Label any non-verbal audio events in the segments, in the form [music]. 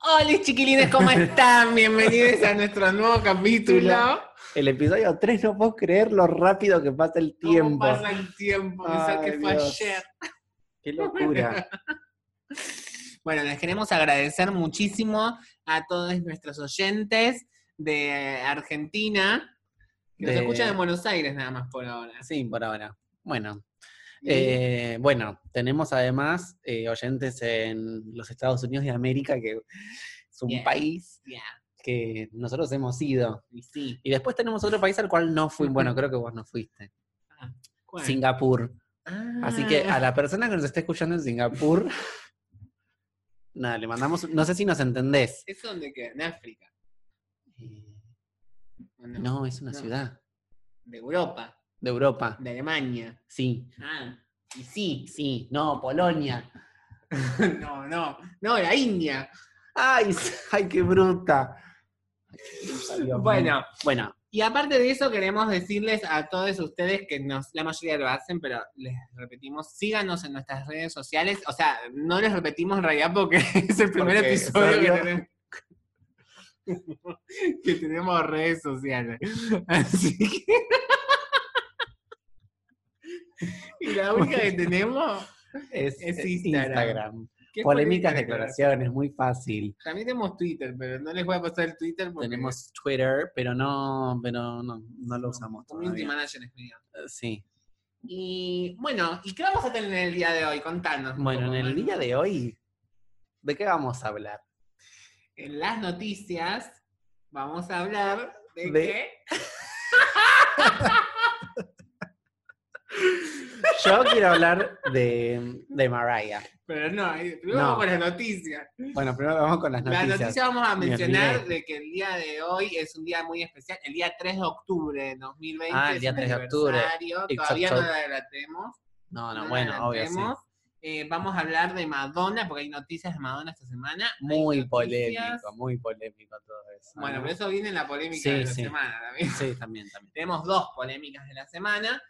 Hola chiquilines, ¿cómo [laughs] están? Bienvenidos a nuestro nuevo capítulo. El episodio 3, no puedo creer lo rápido que pasa el ¿Cómo tiempo. pasa el tiempo? Pensar Ay, que fue Dios. ayer. Qué locura. Bueno, les queremos agradecer muchísimo a todos nuestros oyentes de Argentina, que nos De- escuchan en Buenos Aires nada más por ahora. [laughs] Sí, por ahora. Bueno, eh, bueno, tenemos además eh, oyentes en los Estados Unidos de América, que es un Yes. país Ya, que nosotros hemos ido. y sí. Y después tenemos otro país al cual no fui. Bueno, creo que vos no fuiste. [laughs] ¿Cuál? Singapur. Ah. Así que a la persona que nos está escuchando en Singapur, [laughs] nada, le mandamos, no sé si nos entendés. ¿Eso dónde queda? ¿En África? Eh, ¿O no? No, es una No. ciudad De Europa, de Europa. de Alemania. Sí, Ah, y sí. [laughs] sí, no, Polonia. No, no, no, la India. ¡Ay, s- ay qué bruta! Bueno, Bueno, y aparte de eso queremos decirles a todos ustedes que nos, la mayoría lo hacen, pero les repetimos, síganos en nuestras redes sociales. O sea, no les repetimos en realidad porque [laughs] es el primer Porque, episodio que obvio. tenemos. [laughs] que tenemos redes sociales. [laughs] Así que... [laughs] y la única que tenemos... es, es es Instagram. Instagram. ¿qué es Polémicas polémica declaraciones, muy fácil. También tenemos Twitter, pero no les voy a pasar el Twitter porque Tenemos Twitter, pero no, pero no, no lo usamos Community todavía. manager es mío. Sí. Y bueno, ¿y qué vamos a tener en el día de hoy? Contanos. un Bueno, poco, en el Manu. día de hoy, ¿de qué vamos a hablar? En las noticias vamos a hablar de, De- qué. Yo quiero hablar de, de Mariah. Pero no, eh, primero No. vamos con las noticias. Bueno, primero vamos con las Las noticias. noticias vamos a Me mencionar olvidé. de que el día de hoy es un día muy especial, el día 3 de octubre de 2020. Ah, el es día un 3 de octubre. aniversario, Exacto. Todavía no la debatemos. No, no no, la bueno, obvio, sí. debatemos. Eh, vamos a hablar de Madonna, porque hay noticias de Madonna esta semana. Hay Muy noticias- polémico, muy polémico todo eso. Bueno, ¿no? pero eso viene en la polémica Sí, de la sí. semana también. Sí, también, también. Tenemos dos polémicas de la semana.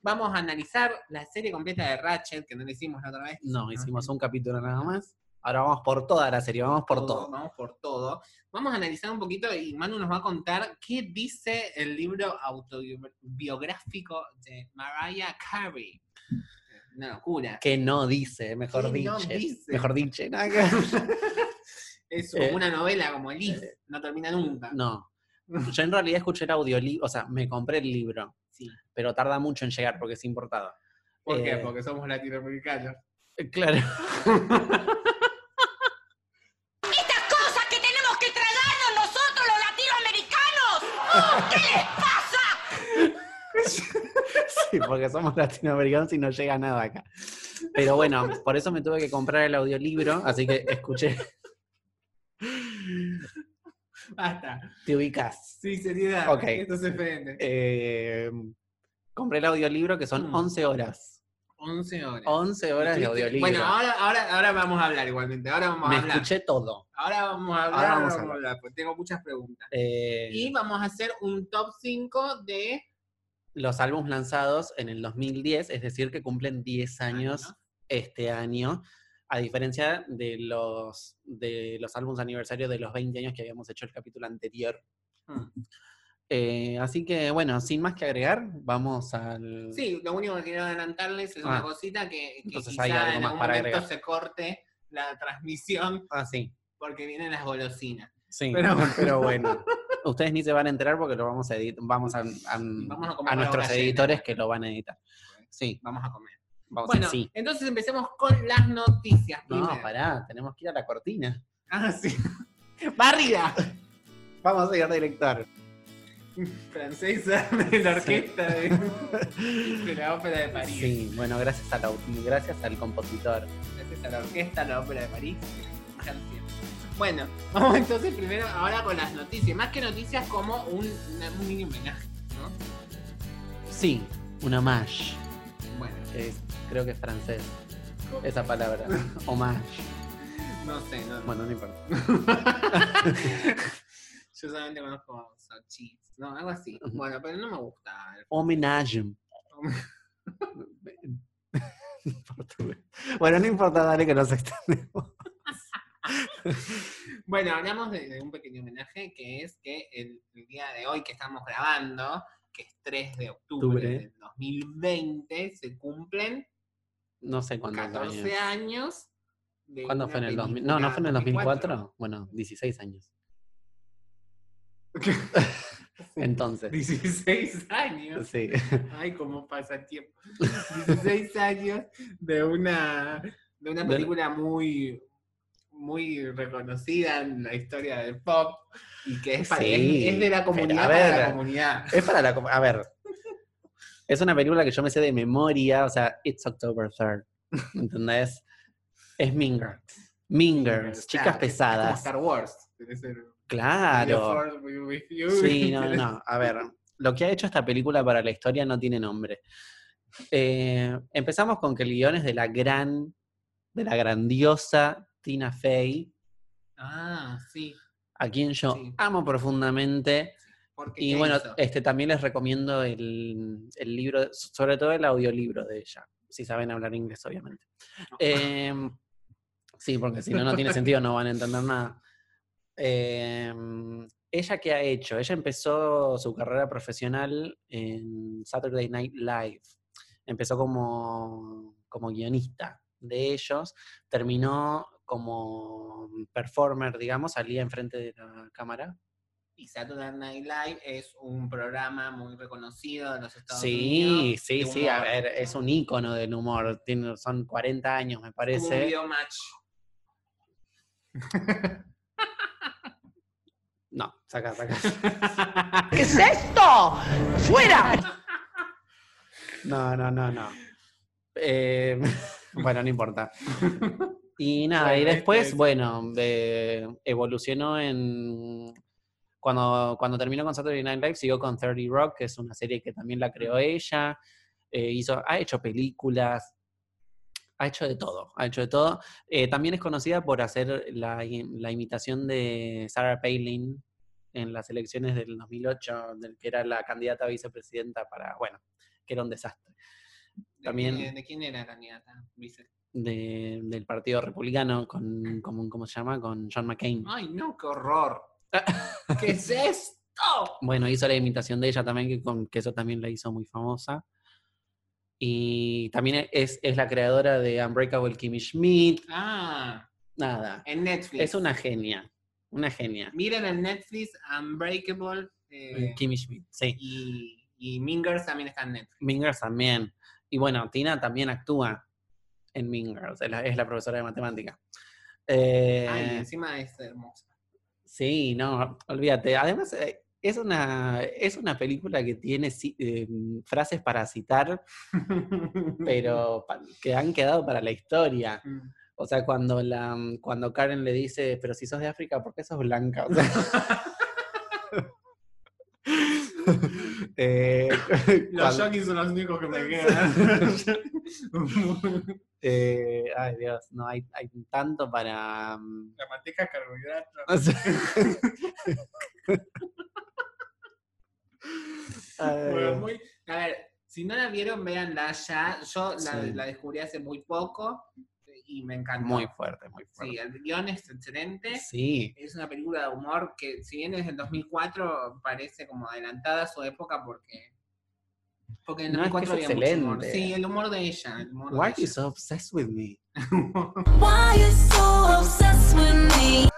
Vamos a analizar la serie completa de Ratchet, que no la hicimos la otra vez. No, hicimos un capítulo nada más. Ahora vamos por toda la serie, vamos por todo. Vamos por todo. Vamos a analizar un poquito y Manu nos va a contar qué dice el libro autobiográfico de Mariah Carey. Una locura. Que no dice, mejor Que dicho. no dice. Mejor dicho. nada que- Es como Eh, una novela como Liz, no termina nunca. [laughs] No. Yo en realidad escuché el audiolibro, o sea, me compré el libro, Sí. pero tarda mucho en llegar porque es importado. ¿Por qué? Eh, Porque somos latinoamericanos. eh, Claro. [laughs] cosas que tenemos que tragarnos nosotros los latinoamericanos. ¿Qué les pasa? Sí, porque somos latinoamericanos y no llega nada acá. Pero bueno, por eso me tuve que comprar el audiolibro, así que escuché, Basta. te ubicas. Sí, seriedad. Ok. Esto es diferente. Eh, compré el audiolibro que son Mm. 11 horas. 11 horas. 11 horas de Estuviste- audiolibro. Bueno, ahora, ahora, ahora vamos a hablar igualmente. Ahora vamos a me hablar. escuché todo. Ahora vamos a hablar. Ahora Ahora vamos a vamos a hablar, porque tengo muchas preguntas. Eh, Y vamos a hacer un top 5 de. Los álbumes lanzados en el 2010, es decir, que cumplen 10 años Años. este año, a diferencia de los, de los álbumes aniversarios de los 20 años que habíamos hecho el capítulo anterior. Mm. Eh, así que, bueno, sin más que agregar, vamos al... Sí, lo único que quiero adelantarles es Ah. una cosita que, que Entonces quizá hay algo en más algún para momento agregar. se corte la transmisión Ah, sí, porque vienen las golosinas. sí, Pero- [laughs] pero, bueno. Ustedes ni se van a enterar porque lo vamos a editar, vamos a, a- Vamos a comer a nuestros ahora llena. editores que lo van a editar. Sí, Vamos a comer. vamos bueno, a sí. entonces empecemos con las noticias. No, primero. pará, tenemos que ir a la cortina. Ah, sí. [laughs] [laughs] Barrida. Vamos a ir director. Francesa de la orquesta de, [laughs] de la Ópera de París. Sí, bueno, gracias, a la- gracias al compositor. Gracias a la orquesta, la ópera de París. que la escuchan siempre. Bueno, vamos entonces primero ahora con las noticias. Más que noticias como un, una- un mini homenaje, ¿no? Sí, una mash. Bueno, es- creo que es francés. Esa [laughs] palabra. O mash. no sé, no, Bueno, no importa. yo solamente conozco Sochis, ¿no? Algo así. Bueno, pero no me gusta. Homenaje. Portugués. bueno, no importa, dale que nos extendemos. Bueno, hablamos de, de un pequeño homenaje que es que el, el día de hoy que estamos grabando, que es 3 de octubre, Octubre. del 2020, se cumplen No sé cuándo. 14 años. de ¿Cuándo una fue en el 2000? película No, no fue en el 2004. Bueno, [laughs] 16 años. 2004. [laughs] Entonces. 16 años. Sí. Ay, cómo pasa el tiempo. 16 años de una, de una Del- película muy, muy reconocida en la historia del pop y que es, para- Sí, es- es de la pero a comunidad para la ver. comunidad. Es para la. com- A ver. Es una película que yo me sé de memoria, o sea, It's October 3rd. ¿Entendés? Es Minger. Claro, Mingers, chicas es- es Como pesadas. Star Wars. Tenés el- Claro. Before We Were You, [laughs] Sí, no, no, tenés- no. A ver, lo que ha hecho esta película para la historia no tiene nombre. Eh, empezamos con que el guion es de la gran, de la grandiosa Tina Fey, Ah, sí. a quien yo Sí. amo profundamente. Porque Y ¿qué bueno, hizo? este, también les recomiendo el, el libro, sobre todo el audiolibro de ella, si saben hablar inglés, obviamente. Em, sí, porque si no, no tiene sentido, no van a entender nada. Em, ¿Ella qué ha hecho? Ella empezó su carrera profesional en Saturday Night Live. Empezó como, como guionista de ellos, terminó como performer, digamos, salía enfrente de la cámara. Y Saturday Night Live es un programa muy reconocido de los Estados Sí, Unidos. sí, de sí, a humor, ver, ¿no? es un ícono del humor, tiene, son 40 años Como me un parece. video match. No, saca, saca. ¿Qué es esto? ¡Fuera! No, no, no, no. Eh, [laughs] bueno, no importa. [laughs] Y nada, Bueno, y este después, es- bueno, eh, evolucionó en... Cuando, cuando terminó con Saturday Night Live, siguió con 30 Rock, que es una serie que también la creó ella. eh, hizo, ha hecho películas, ha hecho de todo, ha hecho de todo. Eh, también es conocida por hacer la, im- la imitación de Sarah Palin en las elecciones del 2008, del que era la candidata a vicepresidenta para, bueno, que era un desastre, ¿De También- quién- ¿De quién era la candidata? Vice- de- del Partido Republicano, con, con- ¿cómo se llama? Con John McCain. Ay, no, qué [laughs] horror. ¿Qué es esto? Bueno, hizo la imitación de ella también, que, con, que eso también la hizo muy famosa. Y también es, es la creadora de Unbreakable Kimmy Schmidt. Ah, Nada, en Netflix. es una genia, una genia. Miren en Netflix Unbreakable eh, Kimmy Schmidt, sí. y, y Mingers también está en Netflix. Mingers también. Y bueno, Tina también actúa en Mingers, es la, es la profesora de matemática. Eh, Ay, encima es hermosa. Sí, no, olvídate. Además, eh, es una, es una película que tiene ci- eh, frases para citar, pero pa- que han quedado para la historia. [laughs] Mm. O sea, cuando, la, cuando Karen le dice, pero si sos de África, ¿por qué sos blanca? O sea, [laughs] eh, Los cuando- jockeys son los únicos que me quedan. eh, ay, Dios, no, hay, hay tanto para... mm, [laughs] La manteca es carbohidrato. O sea. Ay, [laughs] Bueno, [laughs] Dios. muy- a ver, si no la vieron, véanla ya. Yo la, Sí. la descubrí hace muy poco eh, y me encantó. muy fuerte, muy sí, fuerte. el guión es excelente. Sí, Es una película de humor que, si bien es del 2004, parece como adelantada a su época porque. Porque en No, es que 2004 es había mucho humor. excelente. Sí, el humor de ella. El humor Why de you so obsessed with me? ella. Why you so obsessed with me?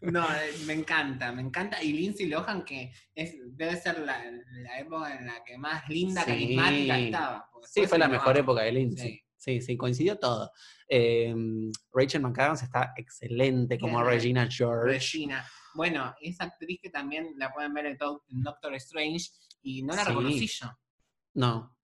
No, eh, me encanta, me encanta. Y Lindsay Lohan, que es, debe ser la, la época en la que más linda, Sí. carismática estaba. porque Sí, después fue la no. mejor época de Lindsay. Sí. Sí. sí, coincidió todo. Eh, Rachel McAdams está excelente como Claro. Regina George. Regina. Bueno, esa actriz que también la pueden ver en Doc- en Doctor Strange y no la Sí. reconocí yo, No.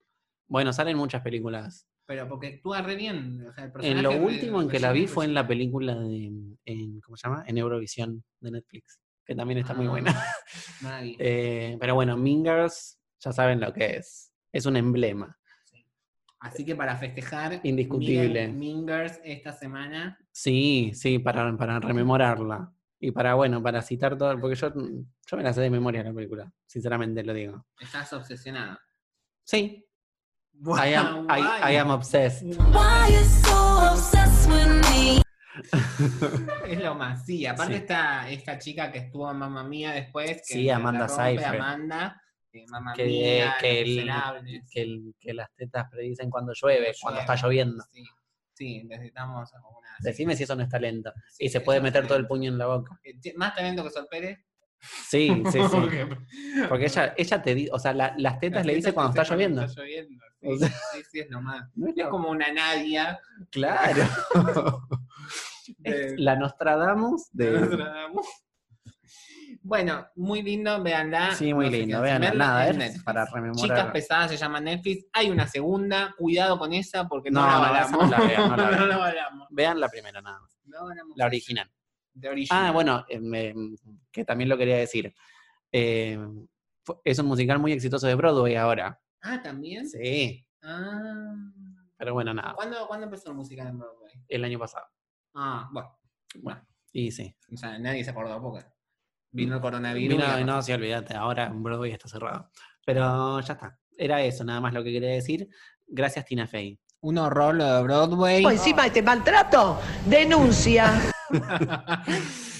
Bueno, salen muchas películas. pero porque actúa re bien. o sea, el en lo personaje de último en que la vi Regina fue en George. la película de, en, ¿cómo se llama? En Eurovisión de Netflix, que también está muy Ah. buena. Nadie. [laughs] Eh, pero bueno, Mingers, ya saben lo que es. Es un emblema. Así que para festejar, Indiscutible. miren Mingers esta semana. Sí, sí, para, para rememorarla. Y para, bueno, para citar todo, porque yo, mm, yo me la sé de memoria la película, sinceramente lo digo. Estás obsesionada. Sí, I am, I, I am obsessed. Why you so obsessed with me? Es lo más, sí. Aparte Sí. está esta chica que estuvo en Mamma Mía después. Que Sí, la Amanda rompe, Seyfried. Amanda, eh, Mamma Que- Mía, que Los el- Miserables. Que, el- que las tetas predicen cuando llueve, Cuando cuando llueve. está lloviendo. Sí, sí, necesitamos una... Decime si eso no es talento. sí, y se puede eso meter todo el también. puño en la boca. Eh, Más talento que Sol Pérez. Sí, [laughs] sí, sí. Porque- Porque ella, ella te dice, o sea, la- las tetas Las le dice tetas cuando te está dicen lloviendo. Está lloviendo. Sí, O sea- sí, sí, es lo más. No es Es lo- como una Nadia. [laughs] Claro. [laughs] de- la Nostradamus de... Nostradamus. Bueno, muy lindo, véanla. Sí, muy no sé qué lindo. decir, Vean, verla nada, en a ver, Netflix. para rememorar. Chicas pesadas se llama Netflix. Hay una segunda, cuidado con esa porque no, No, la no, esa avalamos. no [laughs] la veo, [laughs] no la veo. avalamos. Vean la primera nada más, No avalamos la esa. original. De original. Ah, bueno, eh, me- que también lo quería decir. Eh, fu- es un musical muy exitoso de Broadway ahora. Ah, también. Sí. Ah. Pero bueno, nada, ¿Cuándo, cuándo empezó la música de Broadway? el año pasado. Ah, bueno. Bueno, Y sí. o sea, nadie se acordó porque vino el coronavirus. y Vino- la- no, sí, olvídate, ahora Broadway está cerrado. Pero ya está. Era eso, nada más lo que quería decir. Gracias, Tina Fey. Un horror lo de Broadway. Pues encima de este maltrato, denuncia.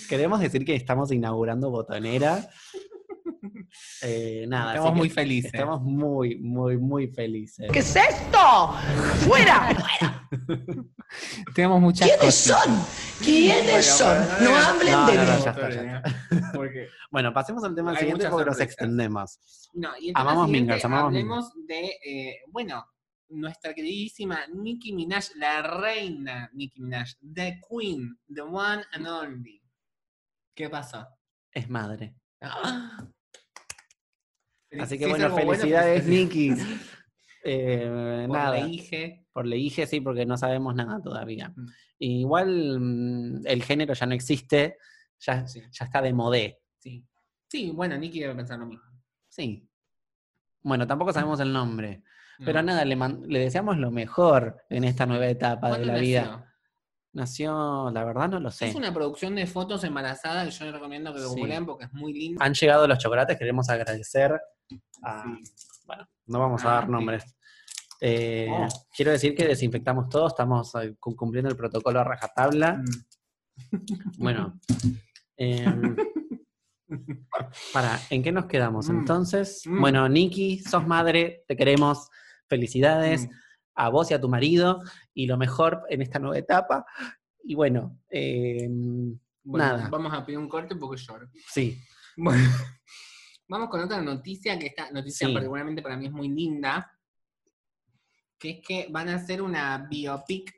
Queremos decir que estamos inaugurando Botonera. Eh, nada, así Estamos que muy felices. Estamos muy, muy, muy felices. ¿Qué es esto? ¡Fuera! Tenemos muchas ¿Quiénes son? ¿Quiénes son? No hablen No, de no, mí. no, ya está, ya está. [laughs] Bueno, pasemos al tema Hay siguiente muchas porque nos sorpresas. extendemos. No, y el Amamos amamos Mingers, amamos hablemos de, eh, bueno, nuestra queridísima Nicki Minaj, la reina Nicki Minaj, the queen, the one and only. ¿Qué pasó? Es madre. Ah. Así Sí, que es bueno, algo pero [laughs] felicidades, sí, Nikki. Eh, por nada, la hija. por le dije sí, porque no sabemos nada todavía. Mm. Igual mm, el género ya no existe, ya, Sí. ya está de modé. Sí. sí, bueno, Nicki debe pensar lo mismo. Sí. Bueno, tampoco sabemos el nombre. Pero No. nada, le, man- le deseamos lo mejor en esta nueva etapa de ¿Cuándo la vida. nació? Nació, la verdad no lo sé. Es una producción de fotos embarazadas que yo les recomiendo que lo Sí. googleen porque es muy linda. Han llegado los chocolates, queremos agradecer a, Sí. Bueno, no vamos a Ah, dar sí. nombres. Eh, Oh. Quiero decir que desinfectamos todo, estamos eh, cu- cumpliendo el protocolo a rajatabla. Mm, Bueno. [laughs] em, para, ¿en qué nos quedamos Mm. entonces? Mm. Bueno, Nikki, sos madre, te queremos. Felicidades Mm. a vos y a tu marido y lo mejor en esta nueva etapa. Y bueno, eh, Bueno, nada. Vamos a pedir un corte porque lloro. sí, Bueno, [laughs] vamos con otra noticia que esta noticia Sí. particularmente para mí es muy linda, que es que van a hacer una biopic,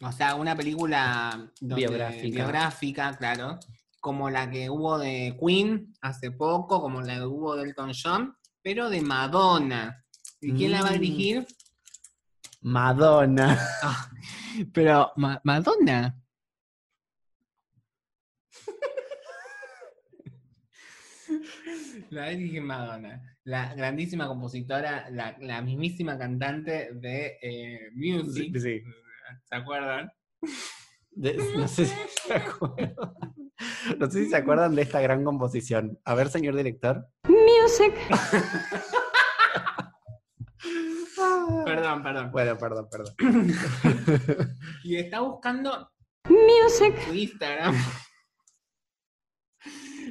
o sea, una película donde- Biográfica. biográfica, claro, como la que hubo de Queen hace poco, como la que hubo de Elton John, pero de Madonna. ¿Y quién la va a Mm. dirigir? Madonna. Pero Madonna. [laughs] La dirige Madonna, la grandísima compositora, la, la mismísima cantante de eh, Music. Sí. ¿Se acuerdan? De- no, sé si se acuerdan, no sé si se acuerdan de esta gran composición. A ver, señor director. Music. Perdón, perdón. [laughs] Bueno, perdón, perdón. Y está buscando Music. su Instagram. [laughs]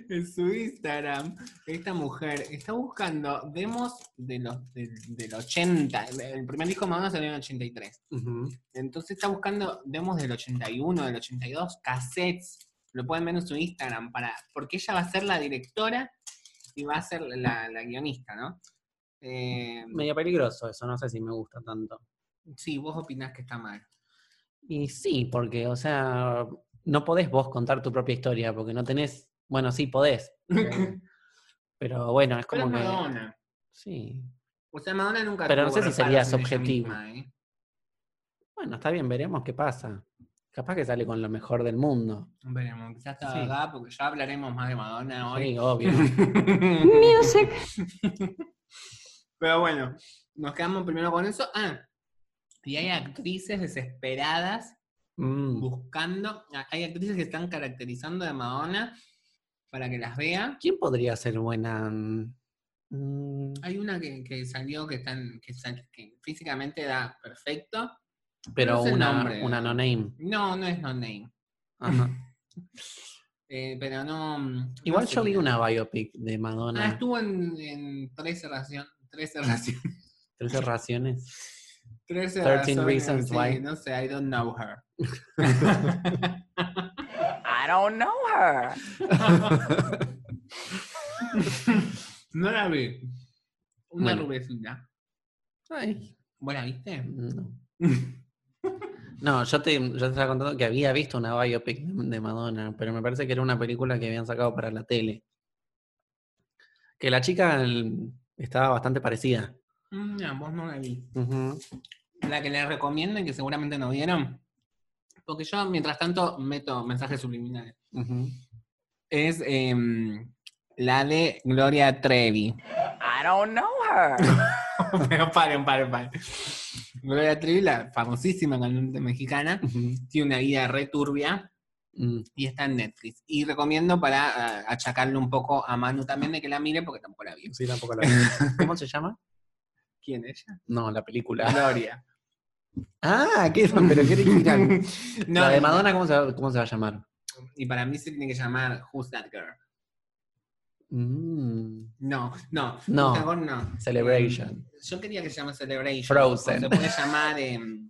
En su Instagram, esta mujer está buscando demos de los, del- del 80. El- El primer disco de Madonna salió en el 83. Ujú. Entonces está buscando demos del 81, del 82, cassettes. Lo pueden ver en su Instagram, para, porque ella va a ser la directora y va a ser la, la guionista, ¿no? Eh, Medio peligroso eso, no sé si me gusta tanto. sí, vos opinás que está mal. [laughs] Y sí, porque, o sea, no podés vos contar tu propia historia, porque no tenés. Bueno, [laughs] sí podés. eh, pero bueno, es Pero como es que. Madonna. Sí. O sea, Madonna nunca Pero no tuvo sé si reparos sería en ella subjetivo. misma, ¿eh? Bueno, está bien, veremos qué pasa. Capaz que sale con lo mejor del mundo. Veremos, quizás está Sí. acá, porque ya hablaremos más de Madonna hoy. Sí, [laughs] obvio. Music. Pero bueno, nos quedamos primero con eso. Ah, y hay actrices desesperadas Mm. buscando, hay actrices que están caracterizando de Madonna para que las vea. ¿Quién podría ser buena? mm, mm, Hay una que, que salió que, están, que, sal- que físicamente da perfecto. Pero es el una, nombre. una no name. No, no es no name. Ajá. [laughs] Eh, pero no. no Igual sé yo vi qué- una biopic de Ah, Madonna. estuvo en, en 13 ración. 13 ración. Trece raciones. 13 13 razones, reasons sí, why. No sé, I don't know her. [laughs] I don't know her. [laughs] no la vi. Una Bueno. rubecita. Ay, ¿Vos la viste? no. [laughs] No, yo te, yo te estaba contando que había visto una biopic de de Madonna, pero me parece que era una película que habían sacado para la tele. Que la chica el, estaba bastante parecida. Mm, No, vos no la vi. Ujú. La que les recomiendo y que seguramente no vieron. Porque yo, mientras tanto, meto mensajes subliminales. Ujú. Es em, la de Gloria Trevi. I don't know her. [laughs] Pero paren, paren, paren. Gloria Trevi, la famosísima cantante mexicana, Ujú. tiene una vida re turbia. Mm. y está en Netflix. Y recomiendo para ah, achacarle un poco a Manu también de que la mire porque tampoco la vio. Sí, tampoco la [laughs] ¿Cómo se llama? ¿Quién es ella? No, la película. Gloria. Ah, ¿qué? Pero qué [laughs] original. [laughs] No, la de Madonna, ¿cómo se, va, cómo se va a llamar? Y para mí se tiene que llamar Who's That Girl. Mm, No, no. Who's No. That Girl, no. Celebration. Eh, yo quería que se llame Celebration. Frozen. o Se puede llamar em,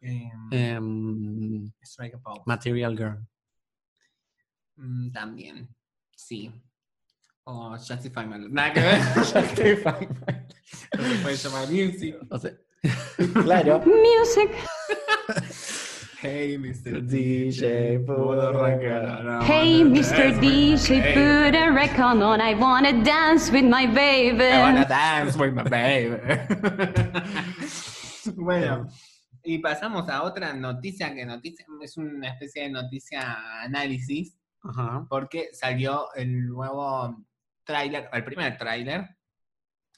em, Em, Strike a Pose. Material Girl. Mm, también. Sí. O Justify My Love. Nada que ver. Justify My Love. O Se puede llamar Music. O sea, [laughs] claro. music, Hey, Mr. DJ, Pudo arrancar. hey Mr. D DJ, put a record on. I wanna dance with my baby. I [laughs] wanna dance pues, with my baby. [laughs] bueno, Eh. y pasamos a otra noticia que noticia es una especie de noticia análisis Ajá. porque salió el nuevo tráiler, el primer tráiler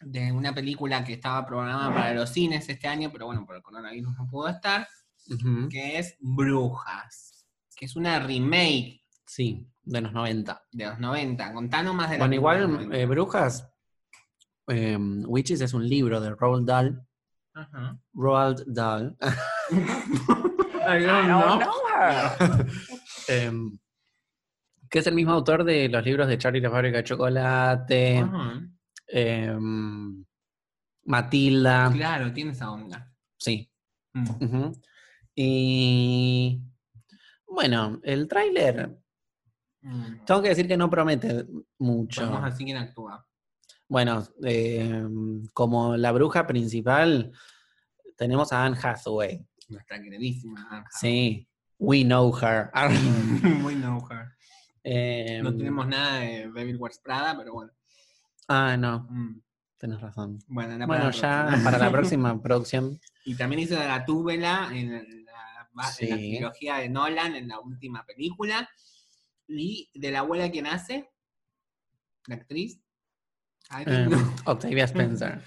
de una película que estaba programada para los cines este año, pero bueno, por el coronavirus no pudo estar, Ujú. que es Brujas, que es una remake Sí, de los 90. De los 90. Contanos más de la Bueno, película de los igual 90. eh, Brujas, em, Witches es un libro de Roald Dahl. Ajá. Roald [laughs] Dahl. Ay, I no. don't know her. [laughs] em, que es el mismo autor de los libros de Charlie y la fábrica de chocolate, Ajá. em, Matilda. Claro, tiene esa onda. Sí. Mm. ujú. Y bueno, el tráiler, Mm. tengo que decir que no promete mucho. Vamos Pues así quién actúa. Bueno, eh, como la bruja principal, tenemos a Anne Hathaway. Nuestra queridísima [laughs] Anja. Sí, we know her. We know her. [laughs] Em, Ah, No tenemos nada de Devil Wears Prada, pero bueno. Ah, no, Mm. tenés razón. Bueno, era Bueno, para la ya próxima. para [laughs] la próxima producción. Y también hizo de la túbela en la, va- en la Sí. trilogía de Nolan, en la última película. Y de la abuela que nace, la actriz. Ay, em, no. [laughs] Octavia Spencer.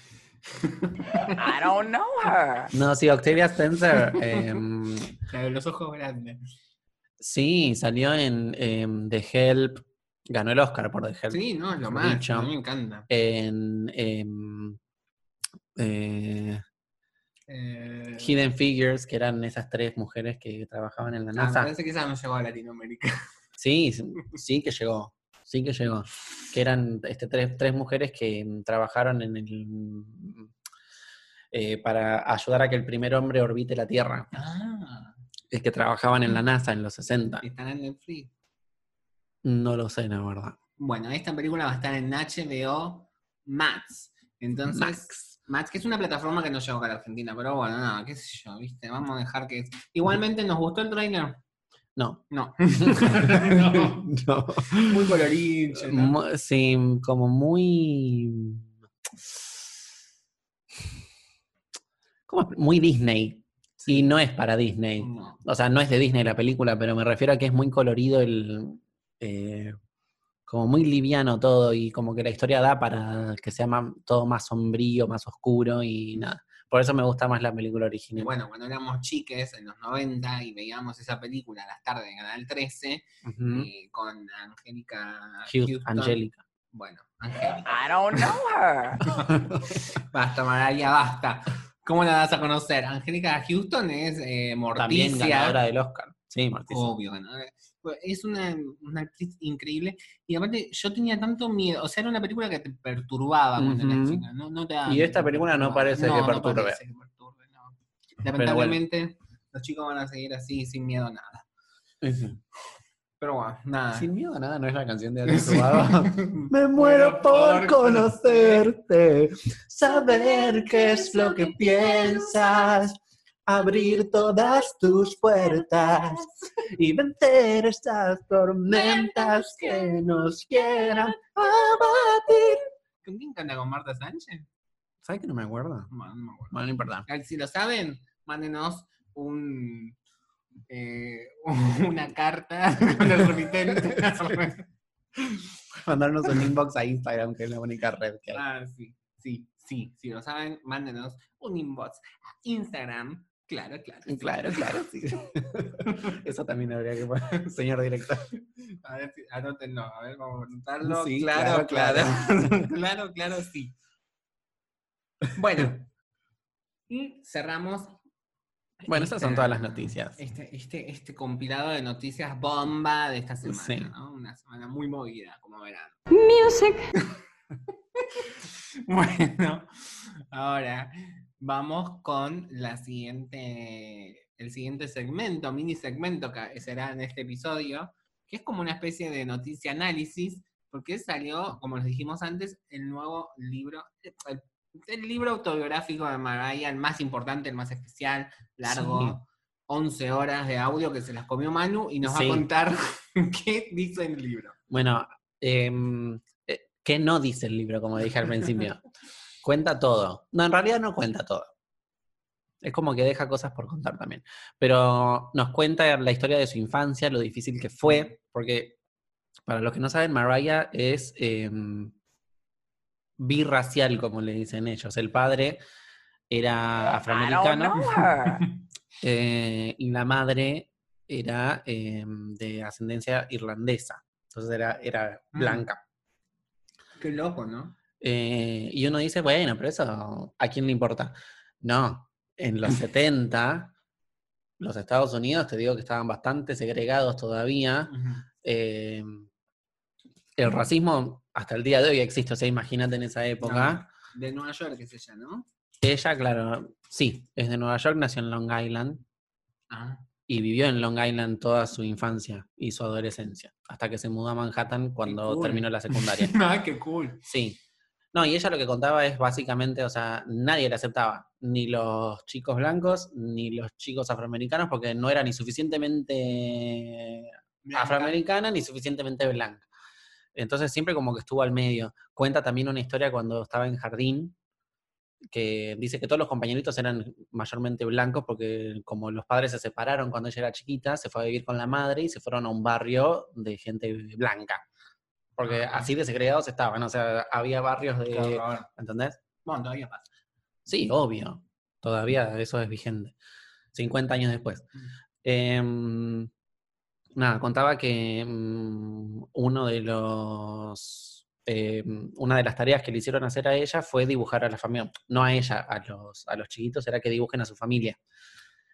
I don't know her. No, sí, Octavia Spencer. em, La de los ojos grandes. sí, salió en em, The Help. Ganó el Oscar por The Help. Sí, no, es lo Mejor más. dicho. A mí me encanta. En em, eh, Eh, Hidden Figures, que eran esas tres mujeres que trabajaban en la ah, me NASA. parece que esa no llegó a Latinoamérica. Sí, sí- sí que llegó, sí que llegó. Que eran este, tres, tres mujeres que mm, trabajaron en el mm, eh, para ayudar a que el primer hombre orbite la Tierra. [laughs] Ah, Es que trabajaban en la NASA en los 60. están en Netflix. No lo sé, la verdad. Bueno, esta película va a estar en HBO Max. Entonces, Max. que es una plataforma que no llegó acá a la Argentina, pero bueno, nada, qué sé yo, viste, vamos a dejar que. Igualmente, ¿nos gustó el trailer? No. [laughs] No. [laughs] No. No. Muy colorido. ¿no? Mu- Sí, mm, como muy. mm, ¿Cómo es? Muy Disney. Y no es para Disney. No. O sea, no es de Disney la película, pero me refiero a que es muy colorido el. eh, como muy liviano todo y como que la historia da para que sea ma- todo más sombrío, más oscuro y nada. Por eso me gusta más la Y película original. Bueno, cuando éramos chiques en los 90 y veíamos esa película a las tardes en Canal 13, Ujú. eh, con Angélica Hugh- Houston. Angélica. Bueno, Angélica. I don't know her. Basta, María, basta. ¿Cómo la vas a conocer? Angélica Houston es eh, También Morticia. ganadora del Oscar. Sí, Martín. Obvio, ganó. Bueno, eh, pues, Es una, una actriz increíble. Y aparte, yo tenía tanto miedo. O sea, era una película que te perturbaba cuando eras Ujú. chica, No, no te da Y esta película no perturbaba. parece que perturbe. parece que perturbe, no. Lamentablemente, los chicos van a seguir así, sin miedo a nada. Pero bueno, nada. Sin miedo a nada, no es la canción de Adrián Sí. [laughs] Suárez. Me muero por conocerte, [laughs] saber qué es lo que piensas, abrir todas tus puertas y vencer estas tormentas que nos quieran abatir. ¿Con quién canta? ¿Con Marta Sánchez? ¿Sabes que no me acuerdo? Bueno, no me acuerdo. Bueno, no importa. Ah, Si lo saben, mándenos un, eh, [laughs] una carta [laughs] con el [laughs] remitente. Mandarnos un inbox a Instagram, que es la única red que hay. ah, sí, sí, sí. Si lo saben, mándenos un inbox a Instagram. Claro, claro. sí. Mm, Ah, Claro, claro, sí. [laughs] Eso también habría que poner, señor director. [laughs] A ver, si, anótenlo. A ver, vamos a anotarlo. Sí, claro, claro, claro. [laughs] claro, claro, sí. Bueno. Y cerramos Bueno, esas son esta- todas las noticias. Este, este, este compilado de noticias bomba de esta semana, Sí. ¿no? Una semana muy movida, como verán. Music. [laughs] Bueno, ahora vamos con la siguiente, el siguiente segmento, mini segmento que será en este episodio, que es como una especie de noticia análisis, porque salió, como les dijimos antes, el nuevo libro, el, el libro autobiográfico de Mariah, el más importante, el más especial, largo. Sí. 11 horas de audio que se las comió Manu y nos Sí. va a contar [laughs] qué dice el libro. Bueno, em, eh, ¿qué no dice el libro, como dije al principio? cuenta todo. No, en realidad no cuenta todo. Es como que deja cosas por contar también. Pero nos cuenta la historia de su infancia, lo difícil que fue, porque para los que no saben, Mariah es em, birracial, como le dicen ellos. El padre era afroamericano eh, y la madre era em, de ascendencia irlandesa. Entonces era, era Mm. blanca. Qué loco, ¿no? Eh, y uno dice, bueno, pero eso, ¿a quién le importa? No, en los 70, los Estados Unidos, te digo que estaban bastante segregados todavía. eh, el racismo hasta el día de hoy existe, o sea, imagínate en esa época. De Nueva York es ella, ¿no? Ella, claro, sí, es de Nueva York, nació en Long Island Ah, [laughs] y vivió en Long Island toda su infancia y su adolescencia, hasta que se mudó a Manhattan cuando cool. terminó la [laughs] secundaria. ah qué cool. Sí. No, y ella lo que contaba es básicamente, o sea, nadie la aceptaba, ni los chicos blancos, ni los chicos afroamericanos, porque no era ni suficientemente Blanca. afroamericana, ni suficientemente blanca. Entonces siempre como que estuvo al medio. Cuenta también una historia cuando estaba en jardín, que dice que todos los compañeritos eran mayormente blancos, porque como los padres se separaron cuando ella era chiquita, se fue a vivir con la madre y se fueron a un barrio de gente blanca. Porque Ah. así de segregados estaban, o sea, había barrios de... Claro, ahora. ¿Entendés? Bueno, todavía pasa. Sí, obvio. Todavía eso es vigente. 50 años después. Mm. Em, nada, contaba que mm, uno de los. em, una de las tareas que le hicieron hacer a ella fue dibujar a la familia. No a ella, a los, a los chiquitos, era que dibujen a su familia.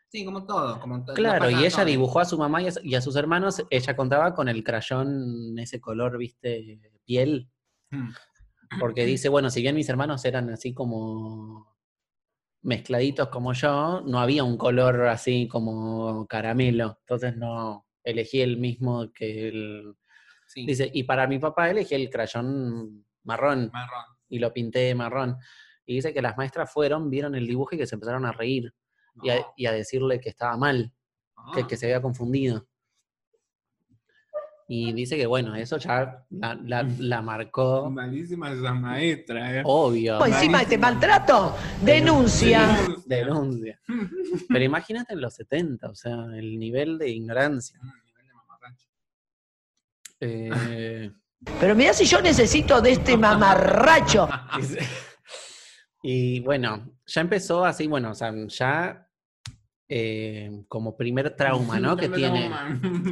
Sí, como todo. Como to- nos Claro, pasa y a ella todos. dibujó a su mamá y a, y a sus hermanos. Ella contaba con el crayón, ese color, viste, piel. Mm. Porque dice, bueno, si bien mis hermanos eran así como mezcladitos como yo, no había un color así como caramelo. Entonces no elegí el mismo que el... Sí, Dice, y para mi papá elegí el crayón marrón marrón. y lo pinté de marrón. Y dice que las maestras fueron, vieron el dibujo y que se empezaron a reír y a, No, y a decirle que estaba mal, que, no. que se había confundido. Y dice que bueno, eso ya la, la- la marcó, Malísima esa maestra, ¿eh? obvio. Pues encima de este maltrato, ah, [laughs] denuncia. [laughs] Denuncia. Pero imagínate en los 70, o sea, el nivel de ignorancia. Eh, Pero mirá si yo necesito de este mamarracho. Ah, dice- y bueno, ya empezó así, bueno, o sea, ya eh, como primer trauma, [laughs] ¿no? que tiene.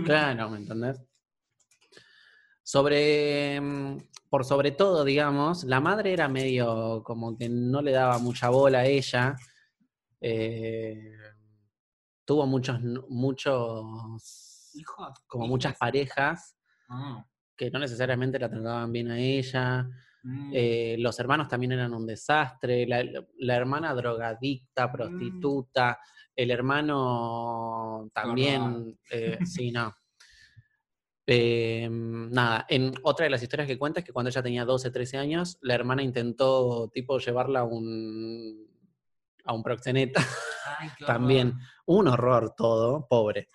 Claro, ¿me entendés? Sobre, mm, por sobre todo, digamos, la madre era medio como que no le daba mucha bola a ella. eh, tuvo muchos, muchos, Hijos. como muchas parejas Ah, que no necesariamente la trataban bien a ella. mm, Eh, los hermanos también eran un desastre. La, la hermana drogadicta, prostituta. El hermano también. eh, sí, no. Eh, nada, en otra de las historias que cuenta es que cuando ella tenía 12, 13 años, la hermana intentó, tipo, llevarla a un, a un proxeneta [laughs] ay, qué horror. también. Un horror todo, pobre.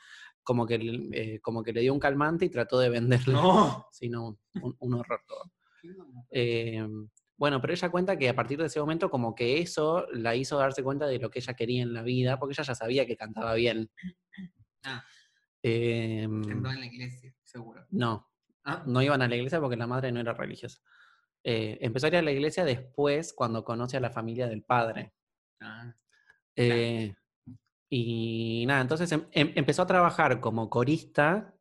Como que, le- eh, como que le dio un calmante y trató de venderlo. No. sino un, un horror todo. Qué horror. Eh, bueno, pero ella cuenta que a partir de ese momento como que eso la hizo darse cuenta de lo que ella quería en la vida, porque ella ya sabía que cantaba bien. Ah. Eh, Cantó en la iglesia, seguro. no, Ah. no iban a la iglesia porque la madre no era religiosa. Eh, empezó a ir a la iglesia después cuando conoce a la familia del padre. Ah, Eh, y nada, entonces em- em- empezó a trabajar como corista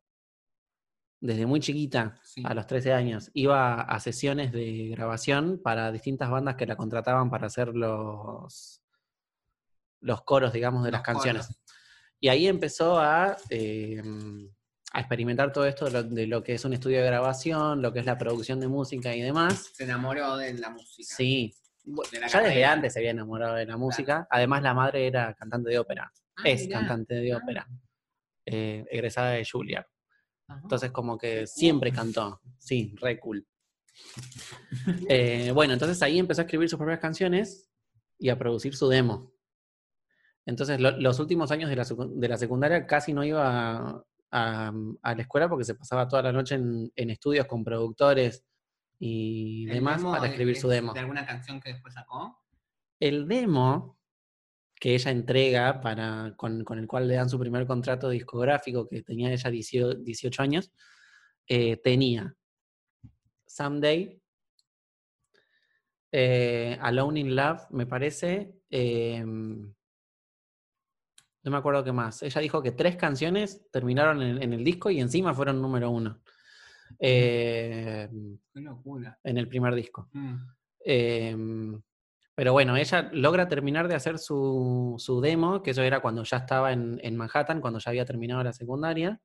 desde muy chiquita, Sí. a los 13 años. Iba a sesiones de grabación para distintas bandas que la contrataban para hacer los, los coros, digamos, de Los las canciones. coros. Y ahí empezó a, eh, a experimentar todo esto de lo, de lo que es un estudio de grabación, lo que es la producción de música y demás. se enamoró de la música. Sí, de la ya desde carrera. antes se había enamorado de la música. Además, la madre era cantante de ópera. Ah, es mirá. cantante de Ah. ópera. eh, egresada de Juilliard. Ajá. Entonces, como que cool. siempre cantó. Sí, [laughs] re cool. Eh, bueno, entonces ahí empezó a escribir sus propias canciones y a producir su demo. Entonces, lo- los últimos años de la, secu- de la secundaria casi no iba a, a- a la escuela porque se pasaba toda la noche en, en estudios con productores y El demás demo para es- escribir su es demo. De alguna canción que después sacó. El demo que ella entrega para, con, con el cual le dan su primer contrato discográfico, que tenía ella 18, 18 años, eh, tenía Someday, eh, Alone in Love, me parece, em, no me acuerdo qué más. Ella dijo que tres canciones terminaron en, en el disco y encima fueron número uno eh, Qué locura. en el primer disco. Mm. Em, pero bueno, ella logra terminar de hacer su, su demo, que eso era cuando ya estaba en, en Manhattan, cuando ya había terminado la secundaria,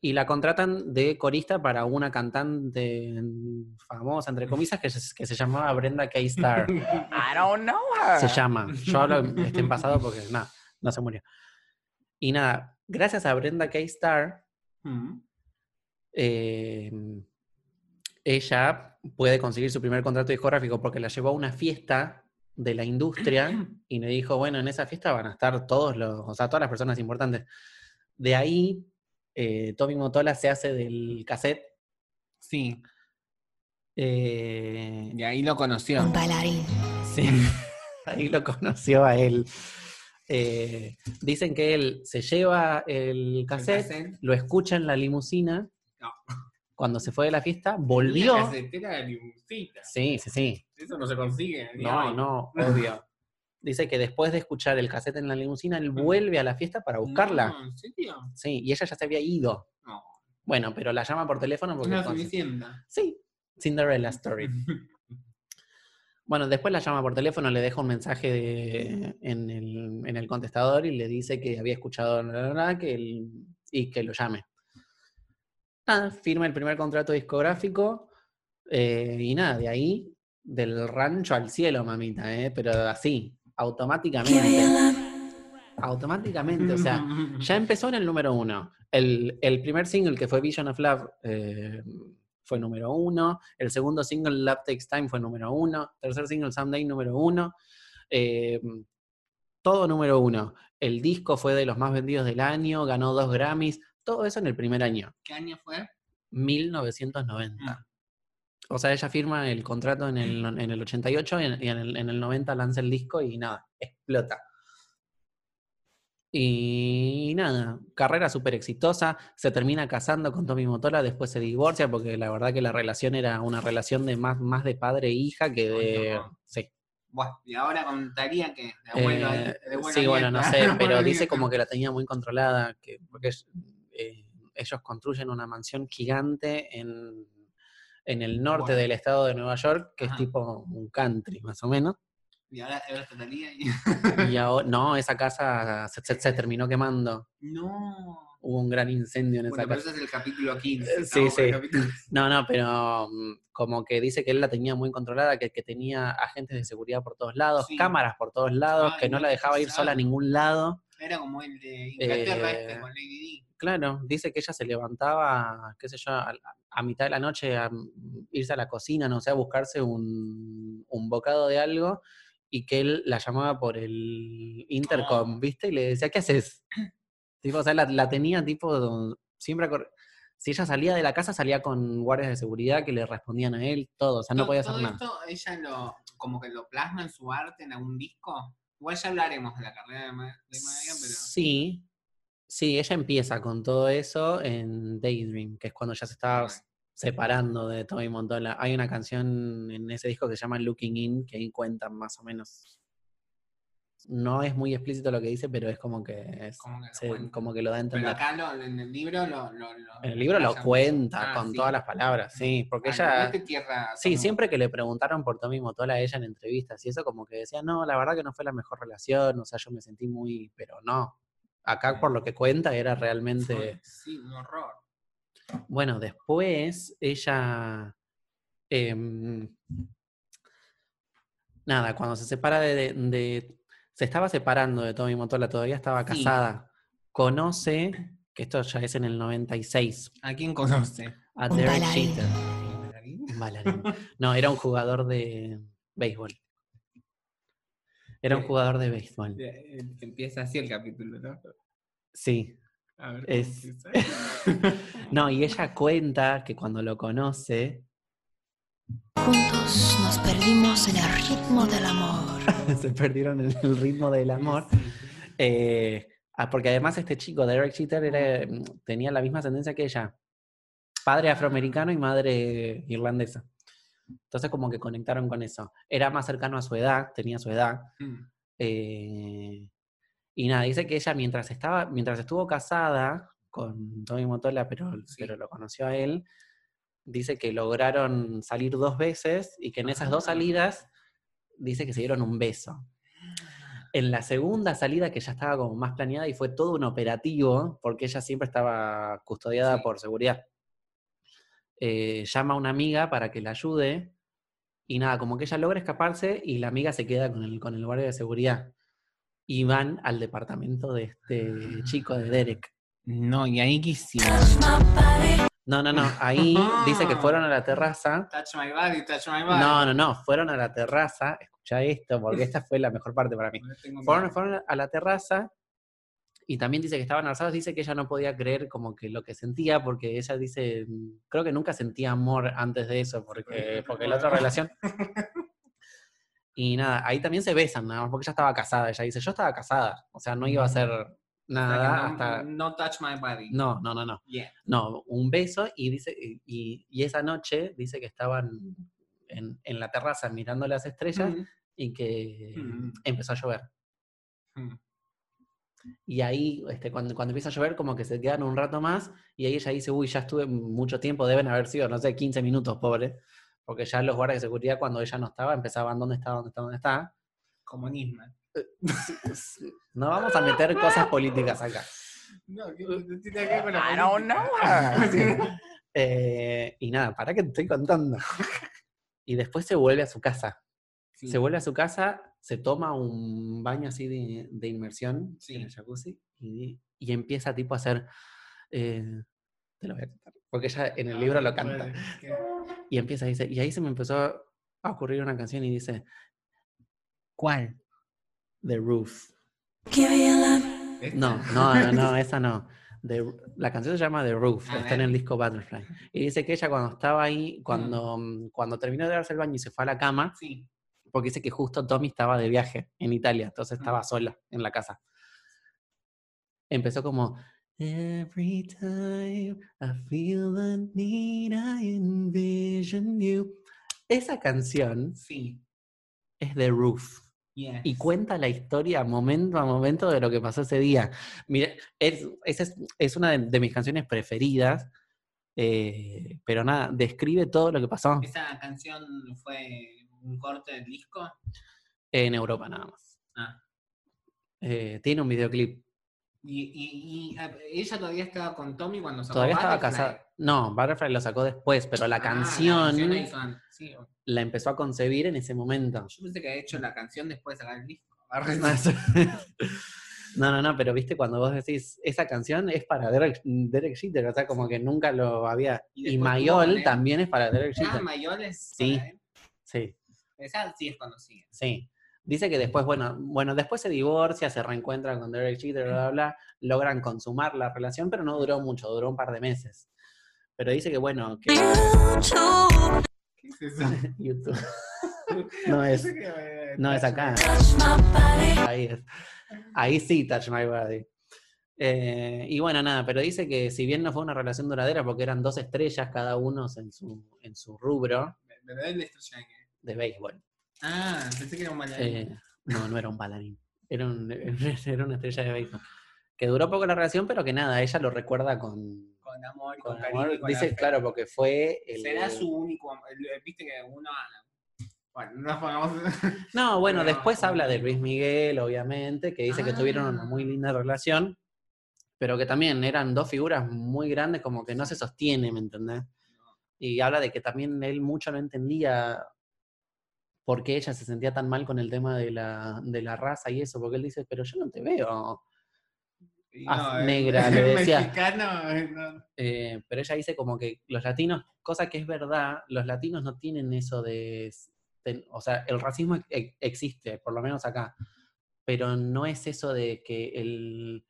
y la contratan de corista para una cantante mm, famosa, entre comillas, que se, que se llamaba Brenda K. Starr. I don't know her. Se llama. Yo hablo en- este en pasado porque nada, no se murió. Y nada, gracias a Brenda K. Starr, Mm. eh, ella puede conseguir su primer contrato discográfico porque la llevó a una fiesta de la industria y le dijo, bueno, en esa fiesta van a estar todos los, o sea, todas las personas importantes. De ahí, eh, Tommy Motola se hace del cassette. Sí, eh, [laughs] y ahí lo conoció. bailarín. sí, ahí lo conoció a él. Eh, dicen que él se lleva el cassette, cassette. lo escucha en la limusina. No. Cuando se fue de la fiesta, Una volvió. casetera de limusita. Sí, sí, sí. Eso no se consigue. No, digamos. no, obvio. Dice que después de escuchar el cassette en la limusina, Mm. él vuelve a la fiesta para buscarla. No, ¿En serio? Sí, y ella ya se había ido. Mm. No. Bueno, pero la llama por teléfono porque... No es con- suficiente. Sí, Cinderella Story. Bueno, después la llama por teléfono, le deja un mensaje de- en, el, en el contestador y le dice que había escuchado la, la, la, que el- y que lo llame. Nada, firma el primer contrato discográfico eh, y nada, de ahí del rancho al cielo, mamita, ¿eh? pero así, automáticamente. Automáticamente, [laughs] o sea, ya empezó en el número uno. El, el primer single que fue Vision of Love eh, fue número uno. El segundo single Love Takes Time fue número uno. Tercer single Someday número uno. Eh, todo número uno. El disco fue de los más vendidos del año, ganó dos Grammys. Todo eso en el primer año, ¿Qué año fue? Mm. 1990. O sea, ella firma el contrato en el, en el 88 y en, y en el, en el 90 lanza el disco y nada, explota. Y nada, carrera súper exitosa, se termina casando con Tommy Motola, después se divorcia porque la verdad que la relación era una relación de más, más de padre e hija que Ay, de... no. Sí, Bueno, y ahora contaría que de abuelo, a- Eh, de abuelo sí a bueno, [laughs] no nieto. sé, pero Abuelo a dice nieto. como que la tenía muy controlada, que, porque es- eh, ellos construyen una mansión gigante en, en el norte Bueno. del estado de Nueva York, que Ajá. es tipo un country más o menos. Y ahora, ahora está Thalía y... [laughs] Y ahora- no, esa casa se, se- se terminó quemando. No. Hubo un gran incendio en esa Bueno, pero casa. ese es el capítulo 15. Eh, sí, estamos por el sí. capítulo- No, no, pero mm, como que dice que él la tenía muy controlada, que, que tenía agentes de seguridad por todos lados, Sí. cámaras por todos lados, Ay, que no no, la qué dejaba ir sola a pesado. ningún lado. Era como el de Inglaterra Eh, este con Lady Di. Claro, dice que ella se levantaba, qué sé yo, a, a mitad de la noche a mm, irse a la cocina, no sé, a buscarse un, un bocado de algo y que él la llamaba por el intercom, ¿viste? Y le decía, ¿qué haces? tipo, o sea, la, la tenía tipo, siempre... acor- Si ella salía de la casa, salía con guardias de seguridad que le respondían a él, todo, o sea, no To- podía hacer todo nada. esto ella lo, como que lo plasma en su arte en algún disco. Igual ya hablaremos de la carrera de, Ma- de Madigan, pero... Sí, sí, ella empieza con todo eso en Daydream, que es cuando ya se estaba Ok. separando de Tommy Montola. Hay una canción en ese disco que se llama Looking In, que ahí cuentan más o menos. No es muy explícito lo que dice, pero es como que, es- Como que lo se- cuenta. como que lo da Pero a entender. acá lo- en el libro lo... lo- lo- En el libro lo playa. cuenta Ah, con sí. todas las palabras, sí, porque Ah, ella... mete tierra, Sí, como- siempre que le preguntaron por Tommy Motola a ella en entrevistas y eso, como que decía, no, la verdad que no fue la mejor relación, o sea, yo me sentí muy, pero no. Acá por lo que cuenta era realmente... Sí, un horror. Bueno, después ella... em, nada, cuando se separa de, de- de- Se estaba separando de Tommy Motola, todavía estaba Sí. casada. Conoce, que esto ya es en el 96, ¿A quién [laughs] conoce? Eh, a Un Derek bailarín. Jeter. Un bailarín. No, era un jugador de béisbol. Era un Eh, jugador de béisbol. Empieza así el capítulo, ¿no? Sí. A ver. cómo Es- [laughs] No, y ella cuenta que cuando lo conoce, [laughs] Juntos nos perdimos en el ritmo del amor. se perdieron en el ritmo del amor. Eh, ah, porque además este chico, Derek Cheater, era, mm, tenía la misma ascendencia que ella. Padre afroamericano y madre irlandesa. Entonces como que conectaron con eso. Era más cercano a su edad, tenía su edad. Mm. Eh, y nada, dice que ella mientras estaba, mientras estuvo casada con Tommy Motola, pero, pero lo conoció a él, dice que lograron salir dos veces y que en esas dos Ah. salidas dice que se dieron un beso. En la segunda salida, que ya estaba como más planeada y fue todo un operativo, porque ella siempre estaba custodiada Sí. por seguridad, eh, llama a una amiga para que la ayude y nada, como que ella logra escaparse y la amiga se queda con el, con el guardia de seguridad. Y van al departamento [gasps] de este chico de Derek. No, y ahí quisiera. No, no, no. [laughs] Ahí dice que fueron a la terraza. Touch my body, touch my body. No, no, no. Fueron a la terraza. Escucha esto, porque esta fue la mejor parte para mí. No tengo Fueron, miedo. fueron a la terraza y también dice que estaban alzados. Dice que ella no podía creer como que lo que sentía, porque ella dice, mm, creo que nunca sentía amor antes de eso, porque, porque la otra relación. Y nada, ahí también se besan, nada más, porque ella estaba casada. Ella dice, yo estaba casada, o sea, no iba a hacer O sea que nada no, hasta. no touch my body. No, no, no, no. Yeah. No, un beso y dice, y, y- y esa noche dice que estaban en, en la terraza mirando las estrellas Mm, y que Mm. empezó a llover. mm. Y ahí, este, cuando, cuando empieza a llover, como que se quedan un rato más, y ahí ella dice, uy, ya estuve mucho tiempo, deben haber sido, no sé, 15 minutos, pobre. Porque ya los guardias de seguridad, cuando ella no estaba, empezaban, ¿dónde está, dónde está, dónde está? Como Nisman. No vamos a meter cosas políticas acá. No, que no tiene que ver con la I don't política. know. Eh, y nada, ¿para qué te estoy contando? [laughs] Y después se vuelve a su casa. [laughs] [laughs] Sí. Se vuelve a su casa, se toma un baño así de, de inmersión Sí. en el jacuzzi y, y empieza tipo a hacer... eh, te lo voy a contar, porque ella en el No, libro no lo canta. Ah, puede, que- Y empieza, dice, y ahí se me empezó a ocurrir una canción y dice, ¿cuál? The Roof. ¿Esta? No, no, no, no, esa no. The Ru- la canción se llama The Roof, A está en ver. el disco Butterfly. Y dice que ella cuando estaba ahí, cuando, mm, cuando terminó de darse el baño y se fue a la cama, Sí. porque dice que justo Tommy estaba de viaje en Italia, Mm. entonces estaba sola en la casa. Empezó como Every time I feel the need I envision you. Esa canción Sí. es The Roof yes. y cuenta la historia momento a momento de lo que pasó ese día. Mira, es, esa es, es una de, de mis canciones preferidas, eh, pero nada, describe todo lo que pasó. ¿Esa canción fue un corte del disco? En Europa nada más. Ah. Eh, tiene un videoclip. Y, y- y, ah, ella todavía estaba con Tommy cuando sacó Todavía estaba Butterfly. casada. No, Butterfly lo sacó después, pero la Ah, canción la, la, hizo antes, sí. empezó a concebir en ese momento. Yo pensé que había hecho la canción después de sacar el [laughs] disco. Ah, No, no, no, pero viste cuando vos decís, esa canción es para Derek, Derek Jeter, o sea, como que nunca lo había. Y Y después Mayol Bono, ¿eh? también es para Derek Ah, Jeter. Mayoles. Sí. para él. Sí. Esa sí es conocida. Sí. Dice que después, bueno, bueno, después se divorcia, se reencuentra con Derek Jeter, bla, bla, bla, logran consumar la relación, pero no duró mucho, duró un par de meses. Pero dice que, bueno, que ¿Qué es eso? YouTube [laughs] no es, no es acá. Ahí es. Ahí sí, Touch My Body. Eh, y bueno, nada, pero dice que si bien no fue una relación duradera, porque eran dos estrellas cada uno en su, en su rubro Me da el destrucción. de béisbol. Ah, pensé que era un bailarín. Eh, no, no era un bailarín. Era, un- [laughs] era una estrella de béisbol. Que duró poco la relación, pero que nada, ella lo recuerda con, con amor, y con, con cariño. amor. y con Dice, afecto. claro, porque fue. el- Será su único amor. El- Viste que uno. Bueno, no nos pongamos. [laughs] No, bueno, Pero- después habla de Luis Miguel, obviamente, que dice que tuvieron una Ah. muy linda relación, pero que también eran dos figuras muy grandes, como que no se sostiene, ¿me entendés? Y habla de que también él mucho no entendía por qué ella se sentía tan mal con el tema de la, de la raza y eso, porque él dice, pero yo no te veo. Y Ah, el- [laughs] negra, le eh, decía. mexicano, eh, no. Eh, pero ella dice como que los latinos, cosa que es verdad, los latinos no tienen eso de... s- ten- o sea, el racismo e- existe, por lo menos acá, pero no es eso de que el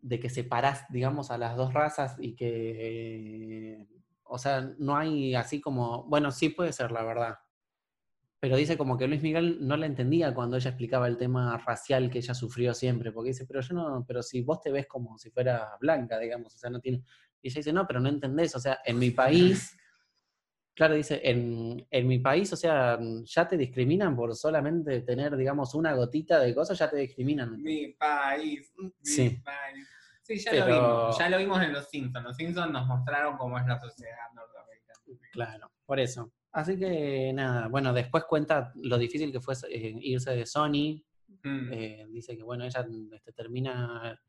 de que separás, digamos, a las dos razas y que, eh, o sea, no hay así como, bueno, sí puede ser, la verdad, pero dice como que Luis Miguel no la entendía cuando ella explicaba el tema racial que ella sufrió siempre, porque dice, pero yo no, pero si vos te ves como si fuera blanca, digamos, o sea, no tiene... Y ella dice, no, pero no entendés, o sea, en mi país, claro, dice, en, en mi país, o sea, ya te discriminan por solamente tener, digamos, una gotita de cosas, ya te discriminan. Mi país. Mi Sí. país. Sí, ya Pero- lo vimos. Ya lo vimos en Los Simpsons. Los Simpsons nos mostraron cómo es la sociedad norteamericana. Claro, por eso. Así que nada, bueno, después cuenta lo difícil que fue eh, irse de Sony. Mm. eh, dice que bueno, ella este, termina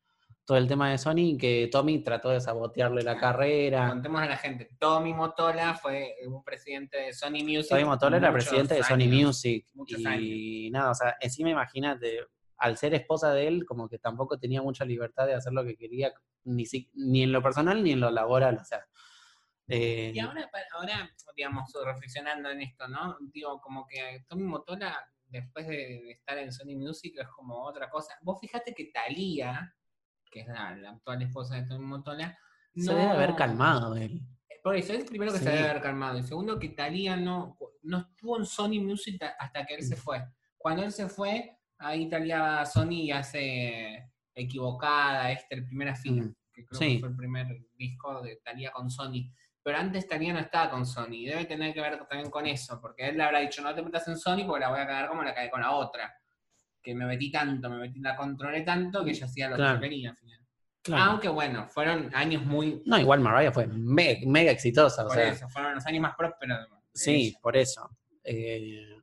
todo el tema de Sony y que Tommy trató de sabotearle la carrera. Contemos a la gente. Tommy Motola fue un presidente de Sony Music. Tommy Motola era muchos presidente de Sony años. Music. muchos Y nada, o sea, encima imagínate, al ser esposa de él, como que tampoco tenía mucha libertad de hacer lo que quería, ni, si- ni en lo personal ni en lo laboral, o sea. eh, Y ahora, pa- ahora, digamos, reflexionando en esto, ¿no? Digo, como que Tommy Motola, después de, de estar en Sony Music, es como otra cosa. Vos fijate que Thalía, que es la, la actual esposa de Tommy Motola, se debe haber calmado él. Por eso es primero que Sí. se debe haber calmado. Y segundo, que Talía no, no estuvo en Sony Music ta- hasta que él Mm. se fue. Cuando él se fue, ahí Talía va a Sony y hace equivocada, este, el primera fila, Mm. que creo Sí. que fue el primer disco de Talía con Sony. Pero antes Talía no estaba con Sony. Debe tener que ver también con eso, porque él le habrá dicho, no te metas en Sony porque la voy a cagar como la cagué con la otra. Que me metí tanto, me metí, la controlé tanto que ella hacía lo Claro. que yo quería al final. Claro. Aunque bueno, fueron años muy No, igual Mariah fue me- mega exitosa, o por sea, eso, fueron los años más prósperos. de- de sí, ella. por eso. Eh,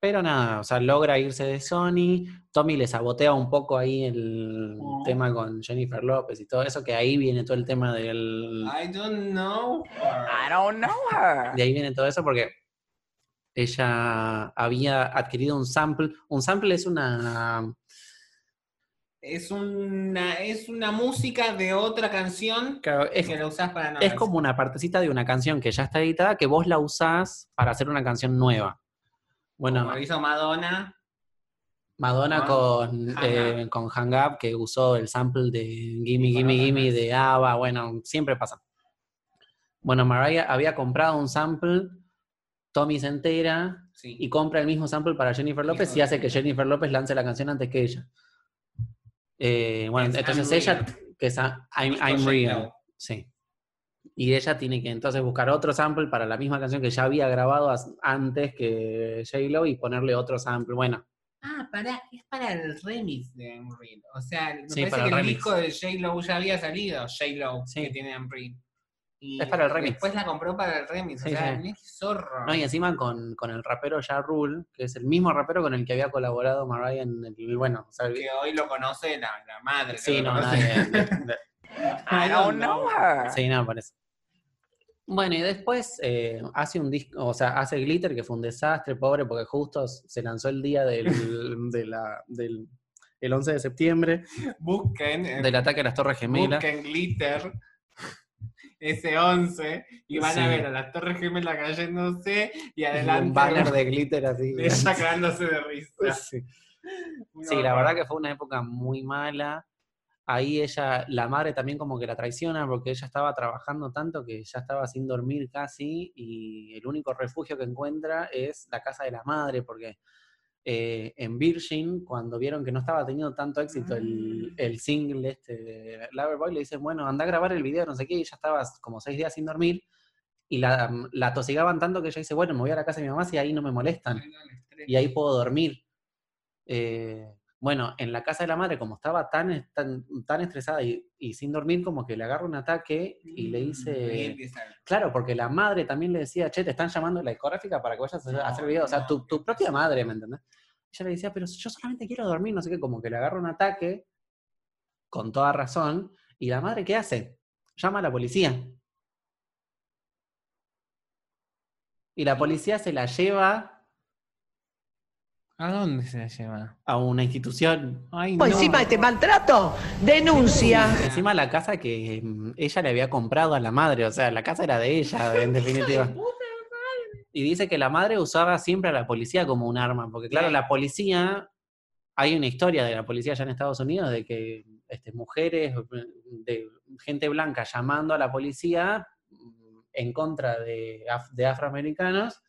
pero nada, o sea, logra irse de Sony, Tommy le sabotea un poco ahí el Oh. tema con Jennifer López y todo eso, que ahí viene todo el tema del... I don't know. her. Ah. don't know her. De ahí viene todo eso porque ella había adquirido un sample. Un sample es una... Es una, es una música de otra canción claro, es- que la usás para no. es como una partecita de una canción que ya está editada que vos la usás para hacer una canción nueva. Bueno, Como hizo Madonna. Madonna Ah, con, Hang eh, con Hang Up, que usó el sample de Gimme, Sí, con Gimme, otras Gimme de ABBA, bueno, siempre pasa. Bueno, Mariah había comprado un sample, Tommy se entera Sí. y compra el mismo sample para Jennifer López y hace que Jennifer López lance la canción antes que ella. Eh, bueno, Es entonces I'm ella, Real. que es a- I'm, I'm Project Real, Now. sí. Y ella tiene que entonces buscar otro sample para la misma canción que ya había grabado as- antes que J-Lo y ponerle otro sample. Bueno, Ah, para, es para el remix de Unreal. O sea, me Sí, parece para que el el remix. disco de J-Lo ya había salido. J-Lo Sí. que tiene Unreal. Y Es para el remix. Después la compró para el remix. O Sí, sea, sí. Nick Zorro. No, y encima con, con el rapero Ja Rule, que es el mismo rapero con el que había colaborado Mariah en el. Bueno, o sea, el- que hoy lo conoce la, la madre. Sí, que lo no, conoce. nadie. [laughs] I don't know her. Sí, nada, parece. Bueno, y después eh, hace un disco, o sea, hace Glitter, que fue un desastre, pobre, porque justo se lanzó el [laughs] día del, de la- del el 11 de septiembre, Busquen, eh, del ataque a las Torres Gemelas. busquen Glitter, ese 11, y van Sí. a ver a las Torres Gemelas cayéndose y adelante Un banner de glitter así. de [laughs] ella cagándose de risa. Sí. Un Sí, la horror. verdad que fue una época muy mala. Ahí ella, la madre también como que la traiciona porque ella estaba trabajando tanto que ya estaba sin dormir casi y el único refugio que encuentra es la casa de la madre porque eh, en Virgin cuando vieron que no estaba teniendo tanto éxito el, el single este de Loverboy le dicen bueno anda a grabar el video no sé qué y ella estaba como seis días sin dormir y la, la tosigaban tanto que ella dice bueno me voy a la casa de mi mamá si ahí no me molestan y ahí puedo dormir. Eh, bueno, en la casa de la madre, como estaba tan, es- tan, tan estresada y, y sin dormir, como que le agarra un ataque y le Mm, Ahí dice... empieza. Claro, porque la madre también le decía, che, te están llamando de la discográfica para que vayas a hacer- No, a hacer video. O sea, no, tu, tu propia madre, ¿me entendés? Ella le decía, pero yo solamente quiero dormir, no sé qué, como que le agarra un ataque, con toda razón, y la madre, ¿qué hace? Llama a la policía. Y la policía se la lleva ¿A dónde se la lleva? a una institución. Ay, Pues no. encima de este maltrato, denuncia. Encima la casa que mm, ella le había comprado a la madre, o sea, la casa era [laughs] de ella, en definitiva. Y dice que la madre usaba siempre a la policía como un arma, porque claro, la policía, hay una historia de la policía allá en Estados Unidos de que este, mujeres, mm, de gente blanca llamando a la policía mm, en contra de, af- de afroamericanos,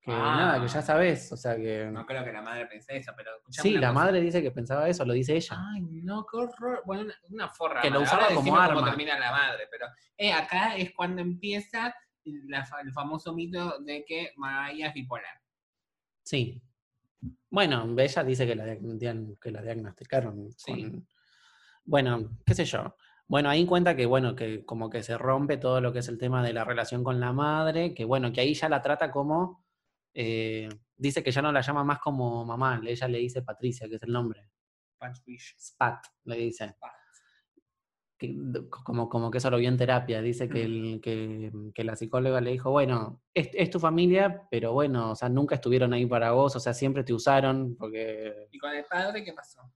que Ah. nada, que ya sabes, o sea que... No creo que la madre pensé eso, pero escuchame sí, una la cosa. madre dice que pensaba eso, lo dice ella. Ay, no, qué horror. Bueno, una, una forra. Que lo madre. usaba Ahora como decime cómo arma. termina la madre, pero eh, acá es cuando empieza la fa- el famoso mito de que Mariah es bipolar. Sí. Bueno, ella dice que la, diag- dian- que la diagnosticaron. Sí. con- Bueno, qué sé yo. Bueno, ahí cuenta que, bueno, que como que se rompe todo lo que es el tema de la relación con la madre, que bueno, que ahí ya la trata como, eh, dice que ya no la llama más como mamá, le- ella le dice Patricia, que es el nombre, Patricia. Spat, le dice. Spat. Que d- como, como que eso lo vio en terapia, dice que, el- que, que la psicóloga le dijo, bueno, es, es tu familia, pero bueno, o sea, nunca estuvieron ahí para vos, o sea, siempre te usaron, porque... ¿Y con el padre qué pasó?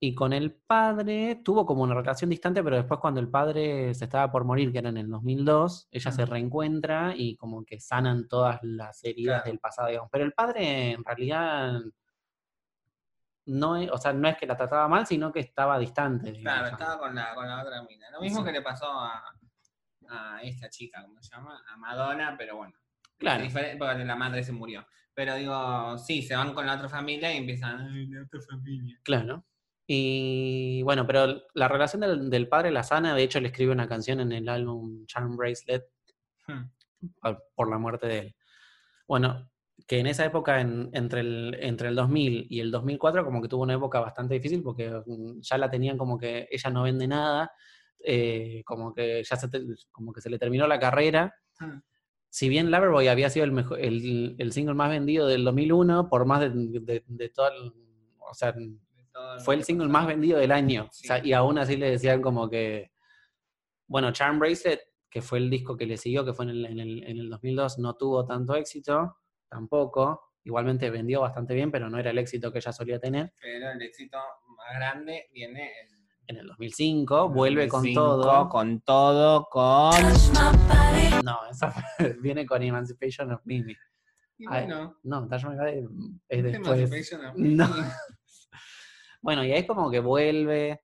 Y con el padre tuvo como una relación distante, pero después cuando el padre se estaba por morir, que era en el 2002, ella se Ujú. reencuentra y como que sanan todas las heridas Claro. del pasado, digamos. Pero el padre en realidad... No es, o sea, no es que la trataba mal, sino que estaba distante. digamos, Claro, ya. estaba con la, con la otra mina. Lo mismo Sí. que le pasó a, a esta chica, ¿cómo se llama? A Madonna, pero bueno. Claro. Diferente, porque la madre se murió. Pero digo, sí, se van con la otra familia y empiezan, ay, la otra familia. [laughs] Claro. Y bueno, pero la relación del, del padre la sana, de hecho, le escribe una canción en el álbum Charm Bracelet Hmm. pa- por la muerte de él. Bueno, que en esa época, en- entre, el, entre el 2000 y el 2004, como que tuvo una época bastante difícil porque mm, ya la tenían como que ella no vende nada, eh, como, que ya se, te- como que se le terminó la carrera. Hmm. Si bien Loverboy había sido el, mejo- el, el single más vendido del 2001, por más de, de, de todo el- O sea, De todo lo fue que el single pasó. más vendido del año. O sea, Sí. y aún así le decían como que, bueno, Charm Bracelet, que fue el disco que le siguió, que fue en el, en el- en el 2002, no tuvo tanto éxito, tampoco. Igualmente vendió bastante bien, pero no era el éxito que ella solía tener. Pero el éxito más grande viene en En el 2005, vuelve con todo. Con todo, con. No, [laughs] esa fue- viene con Emancipation of Mimi. Y Ay, bueno, No, Touch My Body es este después. Emancipation of [laughs] No. Mimi. Bueno, y ahí es como que vuelve,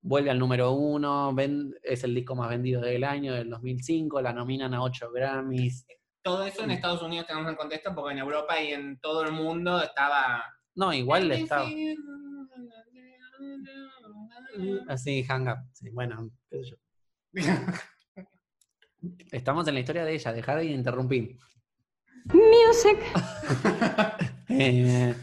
vuelve al número uno, ven- es el disco más vendido del año, del 2005, la nominan a 8 Grammys. Todo eso en Estados Unidos tenemos en contexto porque en Europa y en todo el mundo estaba. No, igual está así, hang up. Sí, bueno, qué sé yo. [laughs] Estamos en la historia de ella, dejar de interrumpir. Music. Eh,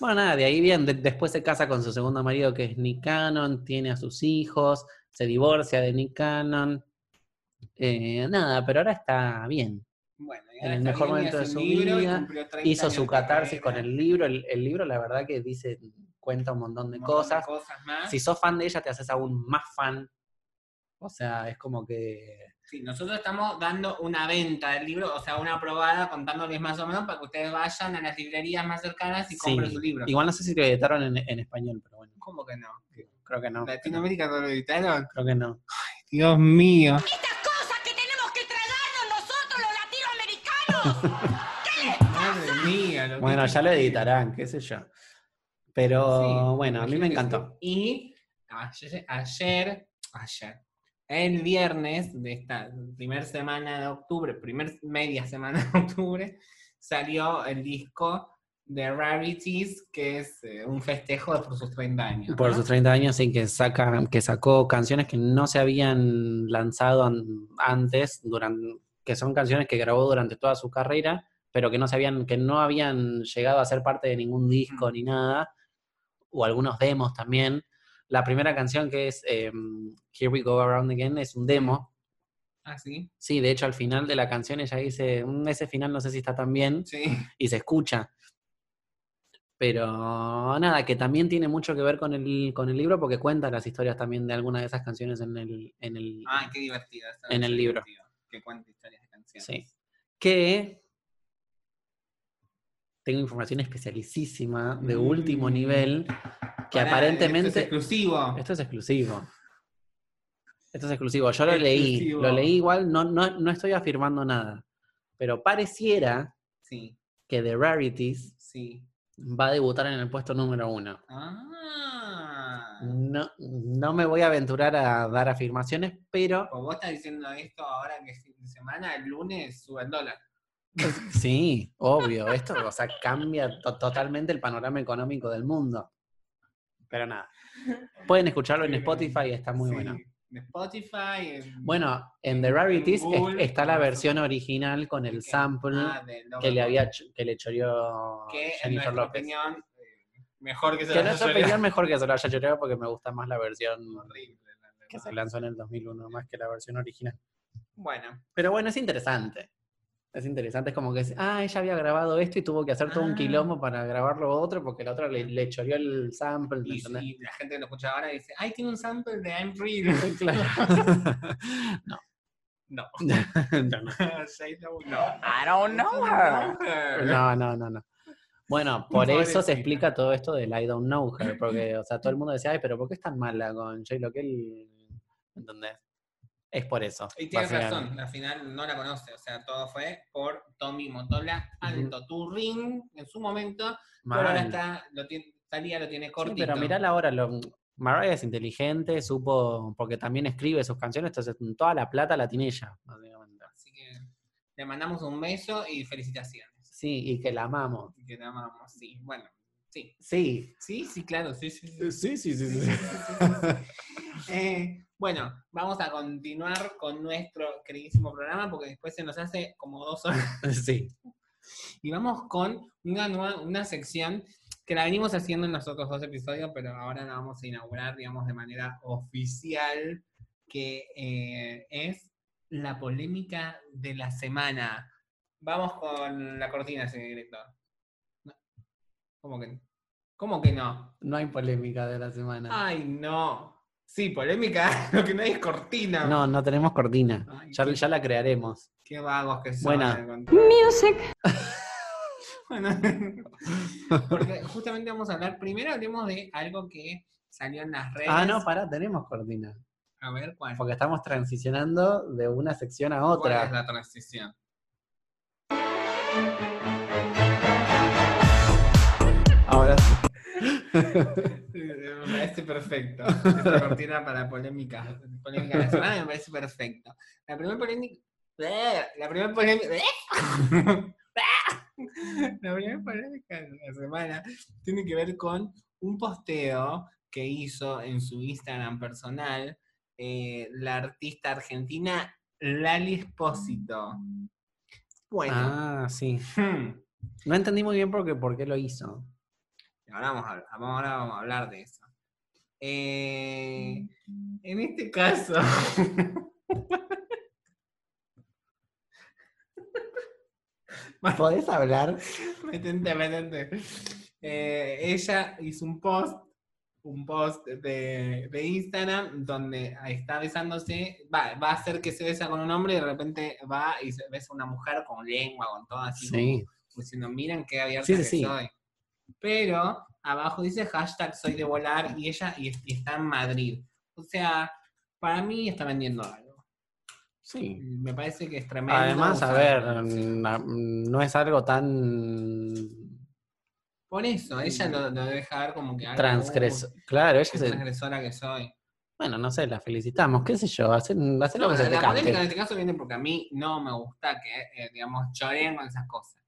bueno, nada, de ahí bien. de- después se casa con su segundo marido, que es Nick Cannon, tiene a sus hijos, se divorcia de Nick Cannon. Eh, nada, pero ahora está bien. Bueno, y En ahora el está mejor bien, y momento de hace su un libro y vida, cumplió 30 Hizo años su de catarsis carrera, con el libro. El, el libro, la verdad, que dice, cuenta un montón de un montón cosas. más. Si sos fan de ella, te haces aún más fan. O sea, es como que. Sí, nosotros estamos dando una venta del libro, o sea, una probada, contándoles más o menos para que ustedes vayan a las librerías más cercanas y sí. compren su libro. Igual no sé si lo editaron en, en español, pero bueno, ¿Cómo que no? creo que no. ¿Latinoamérica no lo editaron? Creo que no. Dios mío. Estas cosas que tenemos que tragarnos nosotros los latinoamericanos. Madre mía. lo que Bueno, es ya lo esto. editarán, qué sé yo. Pero Sí, bueno, a mí me imagino que encantó. Y ayer, ayer, ayer, el viernes de esta primera semana de octubre, primer media semana de octubre, salió el disco de Rarities, que es eh, un festejo de por sus 30 años. Por ¿no? sus 30 años, sí, que, saca, que sacó canciones que no se habían lanzado an- antes, duran- que son canciones que grabó durante toda su carrera, pero que no, se habían, que no habían llegado a ser parte de ningún disco ni nada, o algunos demos también. La primera canción que es eh, Here We Go Around Again es un demo. Ah, sí. Sí, de hecho al final de la canción ella dice, "Mm, ese final no sé si está tan bien, Sí. y se escucha. Pero nada, que también tiene mucho que ver con el, con el libro porque cuenta las historias también de algunas de esas canciones en el... En el Ah, qué divertido. está En muy el libro. divertido, Que cuenta historias de canciones. sí. Que tengo información especialicísima de último Mm. nivel que Pará, aparentemente... esto es exclusivo. Esto es exclusivo. Esto es exclusivo. Yo lo Exclusivo. leí. Lo leí igual, no, no, no estoy afirmando nada. Pero pareciera Sí, que The Rarities sí. va a debutar en el puesto número uno. Ah. No, no me voy a aventurar a dar afirmaciones, pero Como Pues vos estás diciendo esto ahora que es fin de semana, el lunes sube el dólar. sí, obvio, esto o sea, cambia to- totalmente el panorama económico del mundo. Pero nada, pueden escucharlo en Spotify, está muy Sí, bueno. En Spotify. en- Bueno, en The Rarities es- Google, está la todo eso. versión original con el que- sample ah, de Logan que le Paul, había ch- que le choreó Que en Jennifer nuestra López. opinión, eh, mejor que se Que lo en haya nuestra lloreado. opinión mejor que se lo haya choreado porque me gusta más la versión Horrible, la verdad. que se lanzó en el 2001 más que la versión original. Bueno, Pero bueno, es interesante. Es interesante, es como que, es, ah, ella había grabado esto y tuvo que hacer todo un Ah. quilombo para grabar lo otro porque la otra le, le choreó el sample. ¿me y, entendés? y la gente que lo escucha ahora dice, ay, tiene un sample de I'm [laughs] Real. [laughs] Claro. No. [laughs] no, no, J-Lo, no. I don't know her. no, no, no, no. [laughs] Bueno, por eso se Pobrecita. explica todo esto del I don't know her, porque, o [laughs] sea, todo el mundo decía, ay, pero ¿por qué es tan mala con J-Lo que él... ¿Entendés? Es por eso. Y tiene básicamente. razón, al final no la conoce, o sea, todo fue por Tommy Motola, alto Turing en su momento, Pero ahora Mal. está, lo tiene, Talía lo tiene Sí, cortito. pero mirá la hora, lo, Mariah es inteligente, supo, porque también escribe sus canciones, entonces toda la plata la tiene ella, básicamente. Así que le mandamos un beso y felicitaciones. Sí, y que la amamos. Así que la amamos, sí. Bueno, sí. Sí. Sí, sí, claro, sí, sí. sí. sí, sí, sí. Eh, bueno, vamos a continuar con nuestro queridísimo programa porque después se nos hace como dos horas. [laughs] sí. Y vamos con una nueva, una sección que la venimos haciendo en los otros dos episodios, pero ahora la vamos a inaugurar, digamos, de manera oficial, que eh, es la polémica de la semana. Vamos con la cortina, señor director. No. ¿Cómo que, ¿Cómo que no? No hay polémica de la semana. Ay, no. Sí, polémica, [laughs] lo que no hay es cortina. No, no tenemos cortina. Ay, Ya, qué- ya la crearemos. Qué vagos que son. eh, Buena. al contrario. Music. [laughs] Bueno, porque justamente vamos a hablar, primero hablemos de algo que salió en las redes. Ah, no, pará, tenemos cortina. A ver cuál, Porque estamos transicionando de una sección a cuál es otra. la transición. Ahora sí. Me parece perfecto. Esta cortina para polémica. Polémica de la semana me parece perfecto. La primera polémica. ¡eh! La primera polémica. [laughs] La primera polémica de la semana tiene que ver con un posteo que hizo en su Instagram personal eh, la artista argentina Lali Espósito. Bueno, Ah, sí. hmm. No entendí muy bien porque, por qué lo hizo. Y Ahora vamos a, hablar- vamos- ahora vamos a hablar de eso. [laughs] Eh, en este caso, ¿Podés hablar? [laughs] Metente, metente. Eh, ella hizo un post, un post de, de Instagram donde está besándose, va, va a hacer que se besa con un hombre y de repente va y se besa una mujer con lengua, con todo así. Sí. como diciendo, miren qué abierta Sí, sí, que sí. soy. Pero abajo dice hashtag soy de volar y ella y, y está en Madrid. O sea, para mí está vendiendo algo. Sí. Me parece que es tremendo. Además, a usar- ver, na- no es algo tan Por eso, ella lo, lo deja ver como que... algo, transgresor. "Uy, Claro, ella Ah, qué se, transgresora que soy. bueno, no sé, la felicitamos, qué sé yo, hacen, hacen No, lo que se la te polémica en cante. este caso viene porque a mí no me gusta que, eh, digamos, choren con esas cosas.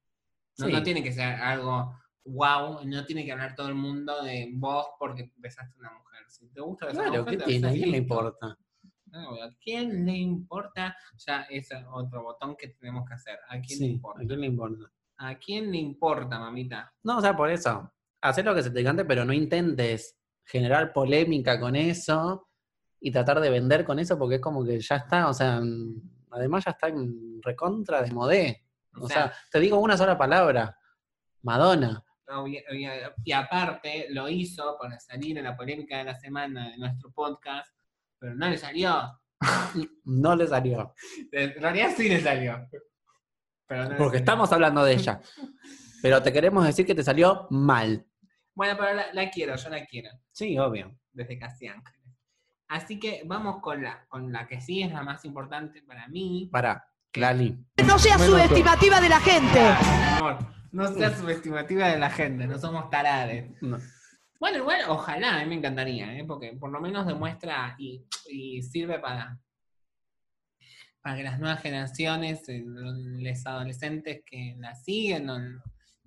No, Sí. no tiene que ser algo wow, no tiene que hablar todo el mundo de vos porque besaste a una mujer. Si te gusta besar a Claro, una ¿qué mujer, te tiene? ¿A besás y quién le listo. importa? No, ¿A quién le importa? Ya es otro botón que tenemos que hacer. ¿A quién le Sí, ¿a importa? quién le importa? ¿A quién le importa, mamita? No, o sea, por eso, hacer lo que se te cante, pero no intentes generar polémica con eso y tratar de vender con eso porque es como que ya está, o sea, mm, además ya está en recontra de modé. O sea, te digo una sola palabra, Madonna. Obvia- obvia- Y aparte lo hizo para salir en la polémica de la semana de nuestro podcast, pero no le salió. No le salió. En realidad sí le salió. Pero no le Porque salió. estamos hablando de [laughs] ella. Pero te queremos decir que te salió mal. Bueno, pero la, la quiero, yo la quiero, Sí, obvio. desde Casi Ángeles. Así que vamos con la, con la que sí es la más importante para mí. Para, Clali. No seas subestimativa de la gente. Amor, no seas subestimativa de la gente, no somos tarades. No. Bueno, igual, ojalá, a mí me encantaría, ¿eh? porque por lo menos demuestra y, y sirve para, para que las nuevas generaciones, eh, los adolescentes que la siguen, o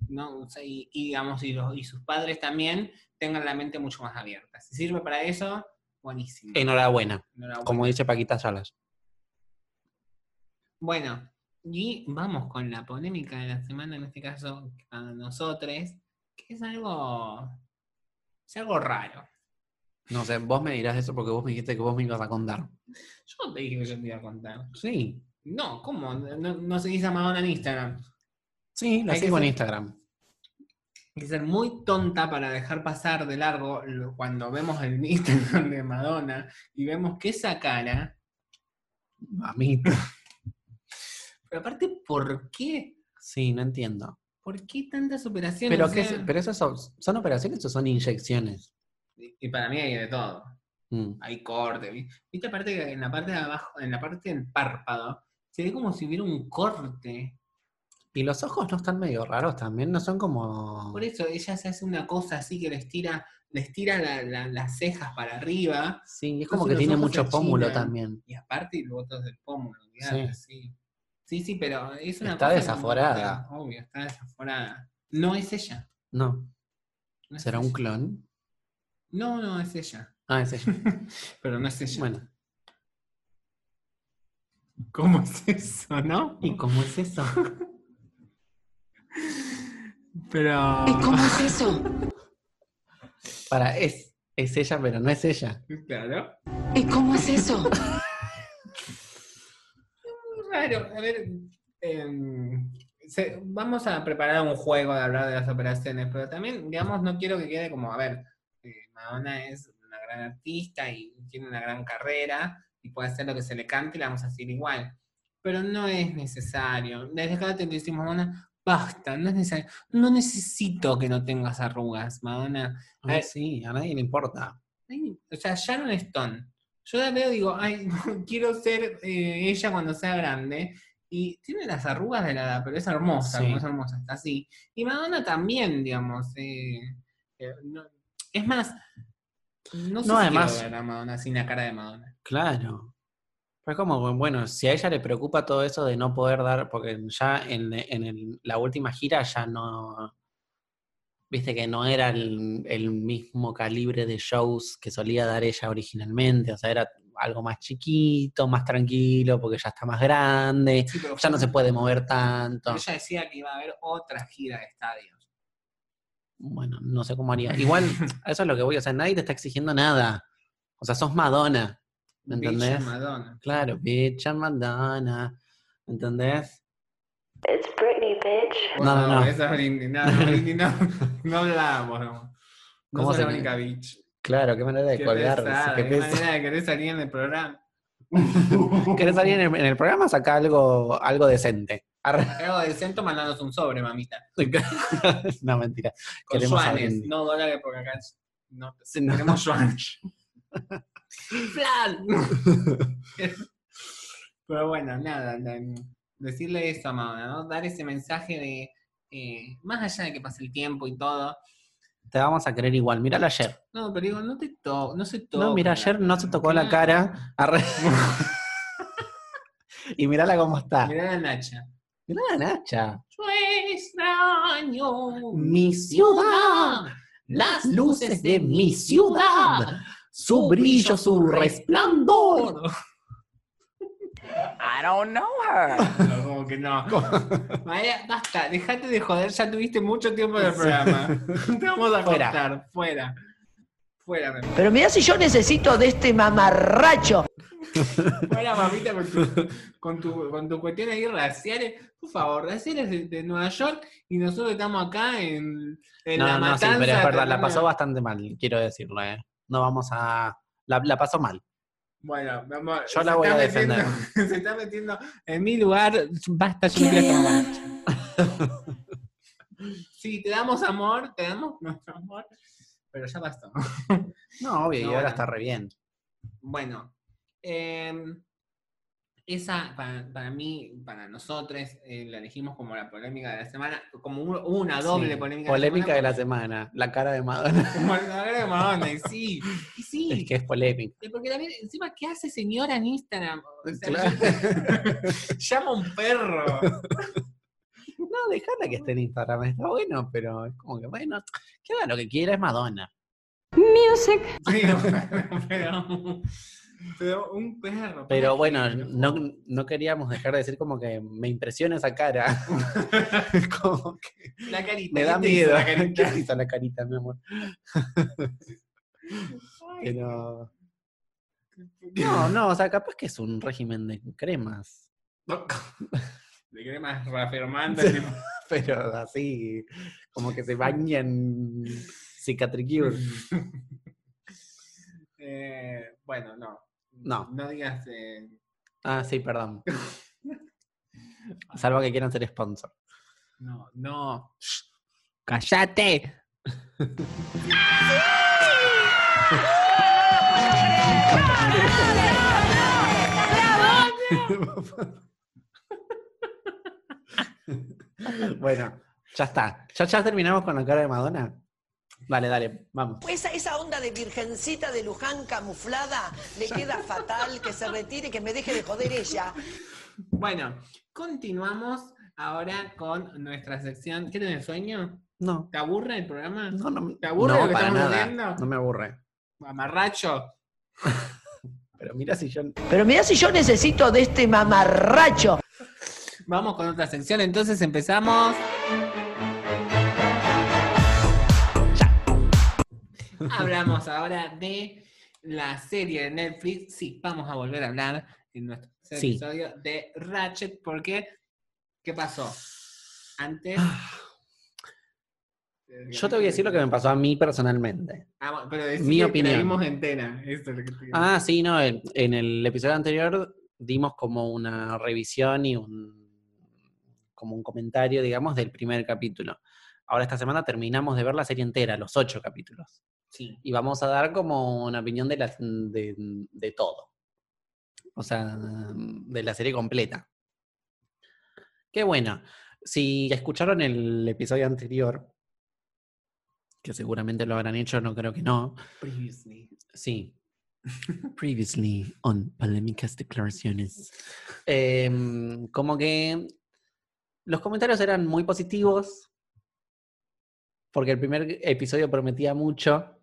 no, o sea, y, y, digamos, y, los- y sus padres también, tengan la mente mucho más abierta. Si sirve para eso, buenísimo. Enhorabuena, Enhorabuena. como dice Paquita Salas. Bueno, y vamos con la polémica de la semana, en este caso, a nosotros, que es algo, es algo raro. No sé, vos me dirás eso porque vos me dijiste que vos me ibas a contar. Yo no te dije que yo te iba a contar. Sí. No, ¿cómo? No, no seguís a Madonna en Instagram. Sí, la Hay que sigo en ser- Instagram. Hay que ser muy tonta para dejar pasar de largo lo- cuando vemos el [laughs] Instagram de Madonna y vemos que esa cara. Mamita. Pero aparte, ¿por qué? Sí, no entiendo. ¿Por qué tantas operaciones? Pero, O qué es- sea, pero eso son, son operaciones o son inyecciones. y- y para mí hay de todo. Mm. hay corte. ¿vi- ¿Viste? Aparte que en la parte de abajo, en la parte del párpado, se ve como si hubiera un corte. Y los ojos no están medio raros también, no son como. Por eso ella se hace una cosa así que les tira, les tira la- la- las cejas para arriba Sí, es como Entonces que los tiene ojos mucho se pómulo achinan. también. y aparte y luego todo es del pómulo. olvidate, Sí. sí, sí, pero es una Está cosa como- desaforada. obvio, está desaforada. No es ella. No. no es ¿Será un ella. clon? No, no es ella. Ah, es [laughs] ella. Pero no es ella. Bueno. ¿Cómo es eso, no? ¿Y cómo es eso? Pero. ¿Y cómo es eso? Para, es, es ella, pero no es ella. Claro. ¿Y cómo es eso? Claro, a ver, em, se- vamos a preparar un juego de hablar de las operaciones, pero también, digamos, no quiero que quede como, a ver, eh, Madonna es una gran artista y tiene una gran carrera y puede hacer lo que se le cante y la vamos a decir igual. Pero no es necesario. Desde acá te decimos, Madonna, basta, no es necesario. No necesito que no tengas arrugas, Madonna. Ay, Eh. sí, a nadie le importa. Ay, O sea, Sharon Stone. Yo la veo y digo, ay, [laughs] quiero ser eh, ella cuando sea grande. Y tiene las arrugas de la edad, pero es hermosa, Sí. como es hermosa, está así. Y Madonna también, digamos. eh, eh, no- es más, no sé No, si además- quiero ver a Madonna sin la cara de Madonna. Claro. Pero es como, bueno, si a ella le preocupa todo eso de no poder dar, porque ya en, en el- la última gira ya no, viste que no era el, el mismo calibre de shows que solía dar ella originalmente, o sea, era algo más chiquito, más tranquilo, porque ya está más grande, Sí, pero ya no se puede mover tanto. Ella decía que iba a haber otra gira de estadios. Bueno, no sé cómo haría. Igual, a eso es lo que voy, o sea, nadie te está exigiendo nada. O sea, sos Madonna, ¿me Bella entendés? Madonna. Claro, bitch and Madonna. ¿Entendés? It's Britney, bitch. No, no, no. Esa es Britney, no, no, Britney, [laughs] no, no hablábamos. No, no ¿Cómo soy se la me- única bitch. Claro, qué manera de Qué colgar. pesada, qué qué pes- manera de querer salir en el programa. ¿Querés salir en el, en el programa? Saca algo, algo decente. [laughs] Arre- Algo decente mandándonos un sobre, mamita. no, mentira. Con Queremos a yuanes, alguien. no dólares, porque acá es- no, Sí, no. [laughs] tenemos yuanes. ¡Flan! Pero bueno, nada, la- decirle eso, Amada, ¿no? Dar ese mensaje de, eh, más allá de que pase el tiempo y todo. Te vamos a querer igual. Mírala ayer. No, pero digo, no te to no se toca. No, mira, ayer no se tocó la Claro. cara. [laughs] Arre- y mirala cómo está. Mirá la Nacha. Mirá la Nacha. Yo extraño Mi ciudad, las luces de mi ciudad, su brillo, su resplandor. I don't know her. [laughs] No, como que no. Maya, basta, dejate de joder, ya tuviste mucho tiempo en el programa. [laughs] Te vamos a Fuera. cortar, fuera. Fuera, mi amor. Pero mirá si yo necesito de este mamarracho. fuera mamita, con tu, con tu, con tu cuestión ahí raciales. Por favor, raciales de, de Nueva York y nosotros estamos acá en, en No, la no, sí, matanza. pero es verdad, la tremenda. pasó bastante mal, quiero decirlo, ¿eh? No vamos a... La, la pasó mal. Bueno, vamos. Yo la voy a defender. se está metiendo [laughs] en mi lugar. Basta, yo me quiero tomar. [laughs] Sí, te damos amor, te damos nuestro amor, pero ya bastó. No, obvio, No, y ahora bueno. está re bien. [laughs] Bueno, em, esa para, para mí, para nosotros, eh, la elegimos como la polémica de la semana, como un- una doble Sí. polémica. Polémica de de la la semana, la cara de Madonna. semana. [laughs] Como la cara de Madonna, y sí, y sí. Es que es polémica. Porque también, encima, ¿qué hace señora en Instagram? O sea, Claro. [laughs] Llama a un perro. No, dejala que esté en Instagram, está bueno, pero es como que, bueno, que haga lo que quiera, es Madonna. Music. Sí, pero, [laughs] pero un perro. Pero bueno, ¿para qué? no, no queríamos dejar de decir como que me impresiona esa [laughs] cara. Como que La carita. me ¿qué da te hizo miedo. la ¿Qué carita? [laughs] te hizo la carita, mi amor? Pero... No, no, o sea, capaz que es un régimen de cremas. [laughs] Le quedé más reafirmante. tipo, [laughs] Pero así, como que [laughs] se bañan cicatricure. Eh, bueno, no. No. No digas. eh, Ah, [laughs] sí, perdón. Salvo que quieran ser sponsor. no, no. [laughs] ¡Cállate! bueno, ya está. ¿Ya, ya terminamos con la cara de Madonna. Vale, dale, vamos. Esa, esa onda de virgencita de Luján camuflada le queda fatal, que se retire, que me deje de joder ella. Bueno, continuamos ahora con nuestra sección. ¿Qué tenés sueño? No, ¿Te aburre el programa? no, no. ¿Te aburre no, lo que para estamos nada. haciendo? No me aburre. Mamarracho. Pero mira si yo. Pero mirá si yo necesito de este mamarracho. Vamos con otra sección, entonces empezamos. Ya. Hablamos ahora de la serie de Netflix. Sí, vamos a volver a hablar en nuestro tercer Sí. episodio de Ratchet, porque ¿qué pasó? Antes. Ah. Yo te voy a decir lo que me pasó a mí personalmente. Ah, bueno, pero decime mi que opinión. La vimos entera. Eso es lo que te digo. Ah, sí, no, en, en el episodio anterior dimos como una revisión y un como un comentario, digamos, del primer capítulo. Ahora esta semana terminamos de ver la serie entera, los ocho capítulos. sí. y vamos a dar como una opinión de, la- de, de todo. O sea, de la serie completa. Qué bueno. Si escucharon el episodio anterior, que seguramente lo habrán hecho, no creo que no. Previously. [laughs] Sí. Previously on polémicas declaraciones. Em, como que los comentarios eran muy positivos, porque el primer episodio prometía mucho.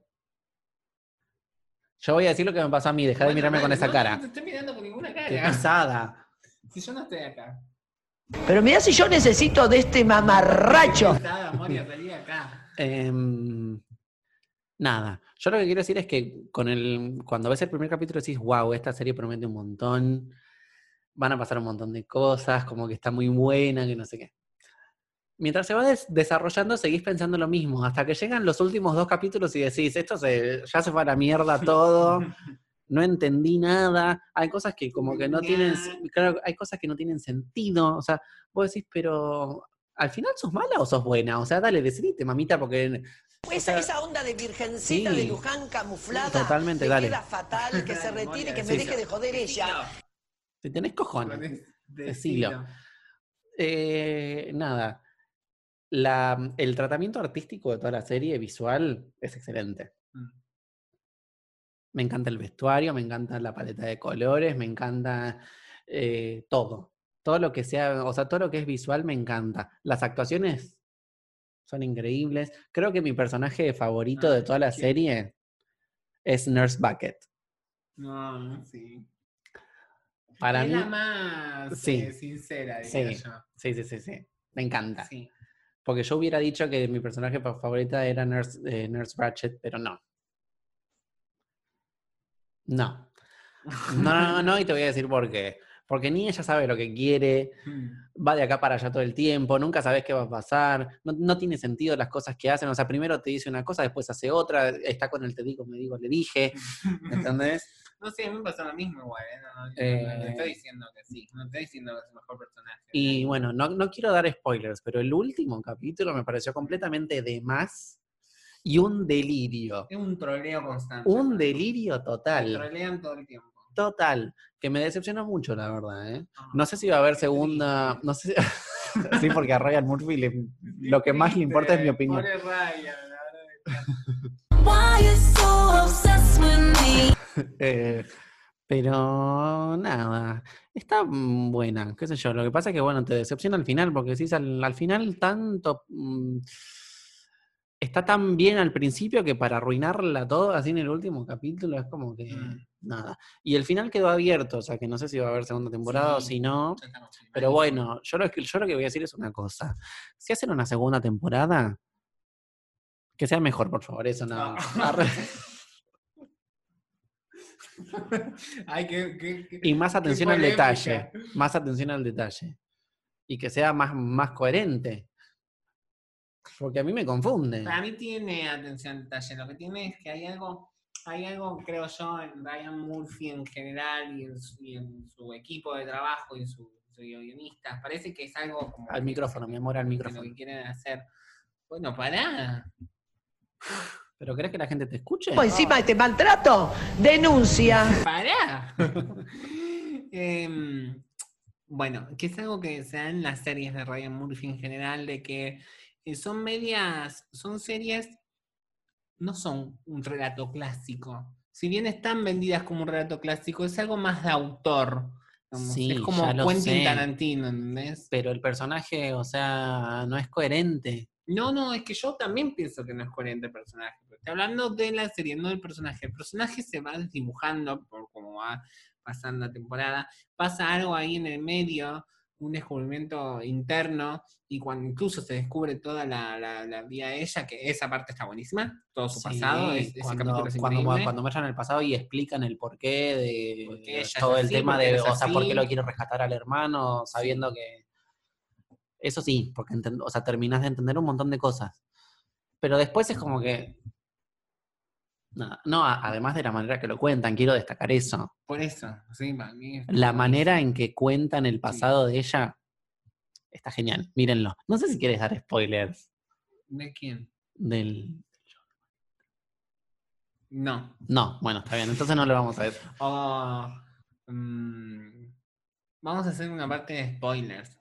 Yo voy a decir lo que me pasó a mí, deja de Bueno, mirarme con no, esa no [laughs] cara. te estoy mirando con ninguna Qué cara. pesada. Si yo no estoy [laughs] acá. Pero mirá si yo necesito de este mamarracho. Estaba, Moria, salí acá. Em, nada, yo lo que quiero decir es que con el, cuando ves el primer capítulo decís, wow, esta serie promete un montón, van a pasar un montón de cosas, como que está muy buena, que no sé qué. Mientras se va des- desarrollando, seguís pensando lo mismo, hasta que llegan los últimos dos capítulos y decís, esto se, ya se fue a la mierda todo, no entendí nada, hay cosas que como que no tienen, claro, hay cosas que no tienen sentido, o sea, vos decís, pero al final sos mala o sos buena, o sea, dale, decidite, mamita, porque Esa, esa onda de virgencita Sí. de Luján camuflada. Totalmente, me dale. queda fatal, que se retire, que me Sí, deje sí. de joder ella. te tenés cojones. Decilo. Eh, nada. La- mm, el tratamiento artístico de toda la serie visual es excelente. Mm. Me encanta el vestuario, me encanta la paleta de colores, me encanta eh, todo. Todo lo que sea, o sea, todo lo que es visual me encanta. Las actuaciones son increíbles. Creo que mi personaje favorito Ah, de toda la sí. serie es Nurse Bucket. No, sí. Para es mí, la más Sí. eh, sincera, Sí. diría yo. sí, sí, sí, sí. Me encanta. Sí. Porque yo hubiera dicho que mi personaje fa- favorita era Nurse, eh, Nurse Ratched, pero no. No. No, no, no, no, y te voy a decir por qué. Porque ni ella sabe lo que quiere, Mm. va de acá para allá todo el tiempo, nunca sabes qué va a pasar, no, no tiene sentido las cosas que hacen. O sea, primero te dice una cosa, después hace otra, está con el te digo, me digo, le dije, ¿entendés? No sé, a mí me pasó lo mismo igual. ¿eh? No, no, Eh. no, no te estoy diciendo que sí. No te estoy diciendo que es el mejor personaje. ¿eh? Y bueno, no, no quiero dar spoilers, pero el último capítulo me pareció completamente de más y un delirio. Es un troleo constante. Un delirio Me total, trolean todo el tiempo. total, que me decepcionó mucho, la verdad, ¿eh? Ah, No sé si va a haber qué segunda, triste. no sé si- [laughs] Sí, porque a Ryan Murphy le- lo que más le importa es mi Triste, opinión. Pobre Ryan, la verdad. Eh, pero nada, está mm, buena, qué sé yo. Lo que pasa es que, bueno, te decepciona al final, porque decís al, al final tanto... mm, está tan bien al principio que para arruinarla todo así en el último capítulo es como que... Mm. Nada. Y el final quedó abierto, o sea que no sé si va a haber segunda temporada o Sí. si no. Ya estamos filmando. Pero bueno, yo lo, que, yo lo que voy a decir es una cosa. Si hacen una segunda temporada, que sea mejor, por favor, eso no. No. [laughs] Arre. Ay, qué, qué, qué- Y más atención al polémica. detalle. Más atención al detalle. Y que sea más, más coherente. Porque a mí me confunde. Para mí tiene atención al detalle. Lo que tiene es que hay algo, hay algo, creo yo, en Ryan Murphy en general y en su, y en su equipo de trabajo y su, su guionista. Parece que es algo como. Al micrófono, mi amor, al de Lo micrófono. que quieren hacer. Bueno, pará. ¿Pero crees que la gente te escuche? Pues encima de este maltrato, denuncia. ¡Pará! [laughs] Em, bueno, que es algo que se da en las series de Ryan Murphy en general, de que eh, son medias, son series, no son un relato clásico. Si bien están vendidas como un relato clásico, es algo más de autor. digamos, Sí, es como ya lo Quentin sé. Tarantino, ¿entendés? Pero el personaje, o sea, no es coherente. No, no, es que yo también pienso que no es coherente el personaje. pero Estoy hablando de la serie, no del personaje. El personaje se va desdibujando por cómo va pasando la temporada. Pasa algo ahí en el medio, un descubrimiento interno, y cuando incluso se descubre toda la, la, la vida de ella, que esa parte está buenísima, todo su pasado, Sí, es, ese cuando, capítulo es cuando, increíble. cuando vayan al pasado y explican el porqué de ¿Por qué ella es todo el así? tema ¿Por qué de, eres o sea, por así? qué lo quiere rescatar al hermano, sabiendo que... Eso sí, porque enten- o sea, terminás de entender un montón de cosas. Pero después es como que... Nada, No, a- además de la manera que lo cuentan, quiero destacar eso. Por eso, sí, para mí es- La manera en que cuentan el pasado de ella está genial, mírenlo. No sé si quieres dar spoilers ¿De quién? del... No. No, bueno, está bien, entonces no lo vamos a decir. O, mm, vamos a hacer una parte de spoilers.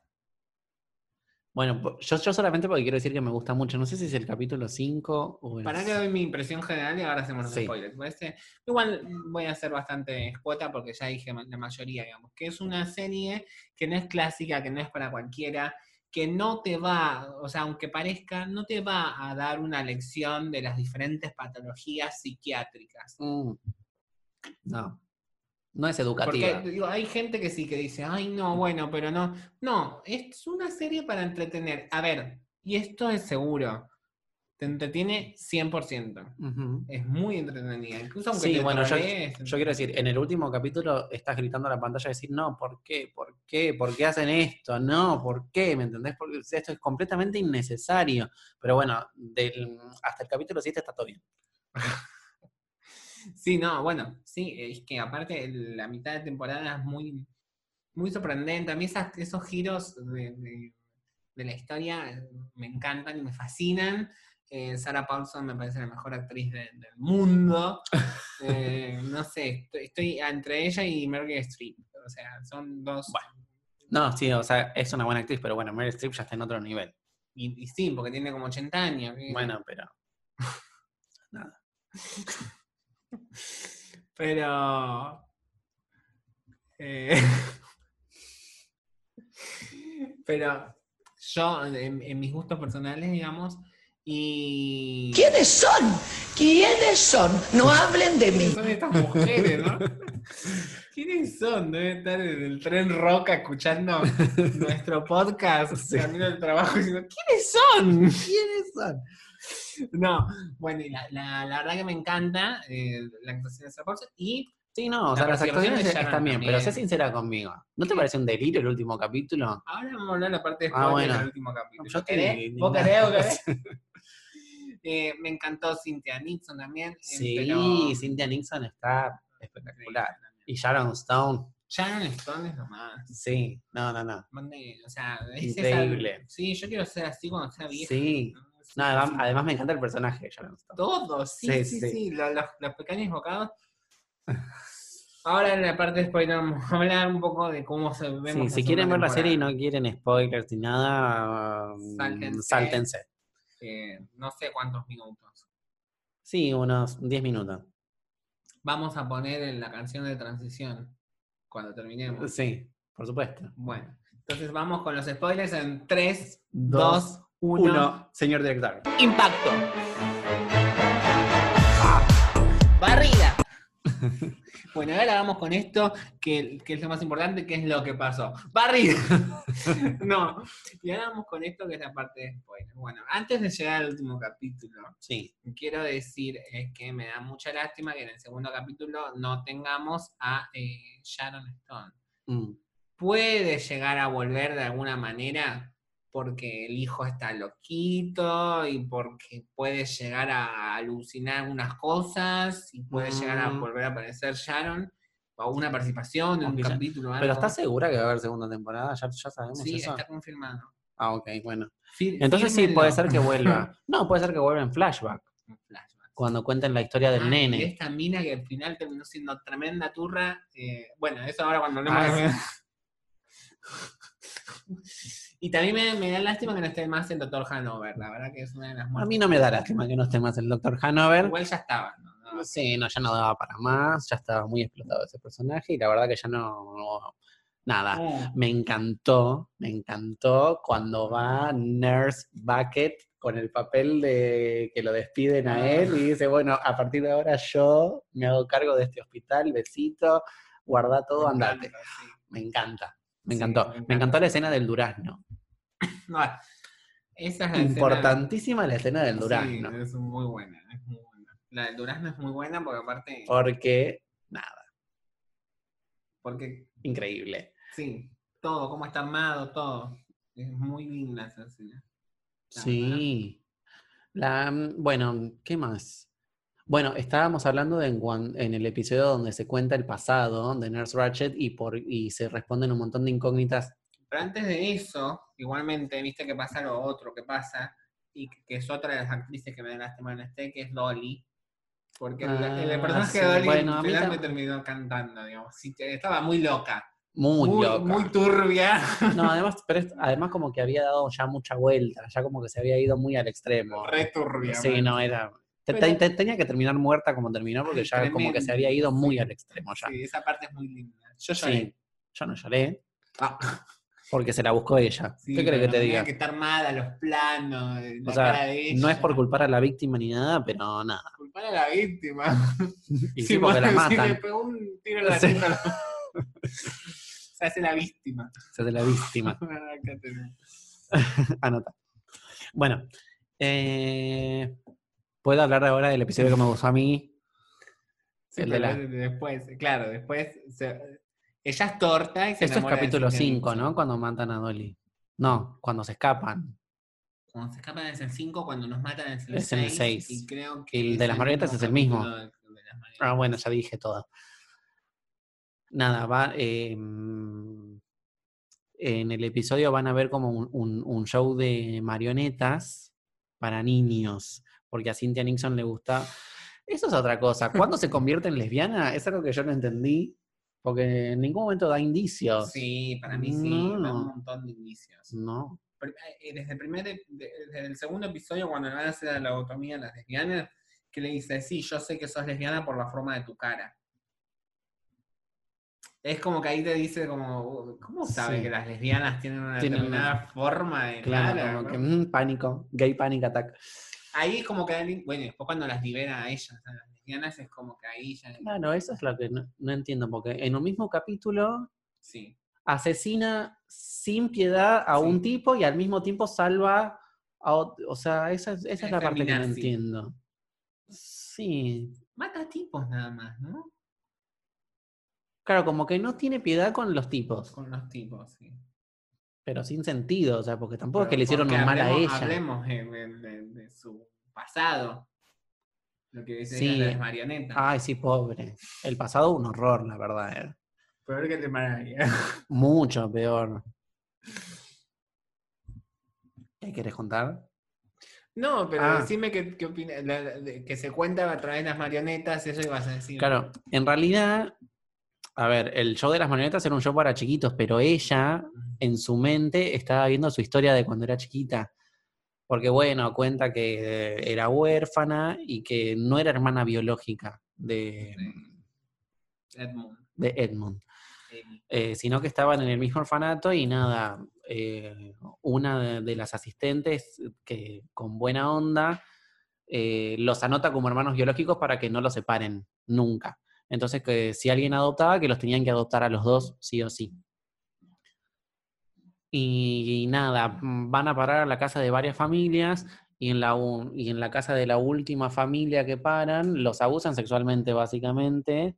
Bueno, po- yo, yo solamente porque quiero decir que me gusta mucho. No sé si es el capítulo 5 o el. Para que doy mi impresión general y ahora hacemos los Sí. spoilers. ¿te parece? Igual voy a ser bastante escueta porque ya dije ma- la mayoría, digamos, que es una serie que no es clásica, que no es para cualquiera, que no te va, o sea, aunque parezca, no te va a dar una lección de las diferentes patologías psiquiátricas. Mm. No. No es educativa. Porque digo, hay gente que sí que dice, ay no, bueno, pero no. No, es una serie para entretener. A ver, y esto es seguro. Te entretiene 100%. Ujú. Es muy entretenida. Incluso aunque Sí, te bueno, yo, trolees, yo quiero decir, en el último capítulo estás gritando a la pantalla y decir, no, ¿por qué? ¿Por qué? ¿Por qué hacen esto? No, ¿por qué? ¿Me entendés? Porque esto es completamente innecesario. Pero bueno, del, hasta el capítulo 7 está todo bien. [laughs] Sí, no, bueno, sí, es que aparte el- la mitad de temporada es muy, muy sorprendente. A mí esas- esos giros de, de- de la historia eh, me encantan y me fascinan. Eh, Sarah Paulson me parece la mejor actriz de- del [laughs] mundo. Eh, no sé, estoy, estoy entre ella y Meryl Streep. O sea, son dos. No, sí, o sea, es una buena actriz, pero bueno, Meryl Streep ya está en otro nivel. Y, y sí, porque tiene como 80 años. ¿qué? Bueno, pero Pero. eh, [laughs] pero yo, en, en mis gustos personales, digamos, y. ¿Quiénes son? ¿Quiénes son? No hablen de ¿Quiénes mí. son estas mujeres, no? ¿Quiénes son? Deben estar en el tren roca [laughs] escuchando nuestro podcast, camino del trabajo, diciendo, ¿quiénes son? ¿Quiénes son? No, bueno, y la, la, la verdad que me encanta eh, la actuación de esa y Sí, no, o La sea, las participación actuaciones de Sharon están bien, pero también. sé sincera conmigo. ¿No te parece un delirio el último capítulo? Ahora vamos a hablar de la parte después Ah, bueno. del último capítulo. Yo te ¿Querés? digo, ¿Vos ni querés o nada. querés? [laughs] Eh, me encantó Cynthia Nixon también. eh, Sí, pero- Cynthia Nixon está espectacular. Y Sharon Stone, Sharon Stone es lo más. sí, no, no, no. Mande- O sea, es Increíble. esa- sí, yo quiero ser así cuando sea vieja. Sí. ¿no? Sí, No, además, sí. además me encanta el personaje de Sharon Stone. Todo, sí, Sí, sí, sí. sí. lo- Los, los pequeños bocados. Ahora en la parte de spoiler vamos a hablar un poco de cómo se vemos. Sí, si segunda quieren ver la temporada. serie y no quieren spoilers ni nada, mm, Sáltense. sáltense. Eh, no sé cuántos minutos. Sí, unos 10 minutos. Vamos a poner en la canción de transición cuando terminemos. Sí, por supuesto. Bueno, entonces vamos con los spoilers en 3, Dos, 2, 1. Uno, señor director. Impacto. Barrida. Bueno, ahora vamos con esto, que, que es lo más importante, que es lo que pasó. [laughs] Barrida. No. Y ahora vamos con esto, que es la parte de spoilers. Bueno, antes de llegar al último capítulo, Sí, quiero decir es que me da mucha lástima que en el segundo capítulo no tengamos a eh, Sharon Stone. mm, Puede llegar a volver de alguna manera porque el hijo está loquito y porque puede llegar a alucinar algunas cosas y puede llegar a Mm. volver a aparecer Sharon o una participación en un Aunque ya- capítulo. Pero algo. ¿estás segura que va a haber segunda temporada? ¿Ya, ya sabemos Sí, eso? está confirmado. Ah, ok, bueno. Fí- Entonces sí, puede ser fírmenlo. que vuelva. No, puede ser que vuelva en flashback, Un flashback. cuando cuenten la historia del Ah, y nene. esta mina que al final terminó siendo tremenda turra. eh, bueno, eso ahora cuando hablemos. Ah, de- [laughs] y también me, me da lástima que no esté más el doctor Hanover. La verdad que es una de las A muertes. mí no me da lástima que no esté más el Dr. Hanover. Igual ya estaba. ¿no? No, Sí, no, ya no daba para más, ya estaba muy explotado ese personaje y la verdad que ya no... no- nada, Mm. me encantó, me encantó cuando va Nurse Bucket con el papel de que lo despiden a él y dice, bueno, a partir de ahora yo me hago cargo de este hospital, besito, guarda todo, Me andate. encanta, sí. Me encanta, me Sí, me encantó. Me encanta. encantó la escena del durazno. No, esa es la escena- Importantísima la escena del durazno. Sí, es muy buena. es muy buena. La del Durazno es muy buena porque aparte. Oh. Porque, nada, Porque increíble. sí, todo, cómo está armado, todo. Es muy linda esa escena. La Sí. La, mm, bueno, ¿qué más? Bueno, estábamos hablando de en, cuan- en el episodio donde se cuenta el pasado de Nurse Ratchet y, por, y se responden un montón de incógnitas. Pero antes de eso, igualmente, viste que pasa lo otro que pasa, y que que es otra de las actrices que me da lástima en este, que es Dolly. Porque el- Ah, el, personaje sí, de Dolly bueno, a al mí final tam- me terminó cantando, digamos. Sí, que estaba muy loca. Muy, muy, loca. muy [laughs] turbia. No, además, pero es- además como que había dado ya mucha vuelta, ya como que se había ido muy al extremo. Re turbia. Sí, man. no, era. te- te- Pero- te- tenía que terminar muerta como terminó, porque ya como que se tremendo, había ido muy sí, al extremo ya. Sí, esa parte es muy linda. Yo Sí, lloré. yo no lloré, Ah, porque se la buscó ella. sí, ¿Qué pero crees que te tenía diga? Que está armada, los planos, eh, la o sea, cara de no es por ella. culpar a la víctima ni nada, [laughs] pero nada. Culpar a la víctima. [laughs] [laughs] Y Sí, sí, porque la bueno, sí, le matan, pegó un tiro en la Sí. [laughs] nuca. [laughs] Se hace la víctima. [laughs] [laughs] se hace la víctima. Acá tenés. Anota. Bueno, Eh, ¿Puedo hablar ahora del episodio que me gustó a mí? Sí, El de pero la- después, claro, después se- ella es torta y se Esto es enamora de capítulo Cisne 5, Bicho. ¿no? Cuando matan a Dolly. No, cuando se escapan. Cuando se escapan es el 5, cuando nos matan es el Es en el 6. seis. Y creo que El de es las marionetas es el mismo. capítulo del- de las marionetas. Ah, bueno, ya dije todo. Nada, va. eh, mm, en el episodio van a ver como un, un- un show de marionetas para niños, porque a Cynthia Nixon le gusta. Eso es otra cosa. ¿Cuándo [laughs] se convierte en lesbiana? Es algo que yo no entendí, porque en ningún momento da indicios. Sí, para mí sí, da Mm, No. un montón de indicios. No. Pr- eh, Desde el, primer, ep- de- desde el segundo episodio, cuando le van a hacer la lobotomía a las lesbianas, que le dice, sí, yo sé que sos lesbiana por la forma de tu cara. Es como que ahí te dice, como, ¿cómo sabe Sí. que las lesbianas tienen una Tienen una- determinada forma de Claro, cara? como ¿no? que mm, pánico, gay panic attack. Ahí es como que, alguien- bueno, y después cuando las libera a ellas, a las lesbianas, es como que ahí ya, Claro, eso es lo que no- no entiendo, porque en un mismo capítulo sí. asesina sin piedad a un Sí. tipo y al mismo tiempo salva a otro. O sea, esa, es- esa es la Es parte que no feminazi. entiendo. Sí. Mata tipos nada más, ¿no? Claro, como que no tiene piedad con los tipos, Con los tipos, sí. pero sin sentido, o sea, porque tampoco es Pero que le hicieron porque un mal a hablemos- ella. Hablemos de, de- de- de su pasado. Lo que dice Sí. Ah. ella, las marionetas. Ay, sí, pobre. El pasado un horror, la verdad. eh. Peor que te mararía. Mucho peor. ¿Qué quieres contar? [laughs] No, pero Ah. decime qué, qué opinas. la- la- de- que se cuenta a través de las marionetas, eso ibas a decir. Claro, en realidad, a ver, el show de las marionetas era un show para chiquitos, pero ella en su mente estaba viendo su historia de cuando era chiquita. Porque bueno, cuenta que eh, era huérfana y que no era hermana biológica de, Edmund. de Edmund, Eddie. eh, sino que estaban en el mismo orfanato y nada, eh, una de, de las asistentes que con buena onda eh, los anota como hermanos biológicos para que no los separen nunca. Entonces, que si alguien adoptaba, que los tenían que adoptar a los dos, sí o sí. Y, nada, mm, van a parar a la casa de varias familias y en, la, u- y en la casa de la última familia que paran, los abusan sexualmente, básicamente.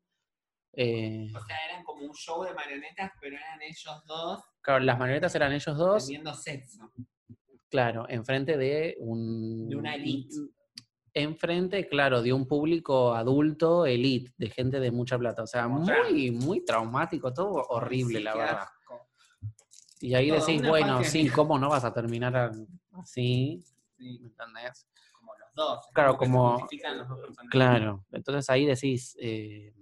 Eh, O sea, eran como un show de marionetas, pero eran ellos dos claro, las marionetas eran ellos dos, teniendo sexo. claro, enfrente de un... De una elite. Enfrente, claro, de un público adulto, elite, de gente de mucha plata. O sea, Como Trump. muy, muy traumático, todo horrible, Sí, la qué verdad. asco. Y ahí Todo, decís, una bueno, parte de sí, mí. ¿cómo no vas a terminar a- así? Sí, ¿Me entendés? como los dos. es Claro, que se como- justifican los dos personajes. Claro, entonces ahí decís, eh,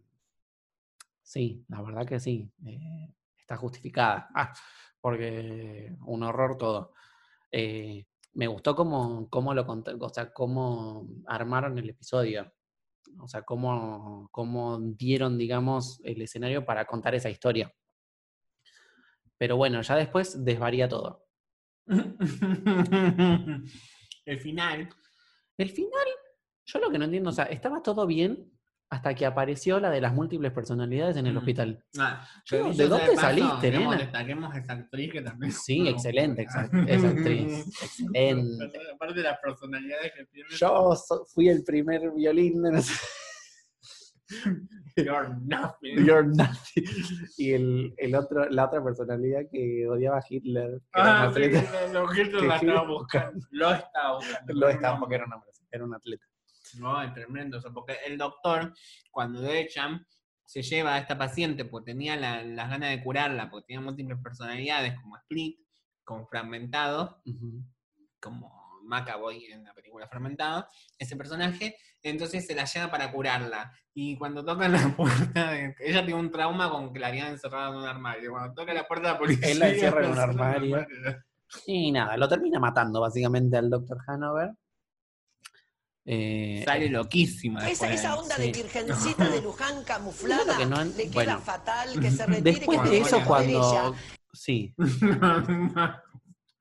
sí, la verdad que sí, eh, está justificada, [laughs] Ah, porque un horror todo. Eh, me gustó cómo, cómo lo cont- o sea, cómo armaron el episodio, o sea, cómo, cómo dieron, digamos, el escenario para contar esa historia. Pero bueno, ya después desvaría todo. [laughs] El final. El final, yo lo que no entiendo, o sea, estaba todo bien hasta que apareció la de las múltiples personalidades en el Mm. [laughs] hospital. Ah, Yo, dicho ¿de sea dónde paso, saliste, digamos, nena? Destaquemos a esa actriz que también. Sí, excelente, exa- Mm. es actriz, excelente. Aparte de las personalidades que tiene. Yo so- fui el primer violín de no sé- [laughs] You're nothing. You're nothing. Y el, el otro, la otra personalidad que odiaba a Hitler. que era [laughs] Ah, un sí, atleta, los- los Hitler que la estaba Hitler- buscando. Lo estaba buscando. Lo estaba porque era un hombre, era un atleta. No, es tremendo. o sea, porque el doctor, cuando lo echan, se lleva a esta paciente porque tenía la- las ganas de curarla, porque tenía múltiples personalidades, como Split, como Fragmentado, Ujú. como Macaboy en la película Fragmentado, ese personaje, entonces se la lleva para curarla. Y cuando tocan la [laughs] puerta, de- ella tiene un trauma con que la habían encerrado en un armario. Cuando toca la puerta de la policía... Él la encierra en [laughs] un la encierra armario. Y nada, lo termina matando básicamente al Dr. Hanover. Eh, Sale loquísima. Esa, después. esa onda sí. de [laughs] virgencita de Luján camuflada que no- le queda bueno. fatal que se retire. Después que de no eso, vuelva a ver cuando. ella. Sí.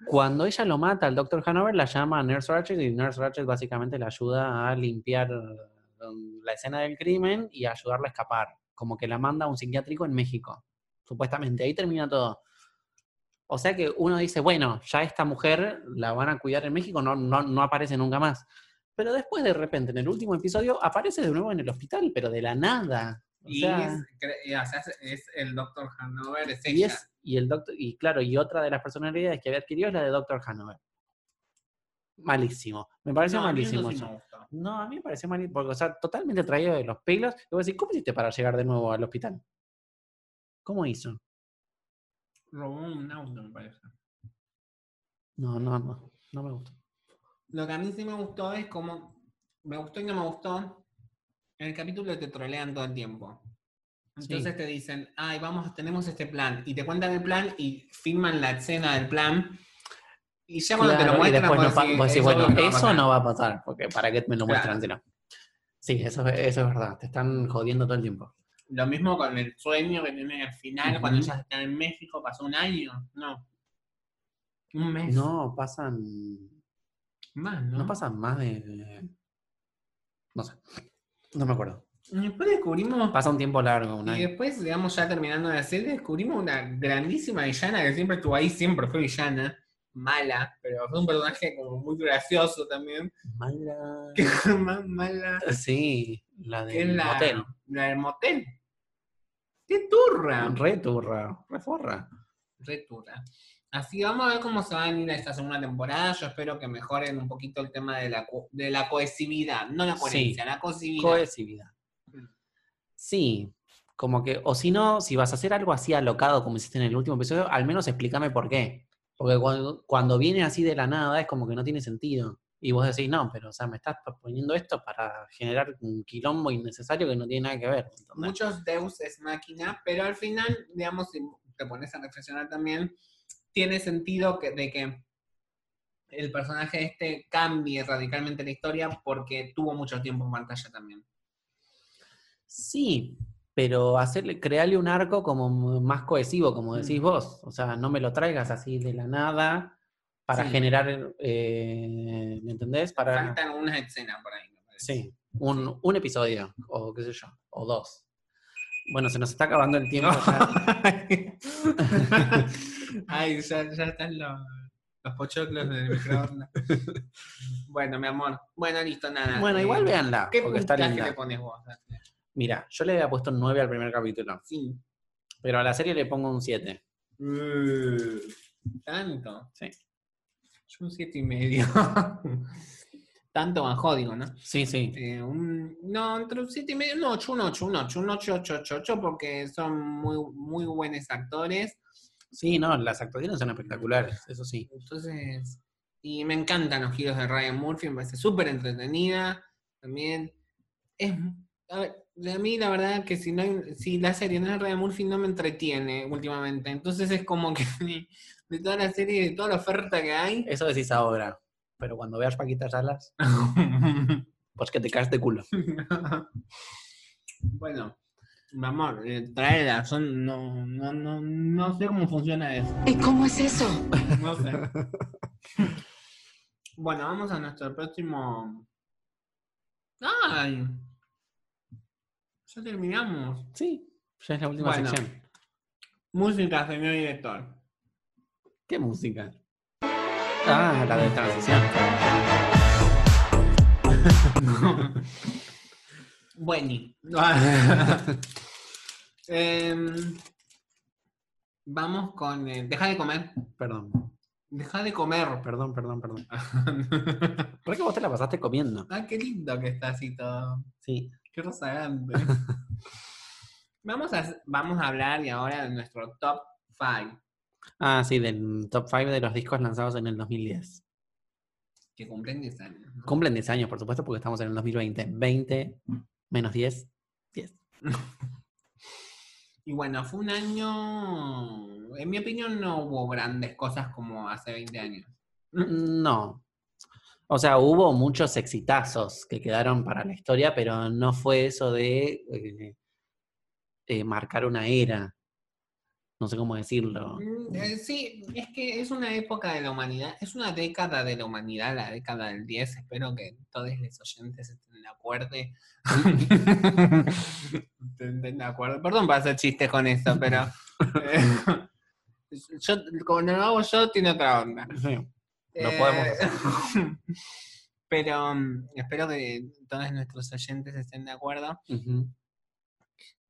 Cuando ella lo mata al Dr. Hanover, la llama a Nurse Ratchet y Nurse Ratchet básicamente la ayuda a limpiar um, la escena del crimen y a ayudarla a escapar. Como que la manda a un psiquiátrico en México. Supuestamente. Ahí termina todo. O sea que uno dice, bueno, ya esta mujer la van a cuidar en México, no, no, no aparece nunca más. Pero después de repente, en el último episodio, aparece de nuevo en el hospital, pero de la nada. O Y sea, es, cre- eh, o sea, es- es el Dr. Hanover, es y, ella. es- y el doctor, y claro, y otra de las personalidades que había adquirido es la de Doctor Hanover. Malísimo. Me pareció No, a mí eso malísimo. sí eso. me gustó. No, a mí me pareció malísimo, porque, o sea, totalmente traído de los pelos. Y vos decís, ¿cómo hiciste para llegar de nuevo al hospital? ¿Cómo hizo? Robó un auto, me parece. No, no, no, no me gustó. Lo que a mí sí me gustó es como. Me gustó y no me gustó. En el capítulo te trolean todo el tiempo. Entonces te dicen, ay, vamos, tenemos este plan. Y te cuentan el plan y filman la escena del plan. Y ya cuando te Claro, lo y muestran, después no vos pa- decís, vos decís, "Es bueno, obvio que va a eso pasar". no va a pasar, porque para qué me lo Claro. muestran, si no. Sí, eso, es- eso es verdad, te están jodiendo todo el tiempo. Lo mismo con el sueño que tienen al final, cuando Ujú. ya están en México, pasó un año. No. Un mes. No, pasan Más, ¿no? No pasan más de. No sé. No me acuerdo. Y Después descubrimos. Pasa un tiempo largo, un Y año. después, digamos, ya terminando la serie, descubrimos una grandísima villana que siempre estuvo ahí, siempre fue villana, mala, pero fue un personaje como muy gracioso también, [laughs] Mala. que fue más mala Sí, la que del la, hotel. la del motel. ¡Qué turra! Returra, reforra. Re turra. Así vamos a ver cómo se va a venir esta segunda temporada. Yo espero que mejoren un poquito el tema de la, co- de la cohesividad, no la Sí. coherencia, la cohesividad. Cohesividad. Sí, como que, o si no, si vas a hacer algo así alocado como hiciste en el último episodio, al menos explícame por qué. Porque cuando, cuando viene así de la nada es como que no tiene sentido. Y vos decís, no, pero o sea, me estás poniendo esto para generar un quilombo innecesario que no tiene nada que ver. ¿entendés? muchos Deus es máquina, pero al final, digamos, si te pones a reflexionar también, tiene sentido que, de que el personaje este cambie radicalmente la historia porque tuvo mucho tiempo en pantalla también. Sí, pero hacerle, crearle un arco como m- más cohesivo, como Mm. decís vos. O sea, no me lo traigas así de la nada para Sí. generar, eh, ¿me entendés? Para, Faltan unas escenas por ahí. me parece. sí, un, un episodio, o qué sé yo, o dos. Bueno, se nos está acabando el tiempo. [laughs] ya. Ay, ya, ya están los, los pochoclos del [laughs] microondas. bueno, mi amor. Bueno, listo, nada. Bueno, igual vean véanla, eh, ¿Qué porque está puntaje linda. le pones vos? Mira, yo le había puesto 9 al primer capítulo, Sí. pero a la serie le pongo un 7. Uh, Tanto. Sí. Yo un siete y medio. [laughs] Tanto bajó, digo, ¿no? Sí, sí. Eh, un- no, entre un siete y medio, no, un ocho, un ocho, un ocho, ocho, ocho, ocho, porque son muy, muy buenos actores. Sí, no, las actuaciones son espectaculares, eso sí. Entonces, y me encantan los giros de Ryan Murphy, me parece súper entretenida. También es. A ver, a mí la verdad que si no hay- si la serie no es Ryan Murphy no me entretiene últimamente. Entonces es como que [laughs] de toda la serie, de toda la oferta que hay. [laughs] Eso decís ahora. Pero cuando veas Paquita Salas, pues que te caes de [laughs] culo. bueno, mi amor, eh, tráela, son no, no, no, no sé cómo funciona eso. ¿Y cómo es eso? No sé. bueno, vamos a nuestro próximo. ¡Ay! Ya terminamos. Sí, ya es la última Bueno. sección. Música, señor director. ¿Qué música? Ah, la de transición. Bueno. Em, vamos con. eh, deja de comer. Perdón, Deja de comer. perdón, perdón, perdón. ¿Por qué vos te la pasaste comiendo? ah, qué lindo que está así todo. Sí. Qué rozagante. vamos, a, vamos a hablar y ahora de nuestro top 5 Ah, sí, del top 5 de los discos lanzados en el 2010. que cumplen 10 años. ¿no? Cumplen 10 años, por supuesto, porque estamos en el 2020. 20 menos 10, 10. Y bueno, fue un año. En mi opinión, no hubo grandes cosas como hace 20 años. No. O sea, hubo muchos exitazos que quedaron para la historia, pero no fue eso de eh, eh, marcar una era. No sé cómo decirlo. Mm, eh, sí, es que es una época de la humanidad, es una década de la humanidad, la década del 10. Espero que todos los oyentes estén de acuerdo. estén de acuerdo. Perdón por hacer chistes con esto, pero. eh, [laughs] Yo, cuando lo hago yo, tiene otra onda. Sí. Lo Eh, podemos [laughs] Pero mm, espero que todos nuestros oyentes estén de acuerdo. Ujú.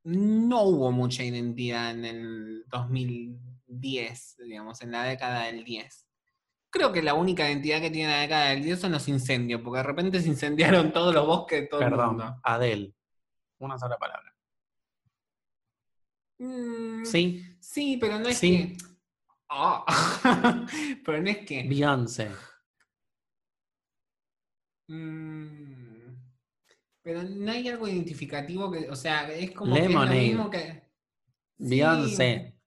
No hubo mucha identidad en el 2010, digamos, en la década del 10. Creo que la única identidad que tiene la década del 10 son los incendios, porque de repente se incendiaron todos los bosques de todo el Perdón, mundo. Adel. Una sola palabra. Mm, Sí, Sí, pero no es Sí. que. Ah. [laughs] pero no es que. Beyoncé. Mm. Pero no hay algo identificativo que. O sea, es como que Lemonade. es lo mismo que. Sí. Beyoncé.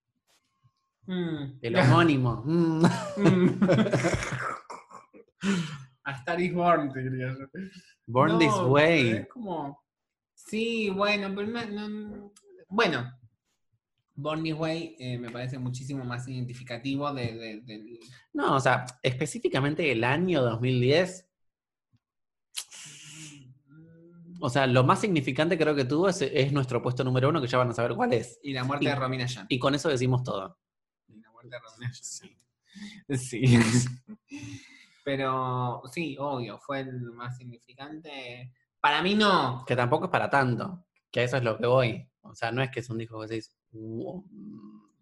Mm. [laughs] El homónimo. Mm. Mm. [laughs] A Star is Born, te diría yo. Born No, eh. This pero Way. Es como. Sí, bueno, pero no- no- Bueno. Born This Way eh, me parece muchísimo más identificativo de, de- del- No, o sea, específicamente el año 2010. O sea, lo más significante creo que tuvo es, es nuestro puesto número uno, que ya van a saber cuál es. y la muerte de Y- Romina Yan. Y con eso decimos todo. Y la muerte de [laughs] Romina Yan. Sí. [laughs] Pero sí, obvio, fue el más significante. Para mí no. Que tampoco es para tanto, que a eso es lo que voy. O sea, no es que es un disco que se dice... "Wow".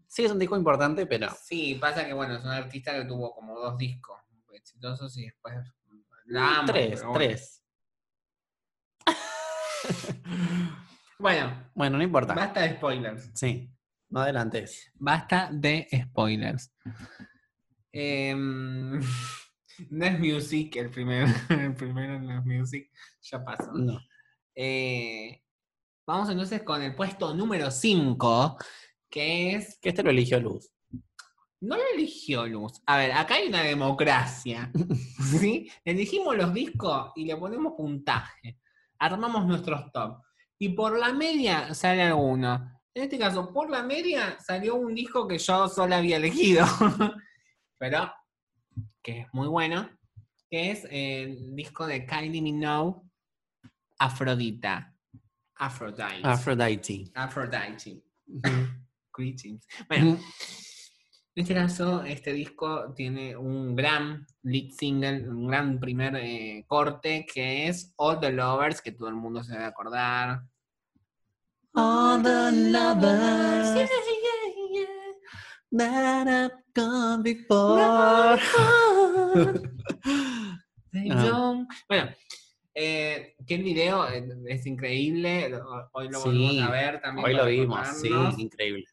Sí, es un disco importante, pero... Sí, pasa que bueno, es un artista que tuvo como dos discos exitosos y después la amo, tres, pero bueno. tres. Bueno, Bueno, no importa. basta de spoilers. Sí, no adelantes. Basta de spoilers. Em, [laughs] no es music el primero, [laughs] el primero no es music, ya pasó. No. Eh, vamos entonces con el puesto número 5, que es... Que este lo eligió Luz. No lo eligió Luz. A ver, acá hay una democracia. ¿sí? Elegimos los discos y le ponemos puntaje. Armamos nuestros top. Y por la media sale alguno. En este caso, por la media salió un disco que yo solo había elegido. [laughs] Pero, que es muy bueno, que es el disco de Kylie Minogue, Afrodita. Aphrodite. Aphrodite. Aphrodite. Ujú. [laughs] Greetings. Bueno, en este caso, este disco tiene un gran lead single, un gran primer eh, corte que es All the Lovers, que todo el mundo se debe acordar. All the lovers that I've gone before. They Ah. don't- Bueno, eh, que el video eh, es increíble, lo- hoy lo Sí, volvimos a ver también. Hoy lo para vimos, sí, acordarnos, increíble.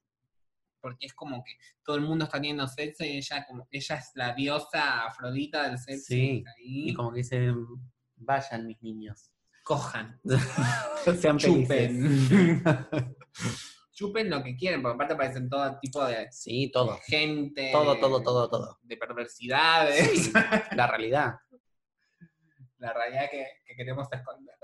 Porque es como que todo el mundo está teniendo sexo y ella, como, ella es la diosa afrodita del sexo. Sí, está ahí. Y como que dicen, vayan mis niños. cojan. Sean felices. chupen. [laughs] chupen lo que quieren, porque aparte aparecen todo tipo de Sí, todo. gente. Todo, todo, todo, todo. De perversidades. Sí, la realidad. La realidad que, que queremos esconder.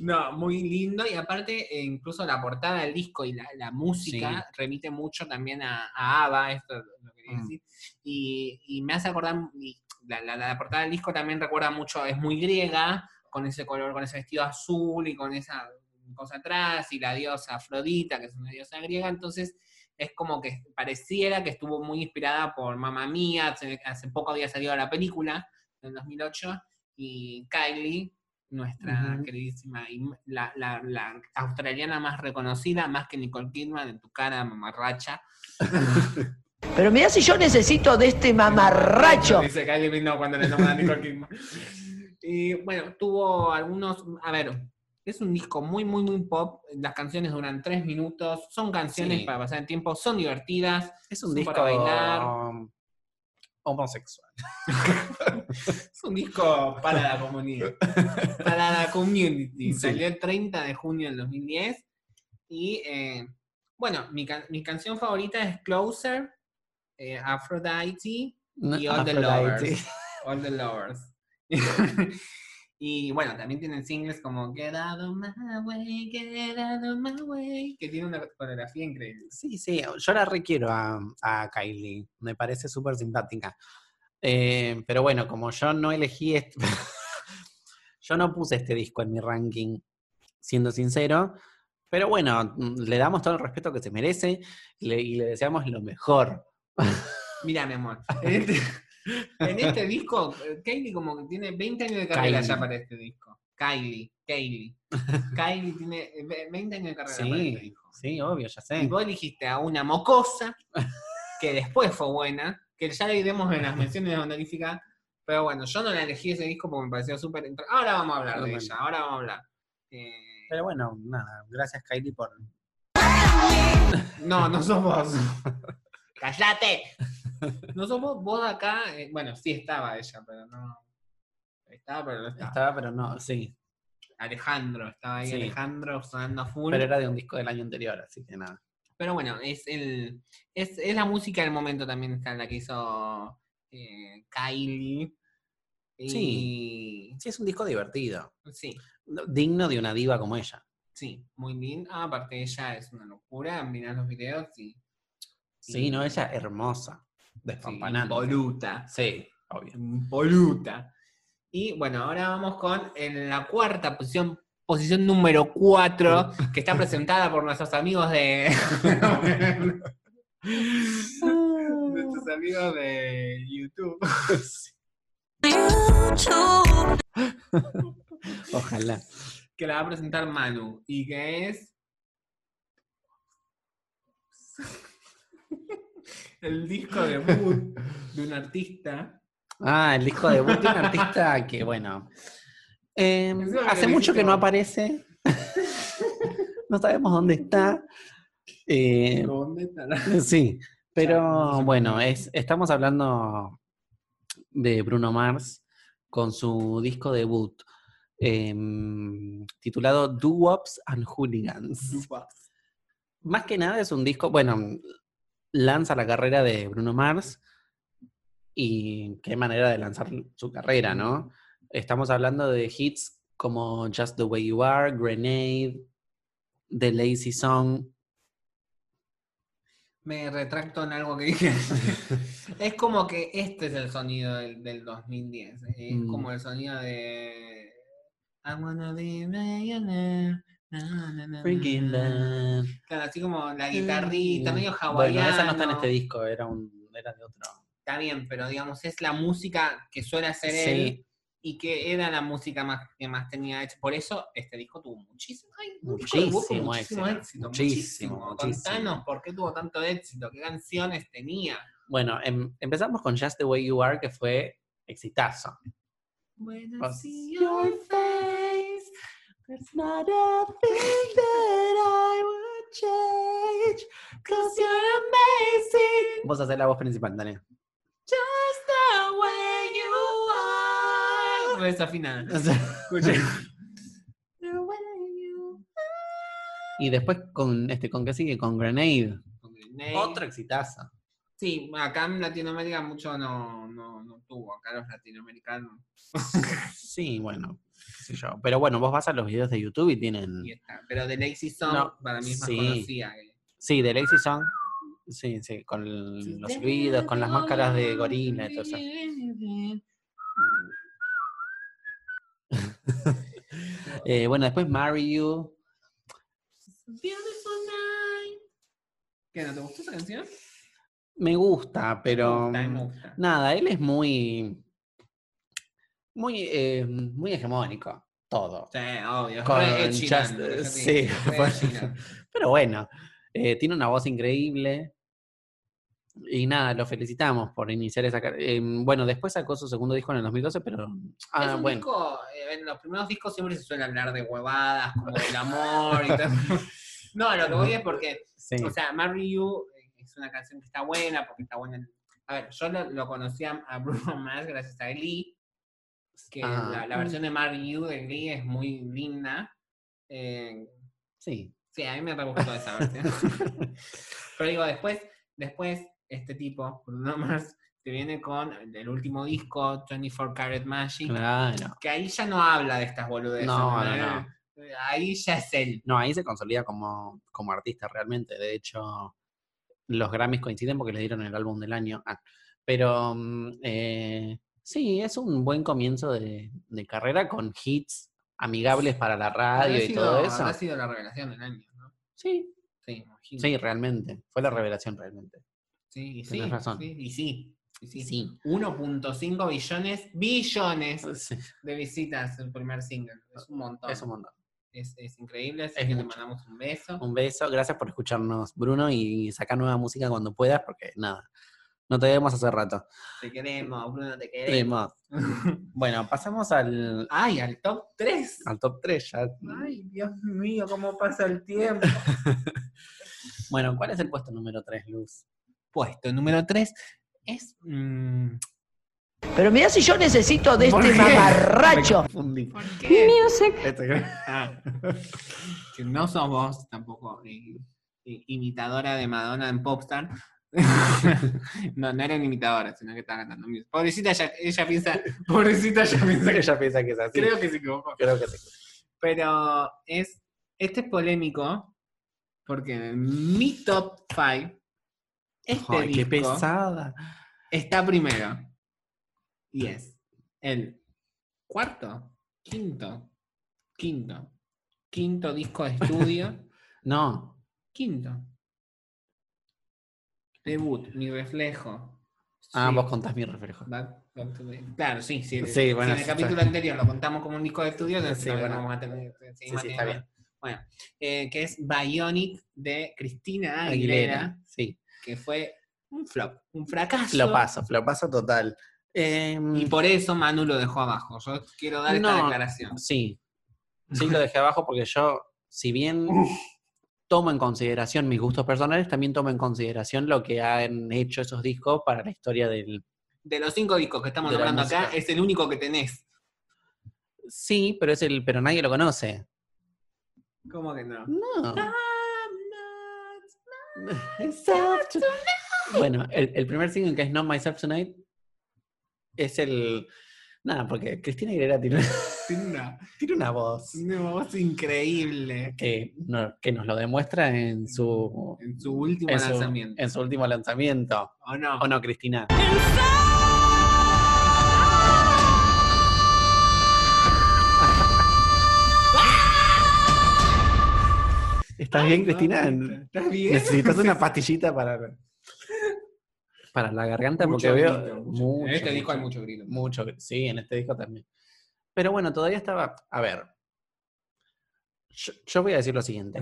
no, muy lindo. Y aparte, eh, incluso la portada del disco y la, la música remite mucho también a, a ABBA, esto lo quería Mm. decir. Y, y me hace acordar, y la, la- la portada del disco también recuerda mucho, es muy griega, con ese color, con ese vestido azul y con esa cosa atrás, y la diosa Afrodita, que es una diosa griega, entonces es como que pareciera que estuvo muy inspirada por Mamma Mía, hace, hace poco había salido la película, en 2008, y Kylie, nuestra Ujú. queridísima, y m- la, la- la australiana más reconocida, más que Nicole Kidman, en tu cara, mamarracha. Pero mirá si yo necesito de este mamarracho. Dice Kylie Minogue cuando le llaman a Nicole Kidman. [laughs] Y bueno, tuvo algunos, a ver, es un disco muy, muy, muy pop, las canciones duran tres minutos, son canciones Sí. para pasar el tiempo, son divertidas, Es un Son disco para bailar. homosexual. Es un disco para la comunidad. [laughs] Para la community. Sí. Salió el 30 de junio del 2010. Y eh, bueno, mi, can- mi canción favorita es Closer, eh, Aphrodite, Y All the Aphrodite. Lovers. All the Lovers. [laughs] y bueno, también tienen singles como Get Out of My Way, Get Out of My Way, que tiene una coreografía increíble. Sí, sí, yo la requiero a, a Kylie. Me parece súper simpática. Eh, pero bueno, como yo no elegí [laughs] este. yo no puse este disco en mi ranking, siendo sincero. Pero bueno, mm, le damos todo el respeto que se merece y le, y le deseamos lo mejor. Mira, mi [laughs] amor, en este, en este disco, eh, Kylie como que tiene 20 años de carrera Kylie. ya para este disco. Kylie, [laughs] Kylie. Kylie tiene eh, ve- 20 años de carrera para este Sí, disco. sí, obvio, ya Y sé. vos eligiste a una mocosa, que después fue buena, que ya la iremos en [laughs] las menciones honoríficas, pero bueno, yo no la elegí ese disco porque me pareció súper... inter- Ahora vamos a hablar de Totalmente. ella, ahora vamos a hablar. Eh, Pero bueno, nada, gracias Kylie por... No, no sos [laughs] vos. ¡Cállate! No sos vos, vos acá. eh, bueno, sí estaba ella, pero no. Estaba, pero no estaba. Estaba, pero no, sí. Alejandro, estaba ahí Sí. Alejandro sonando a full. Pero Pero, era de un disco del año anterior, así que nada. bueno, es, el, es, es la música del momento también, está la que hizo eh, Kylie. Y- Sí. Sí, es un disco divertido, Sí, no- digno de una diva como ella. sí, muy bien. Ah, aparte, ella es una locura. Mirá los videos y. Sí, no, ella hermosa, despampanante. Voluta. Sí, obvio. impoluta. Y bueno, ahora vamos con en la cuarta posición, posición número 4, que está presentada por nuestros amigos de. [laughs] nuestros amigos de YouTube. Ojalá. Que la va a presentar Manu. Y que es. [laughs] El disco debut de un artista. Ah, el disco debut de un artista que, bueno, eh, Encima que hace le mucho dijiste que no vos. [laughs] aparece. no sabemos dónde está. Eh, ¿Dónde está la- sí, pero no sé. bueno, es, estamos hablando de Bruno Mars con su disco debut em, titulado Do Wops and Hooligans. Más que nada es un disco, bueno, mm, lanza la carrera de Bruno Mars y qué manera de lanzar su carrera, ¿no? Estamos hablando de hits como Just the Way You Are, Grenade, The Lazy Song. Me retracto en algo que [laughs] dije. es como que este es el sonido del, del 2010. Es Mm. como el sonido de. I wanna be millionaire, na, na, na, Freaking na, na. Love. Claro, así como la guitarrita, medio hawaiano. Bueno, esa no está en este disco, era, un, era de otro. Está bien, pero digamos, es la música que suele hacer él Sí, y que era la música más, que más tenía hecho. Por eso este disco tuvo muchísimo, ay, un disco de Bob con Muchísimo muchísimo éxito, éxito. muchísimo, muchísimo. muchísimo. Contanos por qué tuvo tanto éxito, qué canciones tenía. bueno, em- empezamos con Just the Way You Are, que fue exitazo. When I I see see your face, There's not a [laughs] thing that I would change, 'cause you're amazing. Vos hacés la voz principal, Daniel. just the way you are. Re desafinada. y después con este, ¿con qué sigue? Con Grenade. Otro Otro. exitazo. Sí, acá en Latinoamérica mucho no, no, no tuvo. Acá los latinoamericanos Sí, bueno, qué sé yo. Pero bueno, vos vas a los videos de YouTube y tienen. y está. Pero de Lazy Song Mm. No, para mí es más sí. conocida. que- Sí, de Lazy Song. Sí, sí, con el- los silbidos, con las máscaras de gorila y todo eso. Eh, bueno, después Marry You. Beautiful night. ¿Qué? ¿No te gustó esa canción? Me gusta, pero. mm, Me gusta, me gusta. Nada, él es muy. Muy, eh, muy hegemónico, todo. Sí, obvio. Con Re Ed Sheeran, Just- fíjate, sí, re [laughs] fue- Ed Sheeran. Pero bueno, eh, tiene una voz increíble. Y nada, lo felicitamos por iniciar esa carrera. bueno, después sacó su segundo disco en el 2012, pero. Ah, es un bueno. disco, eh, en los primeros discos siempre se suele hablar de huevadas, como del amor y todo. [laughs] No, lo que voy es porque, sí. o sea, Marry You eh, es una canción que está buena, porque está buena. A ver, yo lo, lo conocí a, a Bruno Mars gracias a Glee, que Ah. la, la versión de Marry You de Glee es muy linda. Eh, sí. Sí, a mí me re gustó esa [laughs] versión. Pero digo, después, después este tipo, Bruno Mars, te viene con el último disco, 24 Karat Magic, Claro. que ahí ya no habla de estas boludeces. No, no, ¿eh? Ahí ya es él. No, ahí se consolida como, como artista realmente. De hecho, los Grammys coinciden porque le dieron el álbum del año. Ah, pero mm, eh, sí, es un buen comienzo de, de carrera con hits amigables para la radio Habrá y sido- todo eso. Habrá sido la revelación del año. ¿no? Sí. Sí, imagino. Sí, realmente. Fue la revelación realmente. Sí, y sí, tenés razón. sí, y sí. y sí. Sí. 1.5 billones, billones [laughs] Sí, de visitas el primer single. Es un montón. Es un montón. Es, es increíble, así Es que te mucho. mandamos un beso. Un beso. Gracias por escucharnos, Bruno, y saca nueva música cuando puedas, porque nada. No te vemos hace rato. Te queremos, Bruno, te Te queremos. [laughs] vemos. Bueno, pasamos al, Ay, al top 3. al top 3 ya. Ay, Dios mío, cómo pasa el [laughs] tiempo. Bueno, ¿cuál es el puesto número 3, Luz? [laughs] Puesto número 3 es. mm, Pero mirá si yo necesito de ¿Por este qué? [laughs] mamarracho. Fundí. ¿Por qué? Music. Ah, que no sos vos tampoco eh, eh, imitadora de Madonna en [laughs] Popstar. no, no eran imitadoras, sino que estaba cantando music. Pobrecita, ella, ella piensa, pobrecita, ella piensa [laughs] que Ella piensa que es así. creo que se equivocó. Creo que sí. Pero es, este es polémico porque en mi top 5 este Ay, qué disco pesada. está primero. Y es el cuarto, quinto, quinto, quinto disco de estudio. [laughs] No. Quinto. Debut, mi reflejo. Ah, Sí. vos contás mi reflejo. Back- back to the- Claro, sí, sí. Sí, si bueno, en el está- capítulo anterior lo contamos como un disco de estudio, entonces Sí, lo bueno. vamos a tener. seguimos Sí, sí, está teniendo. bien. Bueno, eh, que es Bionic de Cristina Aguilera, Aguilera. Sí. que fue un flop, un fracaso. Flopazo, [laughs] flopazo total. Em, Y por eso Manu lo dejó abajo. Yo quiero dar esta No. declaración. Sí. Sí, lo dejé abajo porque yo, si bien tomo en consideración mis gustos personales, también tomo en consideración lo que han hecho esos discos para la historia del... De los cinco discos que estamos De la hablando acá, música. es el único que tenés. Sí, pero es el... Pero nadie lo conoce. ¿Cómo que no? No. Myself Tonight. Bueno, el, el primer single que es Not Myself Tonight es el... Nada, porque Cristina Aguilera tiene, [laughs] Tiene una, tiene una voz tiene una voz increíble. que, no- que nos lo demuestra en su, En su último en, su, lanzamiento. en su último lanzamiento. ¿O no? ¿O no, Cristina? ¿Estás bien, Cristina? ¿Estás bien? Necesitas una pastillita para, para la garganta porque veo grito, mucho. mucho, En este disco hay mucho. mucho [laughs] grito. Mucho, sí, en este disco también. Pero bueno, todavía estaba. A ver. Yo, yo voy a decir lo siguiente.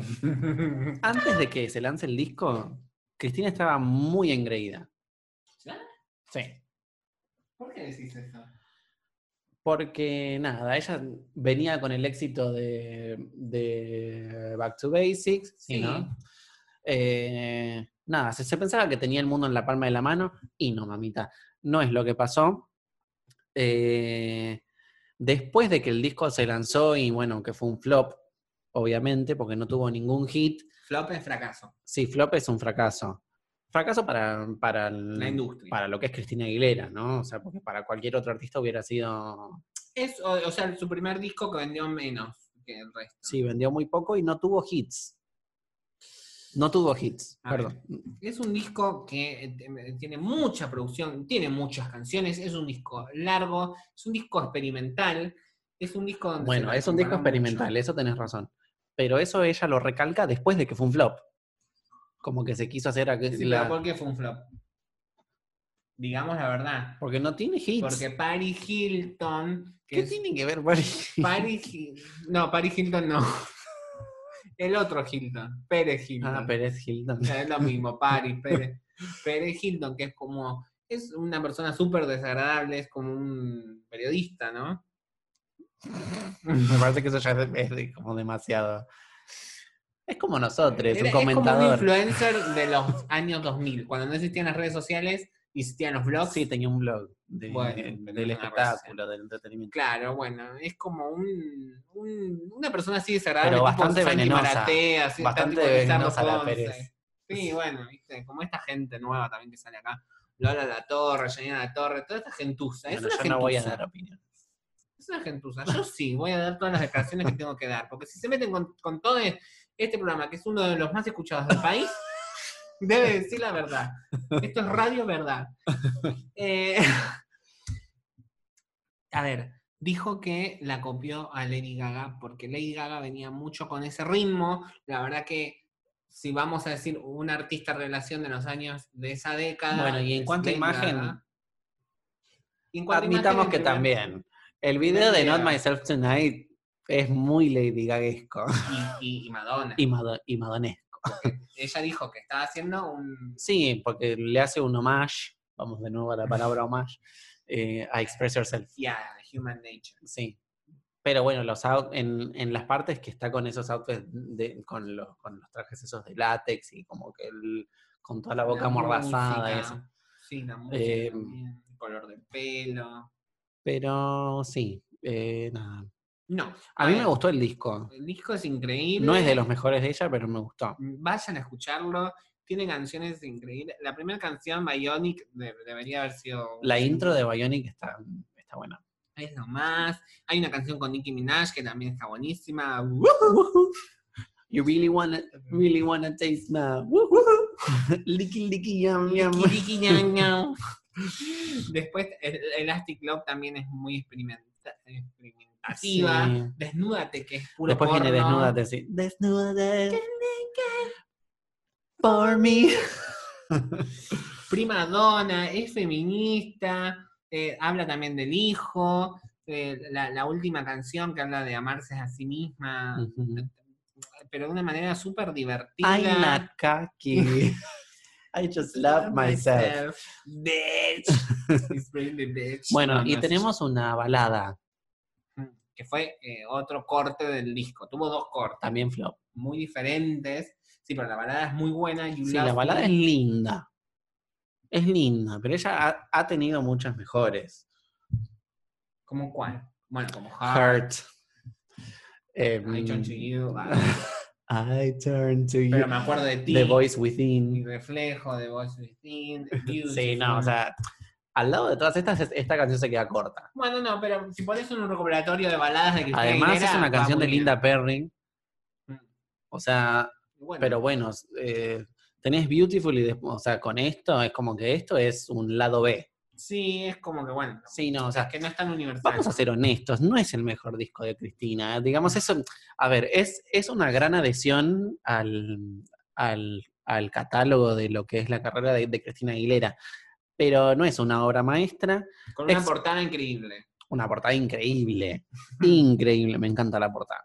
Antes de que se lance el disco, Cristina estaba muy engreída. ¿Ya? Sí. ¿Por qué decís eso? Porque nada, ella venía con el éxito de, de Back to Basics, ¿sí, Sí. ¿no? Eh, nada, se, se pensaba que tenía el mundo en la palma de la mano y no, mamita, no es lo que pasó. Eh, después de que el disco se lanzó y bueno, que fue un flop, obviamente, porque no tuvo ningún hit, Flop es fracaso. sí, flop es un fracaso. Fracaso para, para, el- La industria. Mm. para lo que es Cristina Aguilera, ¿no? O sea, porque para cualquier otro artista hubiera sido Ah. Es, o, o sea, su primer disco que vendió menos que el resto. Sí, vendió muy poco y no tuvo hits. No tuvo hits, A perdón. Es un disco que eh, te- tiene mucha producción, tiene muchas canciones, es un disco largo, es un disco experimental, es un disco donde... Bueno, se es un disco transformaron experimental, eso tenés razón. Pero eso ella lo recalca después de que fue un flop. Como que se quiso hacer a mucho. Sí, pero ¿Por qué fue un flop? Digamos la verdad. Porque no tiene hits. Porque Paris Hilton... que ¿Qué es- tiene que ver [laughs] Barbie? Paris Hil- No, Paris Hilton no. [laughs] El otro Hilton, Pérez Hilton. Ah, [laughs] Pérez Hilton. [laughs] O sea, es lo mismo, Paris, Pérez. Pérez Hilton, que es como. Es una persona súper desagradable, es como un periodista, ¿no? Me parece que eso ya es, es de- como demasiado. Es como nosotros, Era- un es como un comentador. influencer de los años 2000, cuando no existían las redes sociales y existían los blogs. sí, tenía un blog de- Bueno, del tenía una espectáculo, del entretenimiento. Claro, bueno, es como un, un- una persona así desagradable, Pero tipo bastante Santi venenosa, Maratea, así, bastante está tipo Lizardo venenosa la Ponce. Pérez. Sí, bueno, viste, como esta gente nueva también que sale acá. Lola La Torre, Janina La Torre, toda esta gentuza. es Bueno, una yo no voy a gentuza. dar opinión. Es una gentuza. Yo sí, voy a dar todas las declaraciones que tengo que dar. Porque si se meten con, con todo e- este programa, que es uno de los más escuchados del país, [laughs] debe decir la verdad. Esto es radio [laughs] verdad. Eh, a ver, dijo que la copió a Lady Gaga porque Lady Gaga venía mucho con ese ritmo. La verdad que si vamos a decir un artista revelación de los años de esa década. Bueno, y en cuanto a venga, imagen, ¿no? Y en cuanto a imagen, admitamos el que primer- también. El video de Lady Not Gaga. Myself Tonight es muy Lady Gaguesco Y, y- y Madonna. y, Mado- y madonesco. Ella dijo que estaba haciendo un. Sí, porque le hace un homage, vamos de nuevo a la palabra homage, eh, a Express Yourself. Yeah, Human Nature. Sí. Pero bueno, los out- en, en las partes que está con esos outfits, de, con, los, con los trajes esos de látex y como que el- con toda la boca La amordazada y música, eso. Sí, la música Eh, también, el color del pelo. Pero sí, eh, nada. No. A mí ver, me gustó el disco. El disco es increíble. No es de los mejores de ella, pero me gustó. Vayan a escucharlo. Tiene canciones increíbles. La primera canción, Bionic, de- debería haber sido. La intro de Bionic está, está buena. Es lo más. Hay una canción con Nicki Minaj que también está buenísima. [laughs] You really wanna, really wanna taste my [laughs] woo woo. licky licky yum yum. Liqui, liqui, ña, ña. [laughs] Después, el- Elastic Love también es muy experimenta- experimentativa. Ah, Sí. Desnúdate, que es puro Después viene porno. desnúdate, sí. [laughs] Desnúdate. For me. Prima Donna, es feminista, eh, habla también del hijo. eh, la, la última canción que habla de amarse a sí misma, Ujú. pero de una manera súper divertida. I'm not cocky. [laughs] I just love myself. Bitch. [laughs] It's really bitch. Bueno, No, y no es tenemos una balada, ella. Que fue eh, otro corte del disco. Tuvo dos cortes también flop. muy diferentes. Sí, pero la balada es muy buena. You Sí, Love la balada Me. es linda. Es linda, pero ella ha, ha tenido muchas mejores. ¿Cómo cuál? Bueno, como Heart. Hurt. Em, Ah. I turn to you. ah, [laughs] I turn to you. Pero me acuerdo de ti. The Voice Mi Within. reflejo, de Voice Within. [laughs] Sí, no, o sea, al lado de todas estas, es- esta canción se queda corta. Bueno, no, pero si pones un recopilatorio de baladas de Cristina Además, Aguilera, es una va canción muy de bien. Linda Perry. Mm. O sea, Bueno, pero bueno, eh, tenés Beautiful y después, o sea, con esto es como que esto es un lado B. sí, es como que bueno. Sí, no, o O sea, sea, que no es tan universal. vamos a ser honestos, no es el mejor disco de Cristina. Digamos, eso, a ver, es, es una gran adhesión al, al, al catálogo de lo que es la carrera de, de Cristina Aguilera. Pero no es una obra maestra, Con una es- portada increíble. una portada increíble, increíble, me encanta la portada.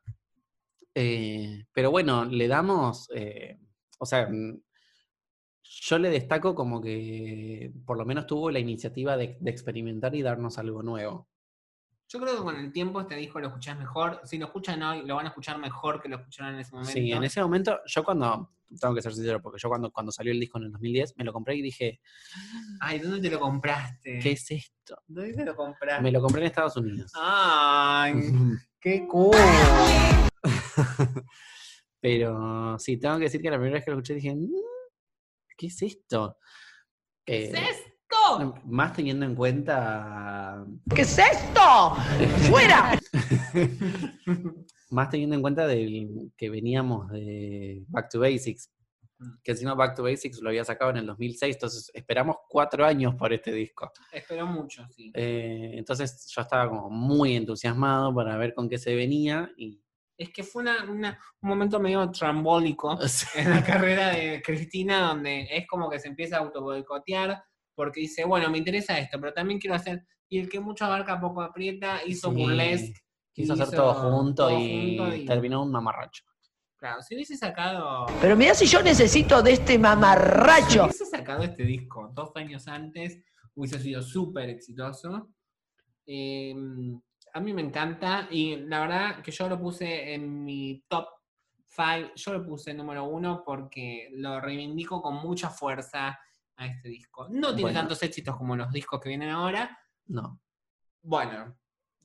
Eh, pero bueno, le damos, eh, o sea, mm, yo le destaco como que por lo menos tuvo la iniciativa de, de experimentar y darnos algo nuevo. Yo creo que con el tiempo este disco lo escuchás mejor. Si lo escuchan hoy, lo van a escuchar mejor que lo escucharon en ese momento. Sí, en ese momento, yo cuando, tengo que ser sincero, porque yo cuando, cuando salió el disco en el 2010, me lo compré y dije, Ay, ¿dónde te lo compraste? ¿qué es esto? ¿Dónde te lo compraste? Me lo compré en [laughs] Estados Unidos. Ay, qué cool. Pero sí, tengo que decir que la primera vez que lo escuché dije, "Mm, ¿qué es esto? ¿Qué es Eh, esto? m- Más teniendo en cuenta. ¿Qué es esto? ¡Fuera! más teniendo en cuenta del que veníamos de Back to Basics. Que encima Back to Basics lo había sacado en el 2006, entonces esperamos cuatro años por este disco. Espero mucho, sí. Eh, entonces yo estaba como muy entusiasmado para ver con qué se venía y [laughs] Es que fue una- una- un momento medio trambólico en la carrera de Cristina, donde es como que se empieza a autoboicotear, porque dice, bueno, me interesa esto, pero también quiero hacer. Y el que mucho abarca, poco aprieta, hizo Sí, burlesque. Quiso hacer hizo todo junto todo y, junto y- terminó un mamarracho. Claro, si hubiese sacado. Pero mirá si yo necesito de este Si mamarracho. hubiese sacado este disco dos años antes, hubiese sido súper exitoso. Eh, a mí me encanta y la verdad que yo lo puse en mi top 5, yo lo puse número uno porque lo reivindico con mucha fuerza a este disco. No tiene Bueno. tantos éxitos como los discos que vienen ahora. No. Bueno,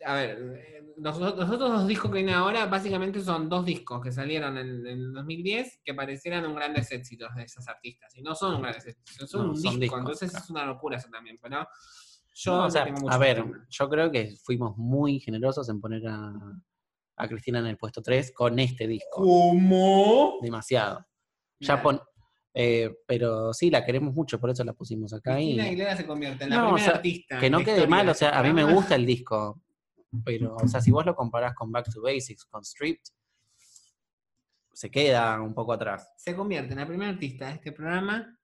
a ver, eh, los, o- los otros dos discos que vienen ahora básicamente son dos discos que salieron en, en 2010 que parecieran un grandes éxitos de esas artistas. Y no son un grandes éxitos, son No, un son disco, discos, entonces claro. es una locura eso también, pero yo No, o le sea, tengo mucho a ver, estima. yo creo que fuimos muy generosos en poner a, a Cristina en el puesto 3 con este disco. ¿Cómo? Demasiado. Ya Mira, pon- eh, pero sí, la queremos mucho, por eso la pusimos acá. y- Cristina Aguilera se convierte en la No, o primera sea, artista. que no en la quede historia mal, de o sea, a mí me programa. gusta el disco. Pero, o sea, si vos lo comparás con Back to Basics, con Stripped, se queda un poco atrás. Se convierte en la primera artista de este programa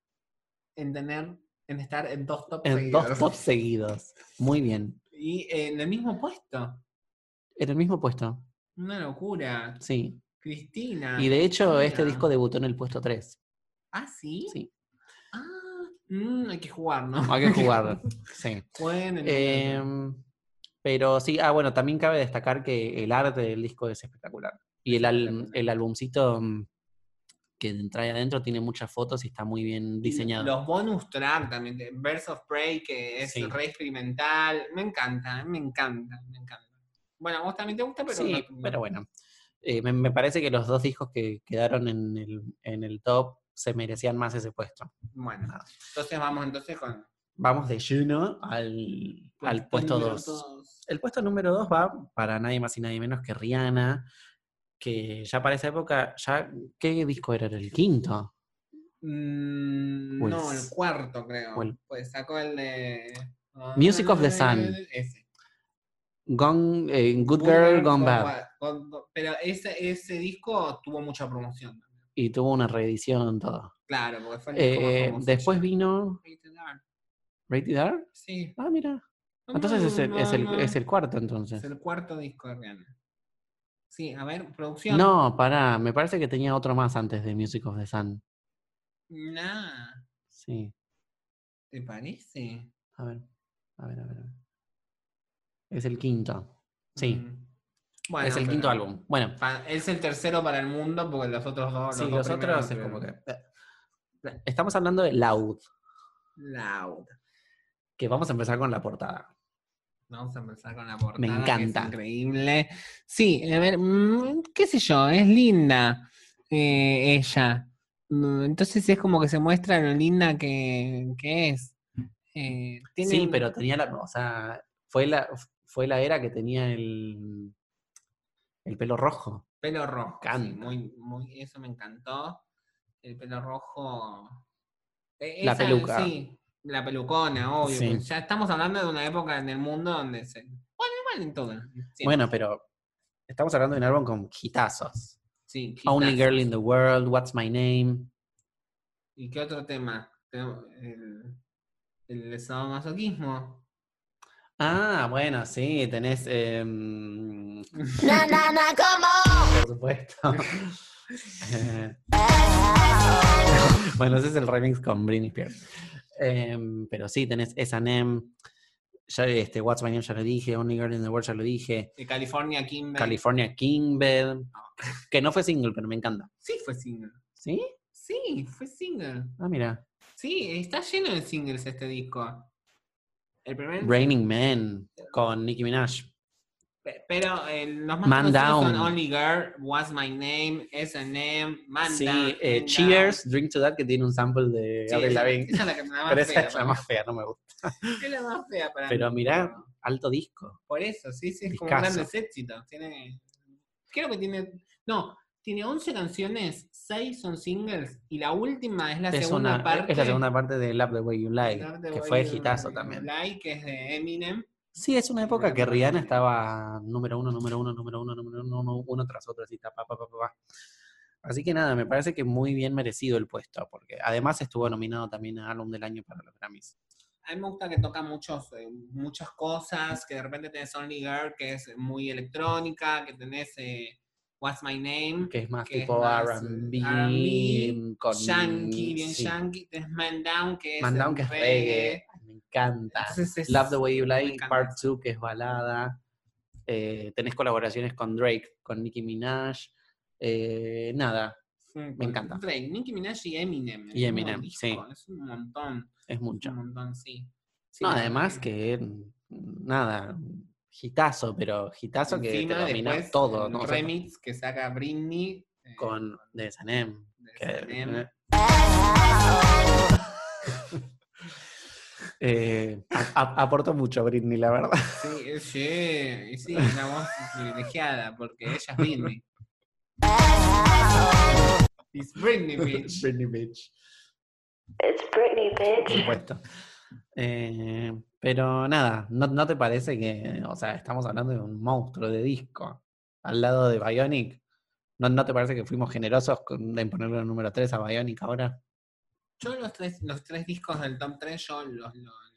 en tener, en estar en dos top En seguidos. dos top seguidos. Muy bien. Y en el mismo puesto. En el mismo puesto. Una locura. Sí. Cristina. Y de hecho, este Ah, mira. disco debutó en el puesto 3. Ah, sí. Sí. Ah, mm, hay que jugar, ¿no? Hay [laughs] que jugar. Sí. Bueno, Eh, pero sí, ah, bueno, también cabe destacar que el arte del disco es espectacular. Y el, al- el albumcito mm, que trae adentro tiene muchas fotos y está muy bien diseñado. Los bonus track también, de Birds of Prey, que es Sí. re experimental. Me encanta, me encanta, me encanta. Bueno, a vos también te gusta, pero sí, no- pero bueno. Eh, me, me parece que los dos discos que quedaron en el, en el top se merecían más ese puesto. Bueno, entonces vamos entonces con Vamos de lleno al, al puesto número 2. dos. El puesto número 2 va para nadie más y nadie menos que Rihanna, que ya para esa época, ya ¿qué disco era? ¿Era el quinto? Mm, Pues- no, el cuarto creo. o el- Pues sacó el de... ah, eh, Music of the Sun. Ese. Gone, eh, Good Girl Gone Bad. Gone- Gone- Pero ese, ese disco tuvo mucha promoción. Y tuvo una reedición, todo. Claro, porque fue el disco más Eh, famoso. después vino Rated R, Rated R. Sí. Ah, mira. Entonces es el, es el- es el cuarto, entonces. Es el cuarto disco de Rihanna. Sí, a ver, producción. No, pará, me parece que tenía otro más antes de Music of the Sun. Nah, Sí, ¿te parece? a ver, a ver, a ver. a ver. Es el quinto. Sí, Mm. Bueno, es el pero- quinto álbum. Bueno, Pa- es el tercero para el mundo porque los otros dos. sí, dos los primeros otros es no como que... eh, tuvieron. Estamos hablando de Loud, Loud. que vamos a empezar con la portada. Vamos a empezar con la portada. Me que es encanta. increíble. Sí, a ver, mm, qué sé yo, es linda eh, ella. Mm, Entonces es como que se muestra lo linda que, que es. Eh, tiene Sí, un- pero tenía la... O sea, fue la, fue la era que tenía el, el pelo rojo. Pelo rojo. sí, Canta. muy, muy, eso me encantó. El pelo rojo. e- La peluca. Sí, la pelucona, obvio. Sí. pues Ya estamos hablando de una época en el mundo donde se. Bueno, igual en todo. siempre, Bueno, pero estamos hablando de un álbum con hitazos. sí, Only quizás. Girl in the World, What's My Name. ¿Y qué otro tema? Tenemos El, el sadomasoquismo. Ah, bueno, sí, tenés. em, [laughs] Na, na, na, ¿cómo? [laughs] por supuesto. [laughs] Eh, bueno, ese es el remix con Britney Spears. Em, pero sí, tenés S&M, ya, este, What's My Name ya lo dije, Only Girl in the World ya lo dije, De California Kimber. California King Bed, que no fue single, pero me encanta. sí, fue single. ¿Sí? Sí, fue single. Ah, mira. Sí, está lleno de singles este disco. El primer. Raining Man con Nicki Minaj. Pe- Pero eh, los más Man conocidos son Down. Only Girl, What's My Name, S&M, Man Sí, Down, eh, Man Cheers, Drink to That, que tiene un sample de Down. Sí, Gabriel esa- [laughs] Lavigne. Esa es la que la más Pero esa fea. es la más fea, no me gusta. para- es la más fea para Pero mí. mirá, alto disco. Por eso, sí, sí, es como un Discazo. gran éxito. Tiene, creo que tiene, no, tiene 11 canciones, 6 son singles, y la última es la es, segunda una- parte. es la segunda parte de Love the Way You Lie, Love the que Way fue You hitazo también. Lie, que es de Eminem. Sí, es una época que Love the Rihanna Way You estaba número uno, número uno, número uno, número uno, uno, uno tras otro, así, ta, pa, pa, pa, pa, pa. Así que nada, me parece que muy bien merecido el puesto, porque además estuvo nominado también a álbum del año para los Grammys. A mí me gusta que toca muchos, eh, muchas cosas, que de repente tenés Only Girl, que es muy electrónica, que tenés eh, What's My Name, Que es más Que es tipo más, R&B, R&B, con... Yankee, bien sí, Yankee, tenés Man Down, que es, Man Down, que es reggae. Ay, Me encanta. Entonces es- Love the Way You me Lie, encanta Part eso. 2, que es balada. Eh, tenés colaboraciones con Drake, con Nicki Minaj. Eh, nada, Me encanta. Drake, Nicki Minaj y Eminem. Y es un Eminem, disco, sí. Es un montón. es mucho. Un montón, sí. Sí, No, la además verdad que, nada, hitazo, pero hitazo que encima te dominó después, todo. el ¿no? O sea, remix que saca Britney. eh, con de Sanem. de que- Eminem. [laughs] [laughs] Eh, a- a- aportó mucho Britney, la verdad. Sí, eh, sí, y sí, una voz privilegiada porque ella es [laughs] Britney. It's Britney, bitch. [laughs] Britney bitch. It's Britney, Por bitch. supuesto. Eh, pero nada, ¿no, ¿no te parece que, o sea, estamos hablando de un monstruo de disco al lado de Bionic? ¿No, ¿No te parece que fuimos generosos con, en ponerle el número 3 a Bionic ahora? Yo los tres, los tres discos del top 3, yo los, los-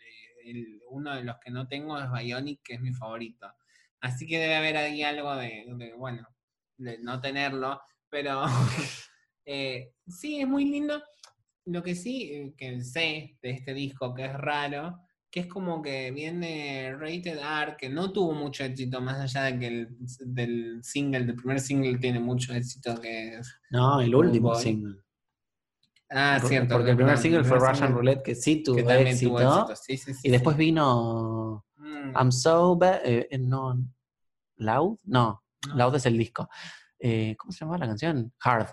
el- uno de los que no tengo es Bionic, que es mi favorito. Así que debe haber ahí algo de, de, bueno, de no tenerlo, pero [laughs] eh, sí, es muy lindo. Lo que sí eh, que sé de este disco, que es raro, que es como que viene Rated R, que no tuvo mucho éxito, más allá de que el del single, del primer single tiene mucho éxito, que es... No, el último último single. single. Ah, cierto. Porque el primer no, single fue primer Russian single Roulette, que sí tuvo que también éxito. tuvo éxito, sí, sí, sí, Y después sí. vino Mm, I'm So Bad. eh, eh, no, ¿Loud? No, No. Loud es el disco. Eh, ¿Cómo se llamaba la canción? Hard.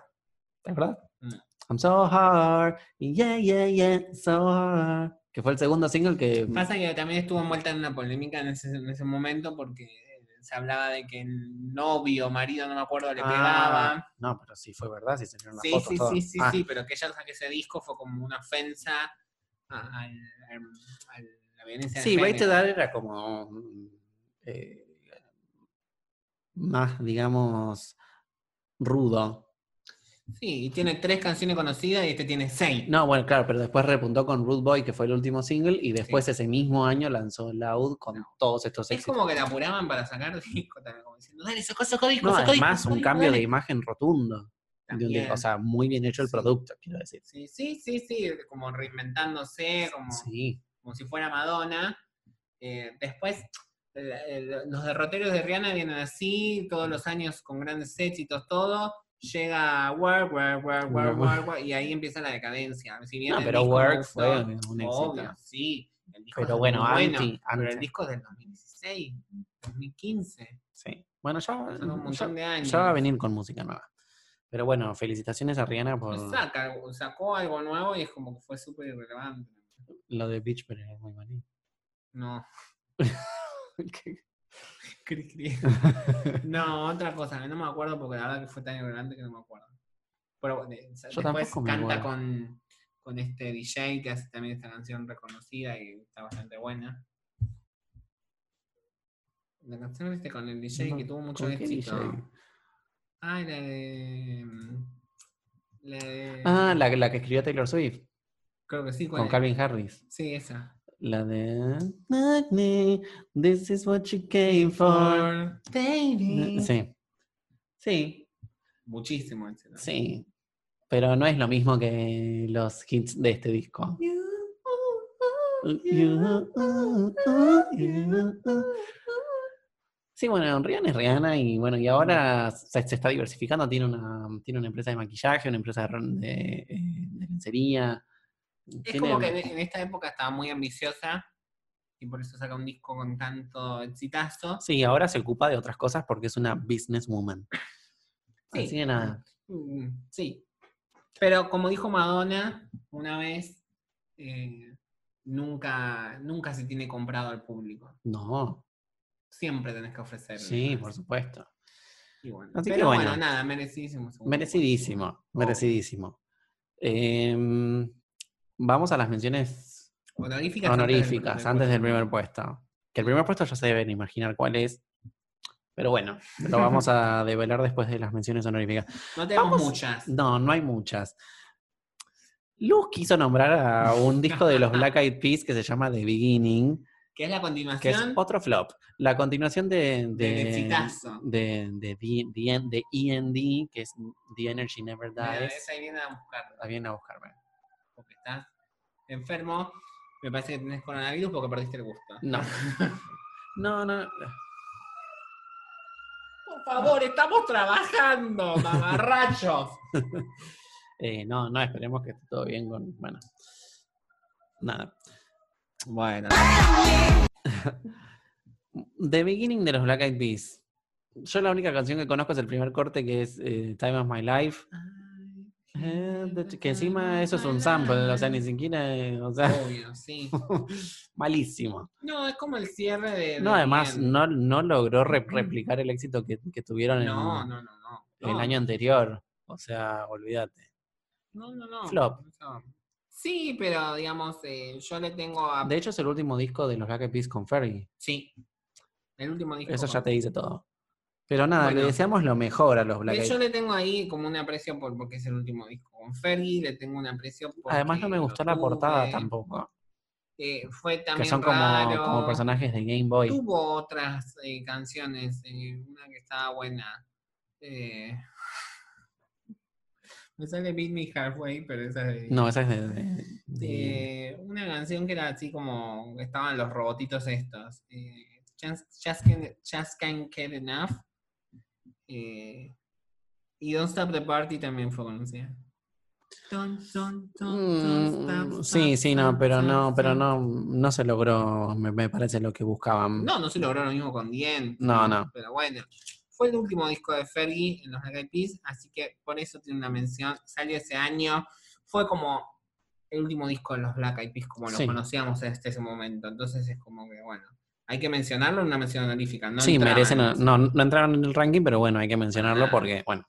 ¿Te acuerdas? No. I'm So Hard. Yeah, yeah, yeah. So Hard. Que fue el segundo single que. Pasa que también estuvo envuelta en una polémica en ese, en ese momento porque eh, se hablaba de que el novio, marido, no me acuerdo, le Ah, pegaba. No, pero sí fue verdad, sí se vieron las Sí, fotos. sí, todas. sí, sí, Ah, sí, pero que ella saque ese disco fue como una ofensa a, al- al- a la violencia. de Sí, género. Rated R era como mm, eh, más, digamos, rudo. Sí, y tiene tres canciones conocidas y este tiene seis. No, bueno, claro, pero después repuntó con Rude Boy, que fue el último single, y después ese mismo año lanzó Loud con todos estos es éxitos. como que la apuraban para sacar [laughs] disco también, como diciendo, dale, sacó, sacó disco, No, sacó disco, además, sacó un disco, cambio de dale". imagen rotundo. de un disco, También. o sea, muy bien hecho el Sí. producto, quiero decir. Sí, sí, sí, sí, como reinventándose, como... Sí. como si fuera Madonna. Eh, después, el- el- los derroteros de Rihanna vienen así, todos los años con grandes éxitos, todo. Llega Work, Work, Work, Work, Work. Work, Work, y ahí empieza la decadencia. Si bien No, el pero disco Work me gustó, fue un éxito. obvio, sí. el disco Pero es bueno, muy anti- Pero el anti. disco es del 2016, 2015, sí. Bueno, [laughs] ya, son un Ah, ya- montón de años. ya va a venir con música nueva. Pero bueno, felicitaciones a Rihanna por Saca, sacó algo nuevo y es como que fue súper irrelevante. lo de Beach, pero es muy bonito. [laughs] No, ¿Qué? cri, [laughs] cri. No, otra cosa, no me acuerdo porque la verdad que fue tan ignorante que no me acuerdo. Pero bueno, de- después tampoco me canta acuerdo. con, con este DJ que hace también esta canción reconocida y está bastante buena. La canción este con el DJ que tuvo mucho ¿Con qué éxito. DJ? Ah, la de. La de. Ah, la, la que escribió Taylor Swift creo que sí, ¿cuál con es? Calvin Harris. Sí, esa. La de Magni, this is what you came for. Baby. Sí. Sí, Muchísimo ese, ¿no? sí. Pero no es lo mismo que los hits de este disco. oh, oh, oh. Sí, bueno, Rihanna es Rihanna y bueno, y ahora se, se está diversificando, tiene una, tiene una empresa de maquillaje, una empresa de, de, eh, de lencería. Es como que en, en esta época estaba muy ambiciosa y por eso saca un disco con tanto exitazo. Sí, ahora se ocupa de otras cosas porque es una businesswoman. Sí. Así que nada. Mm, sí. Pero como dijo Madonna una vez, eh, nunca, nunca se tiene comprado al público. No, Siempre tenés que ofrecer. sí, por supuesto. Y bueno. Así que Pero bueno, bueno. nada, merecidísimo. segundo Merecidísimo, merecidísimo. Em, vamos a las menciones puesto. Honoríficas. antes del honoríficas primer antes del puesto. primer puesto. Que el primer puesto ya se deben imaginar cuál es. Pero bueno, [laughs] lo vamos a develar después de las menciones honoríficas. No tenemos Vamos- muchas. No, no hay muchas. Luz quiso nombrar a un disco de los Black Eyed Peas que se llama The Beginning, Que es la que es continuación otro flop. La continuación de, del de, exitazo. de, de, D- D- END, de END, que es The Energy Never Mira, Dies. esa ahí viene a buscarla. Ah, Viene a buscarme. porque estás enfermo, me parece que tenés coronavirus porque perdiste el gusto. No. [laughs] No, no, no. Por favor, estamos trabajando, mamarrachos. Eh, no, no, esperemos que esté todo bien con. Bueno. Nada. Bueno. The Beginning de los Black Eyed Peas. Yo la única canción que conozco es el primer corte que es eh, Time of My Life. Eh, de- que encima eso es un sample, o sea, ni siquiera. eh, o sea, [laughs] Obvio, sí. malísimo. No, es como el cierre de. de No, además, bien. no, no logró re- replicar el éxito que, que tuvieron en, No, no, no, no. el no, año anterior. O sea, olvídate. No, no, no. Flop. No. Sí, pero digamos, eh, yo le tengo a. De hecho, es el último disco de los Black Eyed Peas con Fergie. Sí. El último disco. Eso ya con- te dice todo. Pero nada, le Bueno. Pues deseamos lo mejor a los Black Eh, Yo Eyed le tengo ahí como un aprecio por, porque es el último disco con Fergie, le tengo un aprecio por. Además no me gustó la portada tampoco, Eh, fue también que son como, raro. como personajes de Game Boy. Tuvo otras eh, canciones, eh, una que estaba buena. eh, [sighs] me sale Beat Me Halfway, pero esa es de- No, esa es de... de- de- eh, una canción que era así como estaban los robotitos estos. eh, just, Just Can't, Just Can't Get Enough. eh, y Don't Stop the Party también fue conocida. Don't, don't, don't, don't Mm, stop, sí, sí, no, don't, pero don't, no, pero don't. no, no se logró, me, me parece lo que buscaban. No, no se logró lo mismo con Dien. No, no. Pero bueno, fue el último disco de Fergie en los Black Eyed Peas, así que por eso tiene una mención. Salió ese año, fue como el último disco de los Black Eyed Peas como lo Sí. conocíamos hasta ese momento. Entonces es como que, bueno, hay que mencionarlo en una mención honorífica. No sí, entraba merecen, en no, eso. no entraron en el ranking, pero bueno, hay que Ah. mencionarlo porque, bueno,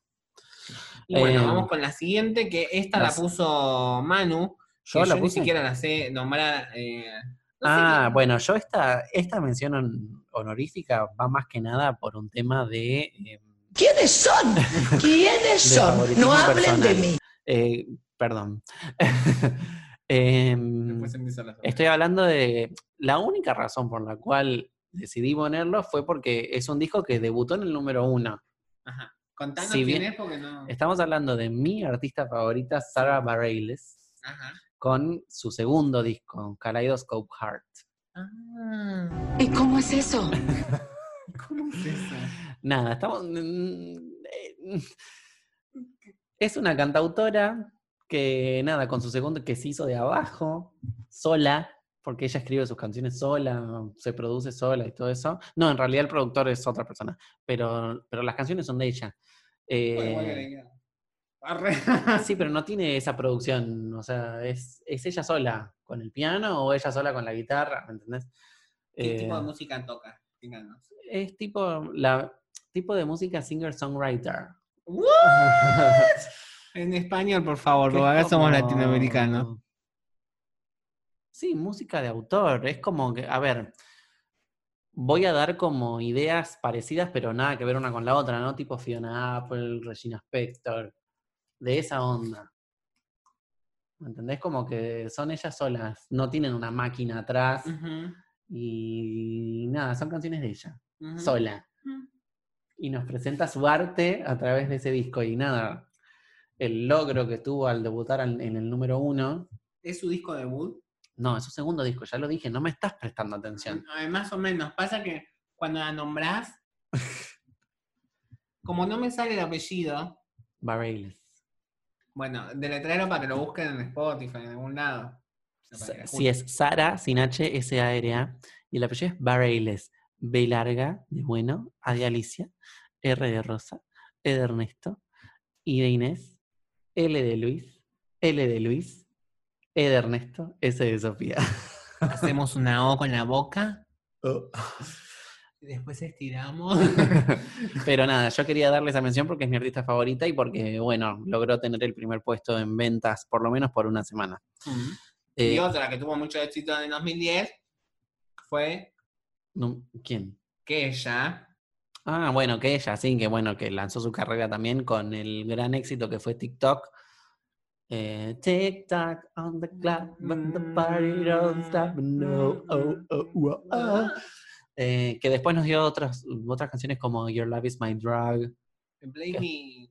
Y bueno, eh, vamos con la siguiente, que esta la las- puso Manu. ¿Yo que yo la ni puse? siquiera la sé nombrar. eh, no sé ah, ni- bueno, yo esta, esta mención hon- honorífica va más que nada por un tema de, eh, ¿Quiénes son? ¿Quiénes De son? favoritismo No hablen de personal. mí. eh, perdón. [laughs] Em, después empieza la- estoy hablando de la única razón por la cual decidí ponerlo fue porque es un disco que debutó en el número uno. Ajá. Contanos si quién bien- es porque no. Estamos hablando de mi artista favorita, Sarah Bareilles, Ajá. con su segundo disco, Kaleidoscope Heart. Ah, ¿Y cómo es eso? ¿cómo es eso? Nada, estamos. mm, eh, [laughs] Es una cantautora que, nada, con su segundo que se hizo de abajo, sola, porque ella escribe sus canciones sola, se produce sola y todo eso. No, en realidad el productor es otra persona, pero, pero las canciones son de ella. Bueno, igual que Eh, ah, le queda. Arre. [laughs] sí, pero no tiene esa producción, o sea, es, es ella sola con el piano o ella sola con la guitarra, ¿me entendés? ¿Qué Eh, tipo de música toca? Díganos. es tipo, la, tipo de música singer-songwriter. En español, por favor, que porque acá es somos como- latinoamericanos. Sí, música de autor. Es como que, a ver, voy a dar como ideas parecidas, pero nada que ver una con la otra, ¿no? Tipo Fiona Apple, Regina Spector, de esa onda. ¿Me entendés? Como que son ellas solas, no tienen una máquina atrás Ujú, y nada, son canciones de ella, ujú. sola. Y nos presenta su arte a través de ese disco y nada, el logro que tuvo al debutar al- en el número uno ¿Es su disco debut? no, es su segundo disco, ya lo dije, no me estás prestando atención. A ver, Ah, eh, más o menos. Pasa que cuando la nombrás, como no me sale el apellido, Bareilles. bueno, deletrero para que lo busquen en Spotify, en algún lado. Para que Sa- la Si es Sara, sin H, S-A-R-A, y el apellido es Bareilles. B larga, de bueno, A de Alicia, R de Rosa, E de Ernesto, I de Inés, L de Luis, L de Luis, E de Ernesto, S de Sofía. escuchen. Hacemos una O con la boca y después estiramos. Pero nada, yo quería darle esa mención porque es mi artista favorita y porque, bueno, logró tener el primer puesto en ventas, por lo menos por una semana. Ujú. Eh, Y otra que tuvo mucho éxito en el 2010 fue no- ¿Quién? que ella, Ah, bueno, que ella, sí, que bueno, que lanzó su carrera también con el gran éxito que fue TikTok. Eh, TikTok on the clock, when the party don't stop, no, oh, oh, oh, oh. Eh, que después nos dio otras, otras canciones como Your Love is My Drug. Play ¿Qué? Me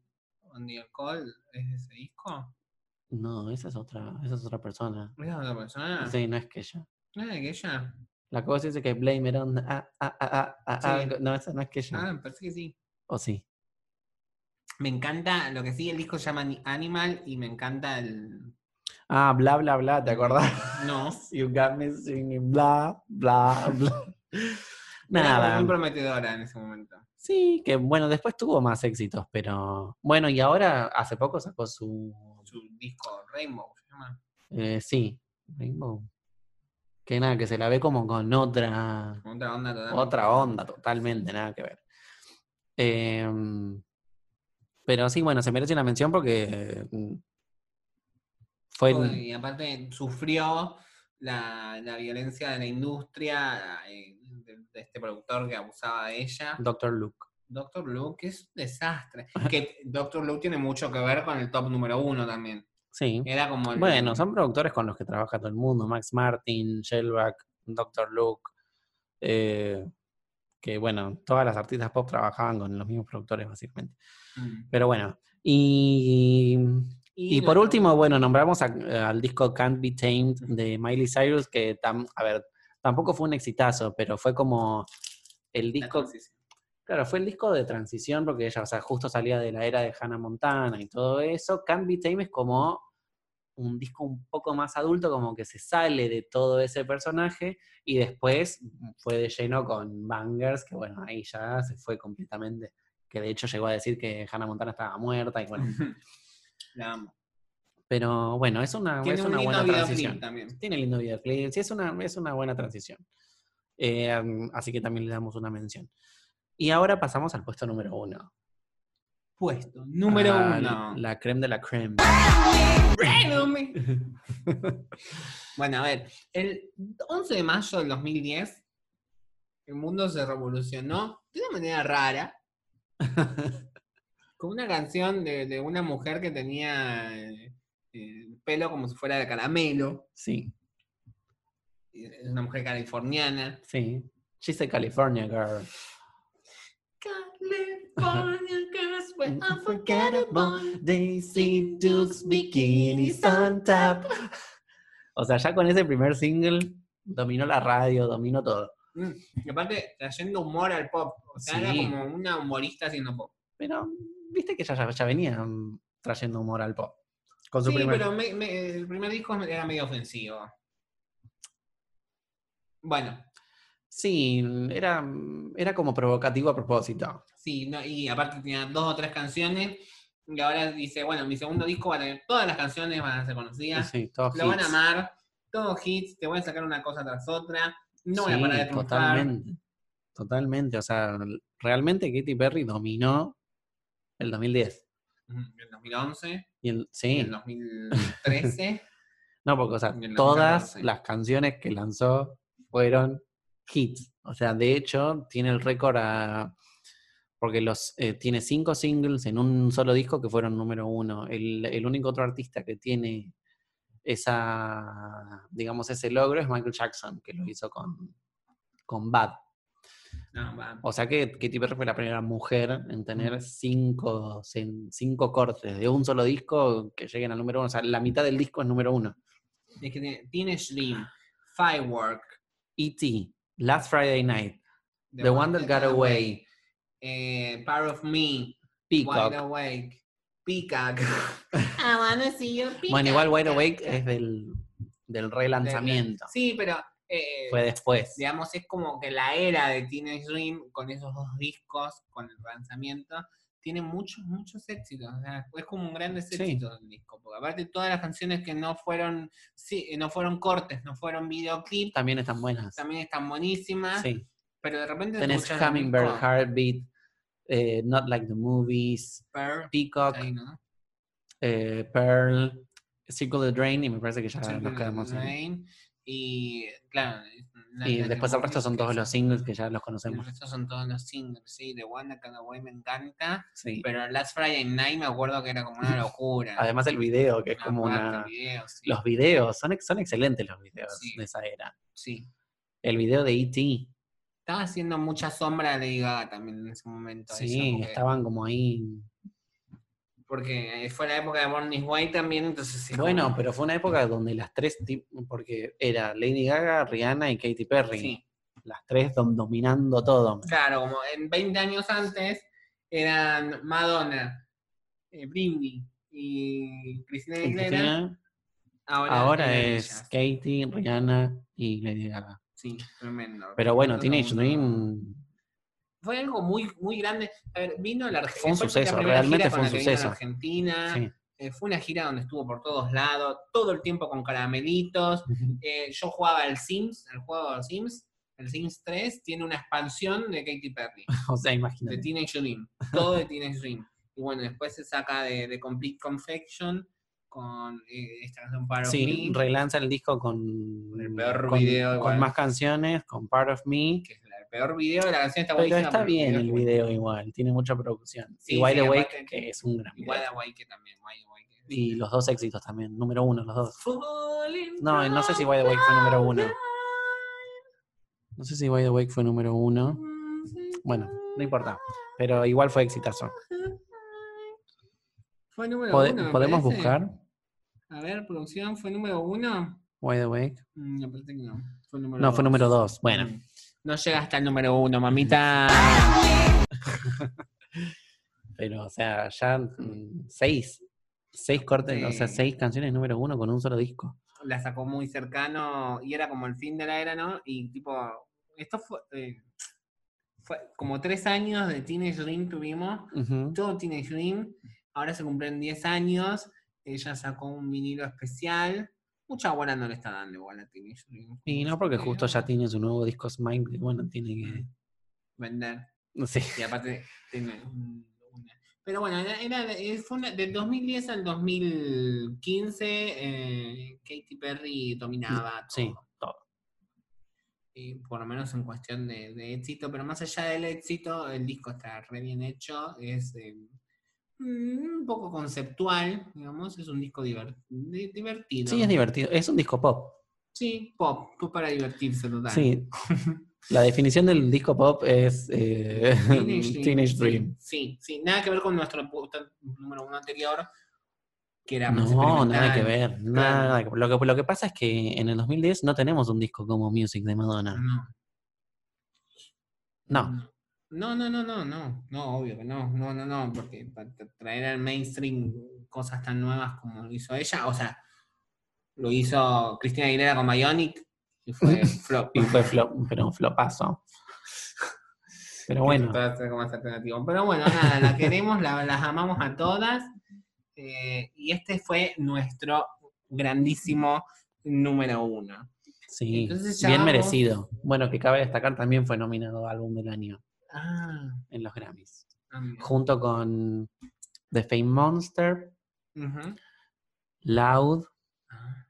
on the Alcohol, ¿es de ese disco? No, esa es otra, esa es otra persona. ¿Es de otra persona? Sí, no es que ella. ¿No es de aquella? La cosa dice que Blame It on. the- ah, ah, ah, ah, ah, Sí. ah, No, esa no es que ella. Ah, me parece que sí. ¿O sí? Me encanta lo que sí, el disco se llama Ani- Animal y me encanta el. Ah, bla, bla, bla, ¿te acordás? [laughs] No. You got me singing bla, bla, Era [laughs] bla. como Muy Nada. prometedora en ese momento. Sí, que bueno, después tuvo más éxitos, pero bueno, y ahora hace poco sacó su... Su disco Rainbow se llama. eh, sí, Rainbow. Que nada, que se la ve como con otra, Con Otra onda totalmente. otra onda, totalmente, nada que ver. Em, pero sí, bueno, se merece una mención porque mm, fue... Todo, Y aparte sufrió la, la violencia de la industria eh, de, de este productor que abusaba de ella. Doctor Luke. Doctor Lou, que es un desastre. [laughs] Que Doctor Lou tiene mucho que ver con el top número uno también. Sí. Era como el- Bueno, son productores con los que trabaja todo el mundo. Max Martin, Shellback, Dr. Luke. eh, que bueno, todas las artistas pop trabajaban con los mismos productores, básicamente. Mm. Pero bueno. Y, y la por otra- último, bueno, nombramos a- al disco Can't Be Tamed de Miley Cyrus, que tam- a ver, tampoco fue un exitazo, pero fue como el la disco transición. Claro, fue el disco de transición porque ella, o sea, justo salía de la era de Hannah Montana y todo eso. Can Be Tame es como un disco un poco más adulto, como que se sale de todo ese personaje y después fue de lleno con Bangers, que bueno, ahí ya se fue completamente. Que de hecho llegó a decir que Hannah Montana estaba muerta y bueno. [laughs] La amo. Pero bueno, es una, Tiene es un una lindo buena videoclip transición. también. Tiene lindo videoclip, sí, es una, es una buena transición. Eh, um, así que también le damos una mención. Y ahora pasamos al puesto número uno. Puesto número Al- uno. La creme de la creme. Bueno, a ver, el 11 de mayo del 2010, el mundo se revolucionó de una manera rara, con una canción de, de una mujer que tenía eh, el pelo como si fuera de caramelo, sí, y es una mujer californiana. sí. She's a California girl. [laughs] California girls were unforgettable. Unforgettable, they see Duke's bikinis on top. [laughs] O sea, ya con ese primer single dominó la radio, dominó todo. Mm, Y aparte, trayendo humor al pop, o sea, era Sí. como una humorista haciendo pop. Pero viste que ya, ya, ya venía mm, trayendo humor al pop. Con su Sí, primer pero me- me- el primer disco era medio ofensivo. Bueno, Sí, era, era como provocativo a propósito. sí, no, y aparte tenía dos o tres canciones. Y ahora dice, bueno, mi segundo disco va a tener todas las canciones, van a ser [laughs] conocidas, Sí, todos lo van a hits. amar, todos hits, te voy a sacar una cosa tras otra, no voy a Sí, parar de triunfar. totalmente. Totalmente. O sea, realmente Katy Perry dominó el 2010. Ujú, El 2011, Y el, y sí. el [laughs] 2013, No, porque, o sea, y el todas 2014. las canciones que lanzó fueron hits. O sea, de hecho, tiene el récord a. Porque los, eh, tiene cinco singles en un solo disco que fueron número uno. El, el único otro artista que tiene esa, digamos, ese logro es Michael Jackson, que lo hizo con, con Bad. no, va. O sea que Katy Perry fue la primera mujer en tener cinco, cin- cinco cortes de un solo disco que lleguen al número uno. O sea, la mitad del disco es número uno. Es que tiene- tiene Slim, Firework, E.T., E Last Friday Night, The, One That Got Away, eh, Power of Me, Wide Peacock. Awake. Peacock. [laughs] I wanna see you Bueno, igual Wide Awake es del, del relanzamiento. Sí, pero eh, Fue después. digamos, es como que la era de Teenage Dream con esos dos discos, con el lanzamiento, tiene muchos, muchos éxitos. O sea, es como un gran Sí. éxito el disco. Porque aparte todas las canciones que no fueron, sí, eh, no fueron cortes, no fueron videoclip, También están buenas. también están buenísimas. Sí. Pero de repente Tenés escuchas el Hummingbird, disco, Heartbeat, eh, Not Like the Movies, Pearl, Peacock, ahí, ¿no? eh, Pearl, Circle the Drain, y me parece que ya nos quedamos ahí. Rain, Y claro, la- Y la- después el resto son que todos es- los singles que ya los El conocemos. resto son todos los singles, sí, de Wanda Cada Way me encanta, Sí. pero Last Friday Night me acuerdo que era como [laughs] una locura. Además el video, que es como Aparte, una... video, sí, Los videos, son, ex- son excelentes los videos Sí. de esa era. sí. El video de E E.T., Estaba haciendo mucha sombra a Lady Gaga también en ese momento. sí, ella, porque, estaban como ahí... porque, eh, fue la época de Born This Way también, entonces sí, Bueno, como- pero fue una época donde las tres, ti- porque era Lady Gaga, Rihanna y Katy Perry, sí. las tres dom- dominando todo. Claro, como en 20 años antes eran Madonna, eh, Britney y Cristina Y Aguilera. Cristina, Ahora, ahora eran es ellas. Katy, Rihanna y Lady Gaga. Sí, tremendo. Pero bueno, Todo Teenage mundo- Dream Fue algo muy, muy grande. A ver, vino la Argentina. Fue un suceso, realmente fue un suceso. Argentina. sí. Eh, fue una gira donde estuvo por todos lados, todo el tiempo con caramelitos. Eh, yo jugaba al Sims, al juego de Sims. El Sims 3 tiene una expansión de Katy Perry, [laughs] O sea, de imagínate. Teenage Dream. Todo de Teenage Dream. Y bueno, después se saca de, de Complete Confection con eh, esta canción Part of Sí, Me, relanza el disco con, el peor con, video con igual. más canciones, con Part of Me, que es la peor video de la canción está Pero buenísima. está porque bien es el muy- video igual, tiene mucha producción. Sí, y Wide sí, Awake, aparte- que es un gran video. Igual a Waike también. Wide Awake. Y los dos éxitos también, número uno, los dos. Falling No, y no sé si Wide Awake fue número uno. No sé si Wide Awake fue número uno. Bueno, no importa. Pero igual fue exitazo. Fue número Pode- uno. me ¿Podemos parece. buscar A ver, producción, ¿fue número uno? Wide Awake? Mm, Me parece que no. Fue número No, fue dos. Mm. número dos. Bueno. No llega hasta el número uno, mamita. Pero, o sea, ya mm, seis. Seis cortes, o sea, Sí. seis canciones número uno con un solo disco. La sacó muy cercano y era como el fin de la era, ¿no? Y tipo, esto fue. eh, fue como tres años de Teenage Dream tuvimos. Ujú. Todo Teenage Dream. Ahora se cumplen 10 años. Ella sacó un vinilo especial. Mucha bola no le está dando igual a Teenage Dream. Y no porque justo ya tiene su nuevo disco Smile, y bueno, tiene Vender. que... [laughs] Sí. Y [laughs] aparte, tiene un- una- Pero bueno, era, era- eh, fue una- del 2010 al 2015, eh, Katy Perry dominaba. Sí, todo. todo. Y por lo menos en cuestión de, de éxito, pero más allá del éxito, el disco está re bien hecho, es eh, mm, un poco conceptual, digamos, es un disco diver- di- divertido. Sí, es divertido. Es un disco pop. Sí, pop, pop para divertirse total. [laughs] Sí. La definición del disco pop es eh, Teenage, [laughs] Teenage Dream. Sí, sí, nada que ver con nuestro puto número uno anterior, que era más No, nada que experimental. ver. Nada que- Lo, que, lo que pasa es que en el 2010 no tenemos un disco como Music de Madonna. No. Mm. No. No, no, no, no, no, no, obvio que no, no, no, no, porque para traer al mainstream cosas tan nuevas como lo hizo ella, o sea, lo hizo Cristina Aguilera con Bionic y [laughs] fue flop. Y fue flop, pero [laughs] un flopazo. Pero bueno, Todo esto como es alternativo. Pero bueno, nada, la queremos, la- las amamos a todas. eh, y este fue nuestro grandísimo número uno. sí. Entonces ya Bien vamos- merecido. Bueno, que cabe destacar también fue nominado a álbum del año Ah, en los Grammys. ah, mira. Junto con The Fame Monster, Ujú. Loud Ah,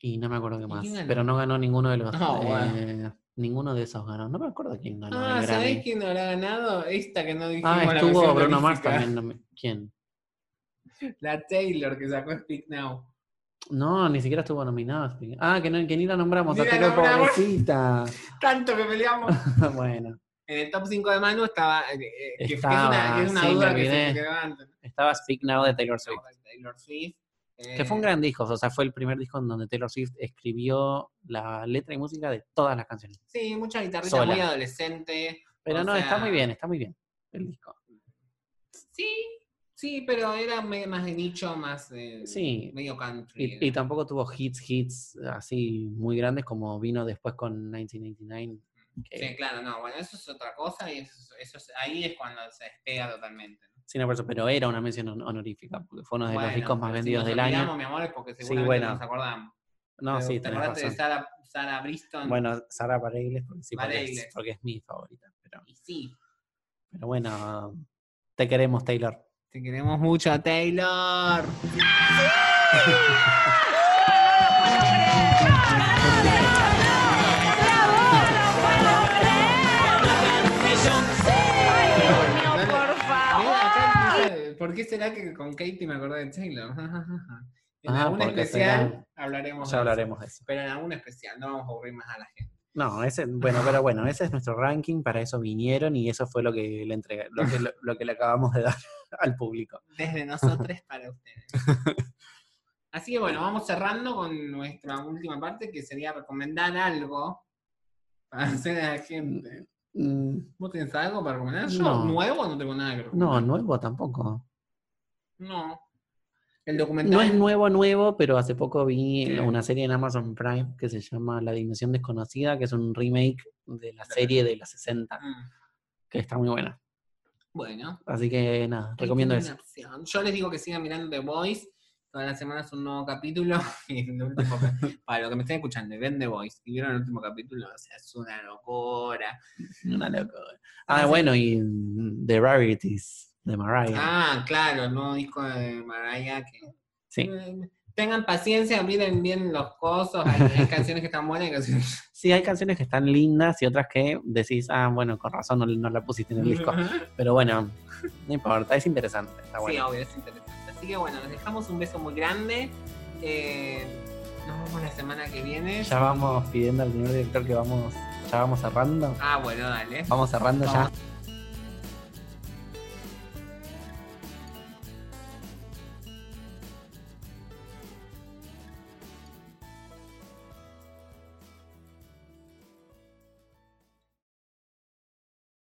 y no me acuerdo qué ¿Y más. quién ganó? Pero no ganó ninguno de los. [laughs] No, bueno. eh, Ninguno de esos ganó. No me acuerdo quién ganó. Ah, el Grammy. ¿sabés quién habrá ganado? Esta que no dijimos Ah, la estuvo versión Bruno Mars honorífica. también. no me- ¿Quién? La Taylor que sacó Speak Now. No, ni siquiera estuvo nominado. Ah, que, no, que ni la nombramos. Ni a la Taylor, nombramos. pobrecita. [laughs] Tanto que peleamos. bueno, En el top 5 de Manu estaba. eh, eh, que- que es Estaba, una- que es una, sí, me duda que olvidé. se quedó antes. estaba Speak Now de Taylor Swift. Taylor Swift. Que fue un eh, gran disco. O sea, fue el primer disco en donde Taylor Swift escribió la letra y música de todas las canciones. Sí, mucha guitarrita Sola. muy adolescente. Pero O no, está sea- muy bien, está muy bien el disco. Sí, sí, pero era me- más de nicho, más eh, Sí. medio country. Y, y tampoco tuvo hits, hits eh, así muy grandes como vino después con 1989. que- Sí, claro, no, bueno, eso es otra cosa y eso, es- eso es- ahí es cuando se despega totalmente. ¿no? Sí, no, por eso, pero era una mención hon- honorífica, porque fue uno de los Bueno, discos más pero si vendidos nos del año. olvidamos, mi amor, es porque Sí, seguramente bueno. no nos acordamos. No, Pero sí, ¿Te tenés acordás de razón. Sara, Sara Briston? Bueno, Sara Bareilles, porque sí, porque es, Bareilles. porque es mi favorita. Pero, Y sí, pero bueno, te queremos, Taylor. te queremos mucho, Taylor. Dale. Mira, acá dice, ¿Por qué será que con Katie me acordé de Taylor? [laughs] en Ah, algún porque especial será- hablaremos. de Ya hablaremos de eso. eso. Pero en algún especial, no vamos a aburrir más a la gente. No, ese, bueno, [laughs] pero bueno, ese es nuestro ranking, para eso vinieron y eso fue lo que le entregué, lo que, lo, lo que le acabamos de dar [laughs] al público. Desde nosotros para ustedes. [laughs] Así que bueno, vamos cerrando con nuestra última parte que sería recomendar algo para hacer a la gente. Mm, ¿Vos tenés algo para recomendar? Yo No. nuevo no tengo nada que No, recomendar. nuevo tampoco. No. El No documental. es nuevo, nuevo, pero hace poco vi eh, Sí. una serie en Amazon Prime que se llama La Dimensión Desconocida, que es un remake de la serie de los 60, Mm. que está muy buena. Bueno. Así que nada, Ahí recomiendo tiene eso. una opción. Yo les digo que sigan mirando The Voice. Todas las semanas un nuevo capítulo. [laughs] Y el último cap- para los que me estén escuchando, y ven The Voice y vieron el último capítulo, o sea, es una locura. Una locura. Ah, bueno, y mm, The Rarities de Mariah. Ah, claro, el nuevo disco de Mariah que sí. Eh, Tengan paciencia, miren bien los cosos. Hay, [laughs] hay canciones que están buenas y canciones. Sí, hay canciones que están lindas y otras que decís, ah, bueno, con razón no, no la pusiste en el [laughs] disco. Pero bueno, no importa, es interesante. Está Sí, bueno. obvio, es interesante. Así que bueno, les dejamos un beso muy grande. Eh, nos vemos la semana que viene. ya vamos pidiendo al primer director que vamos, ya vamos cerrando. Ah, bueno, dale. Vamos cerrando ya.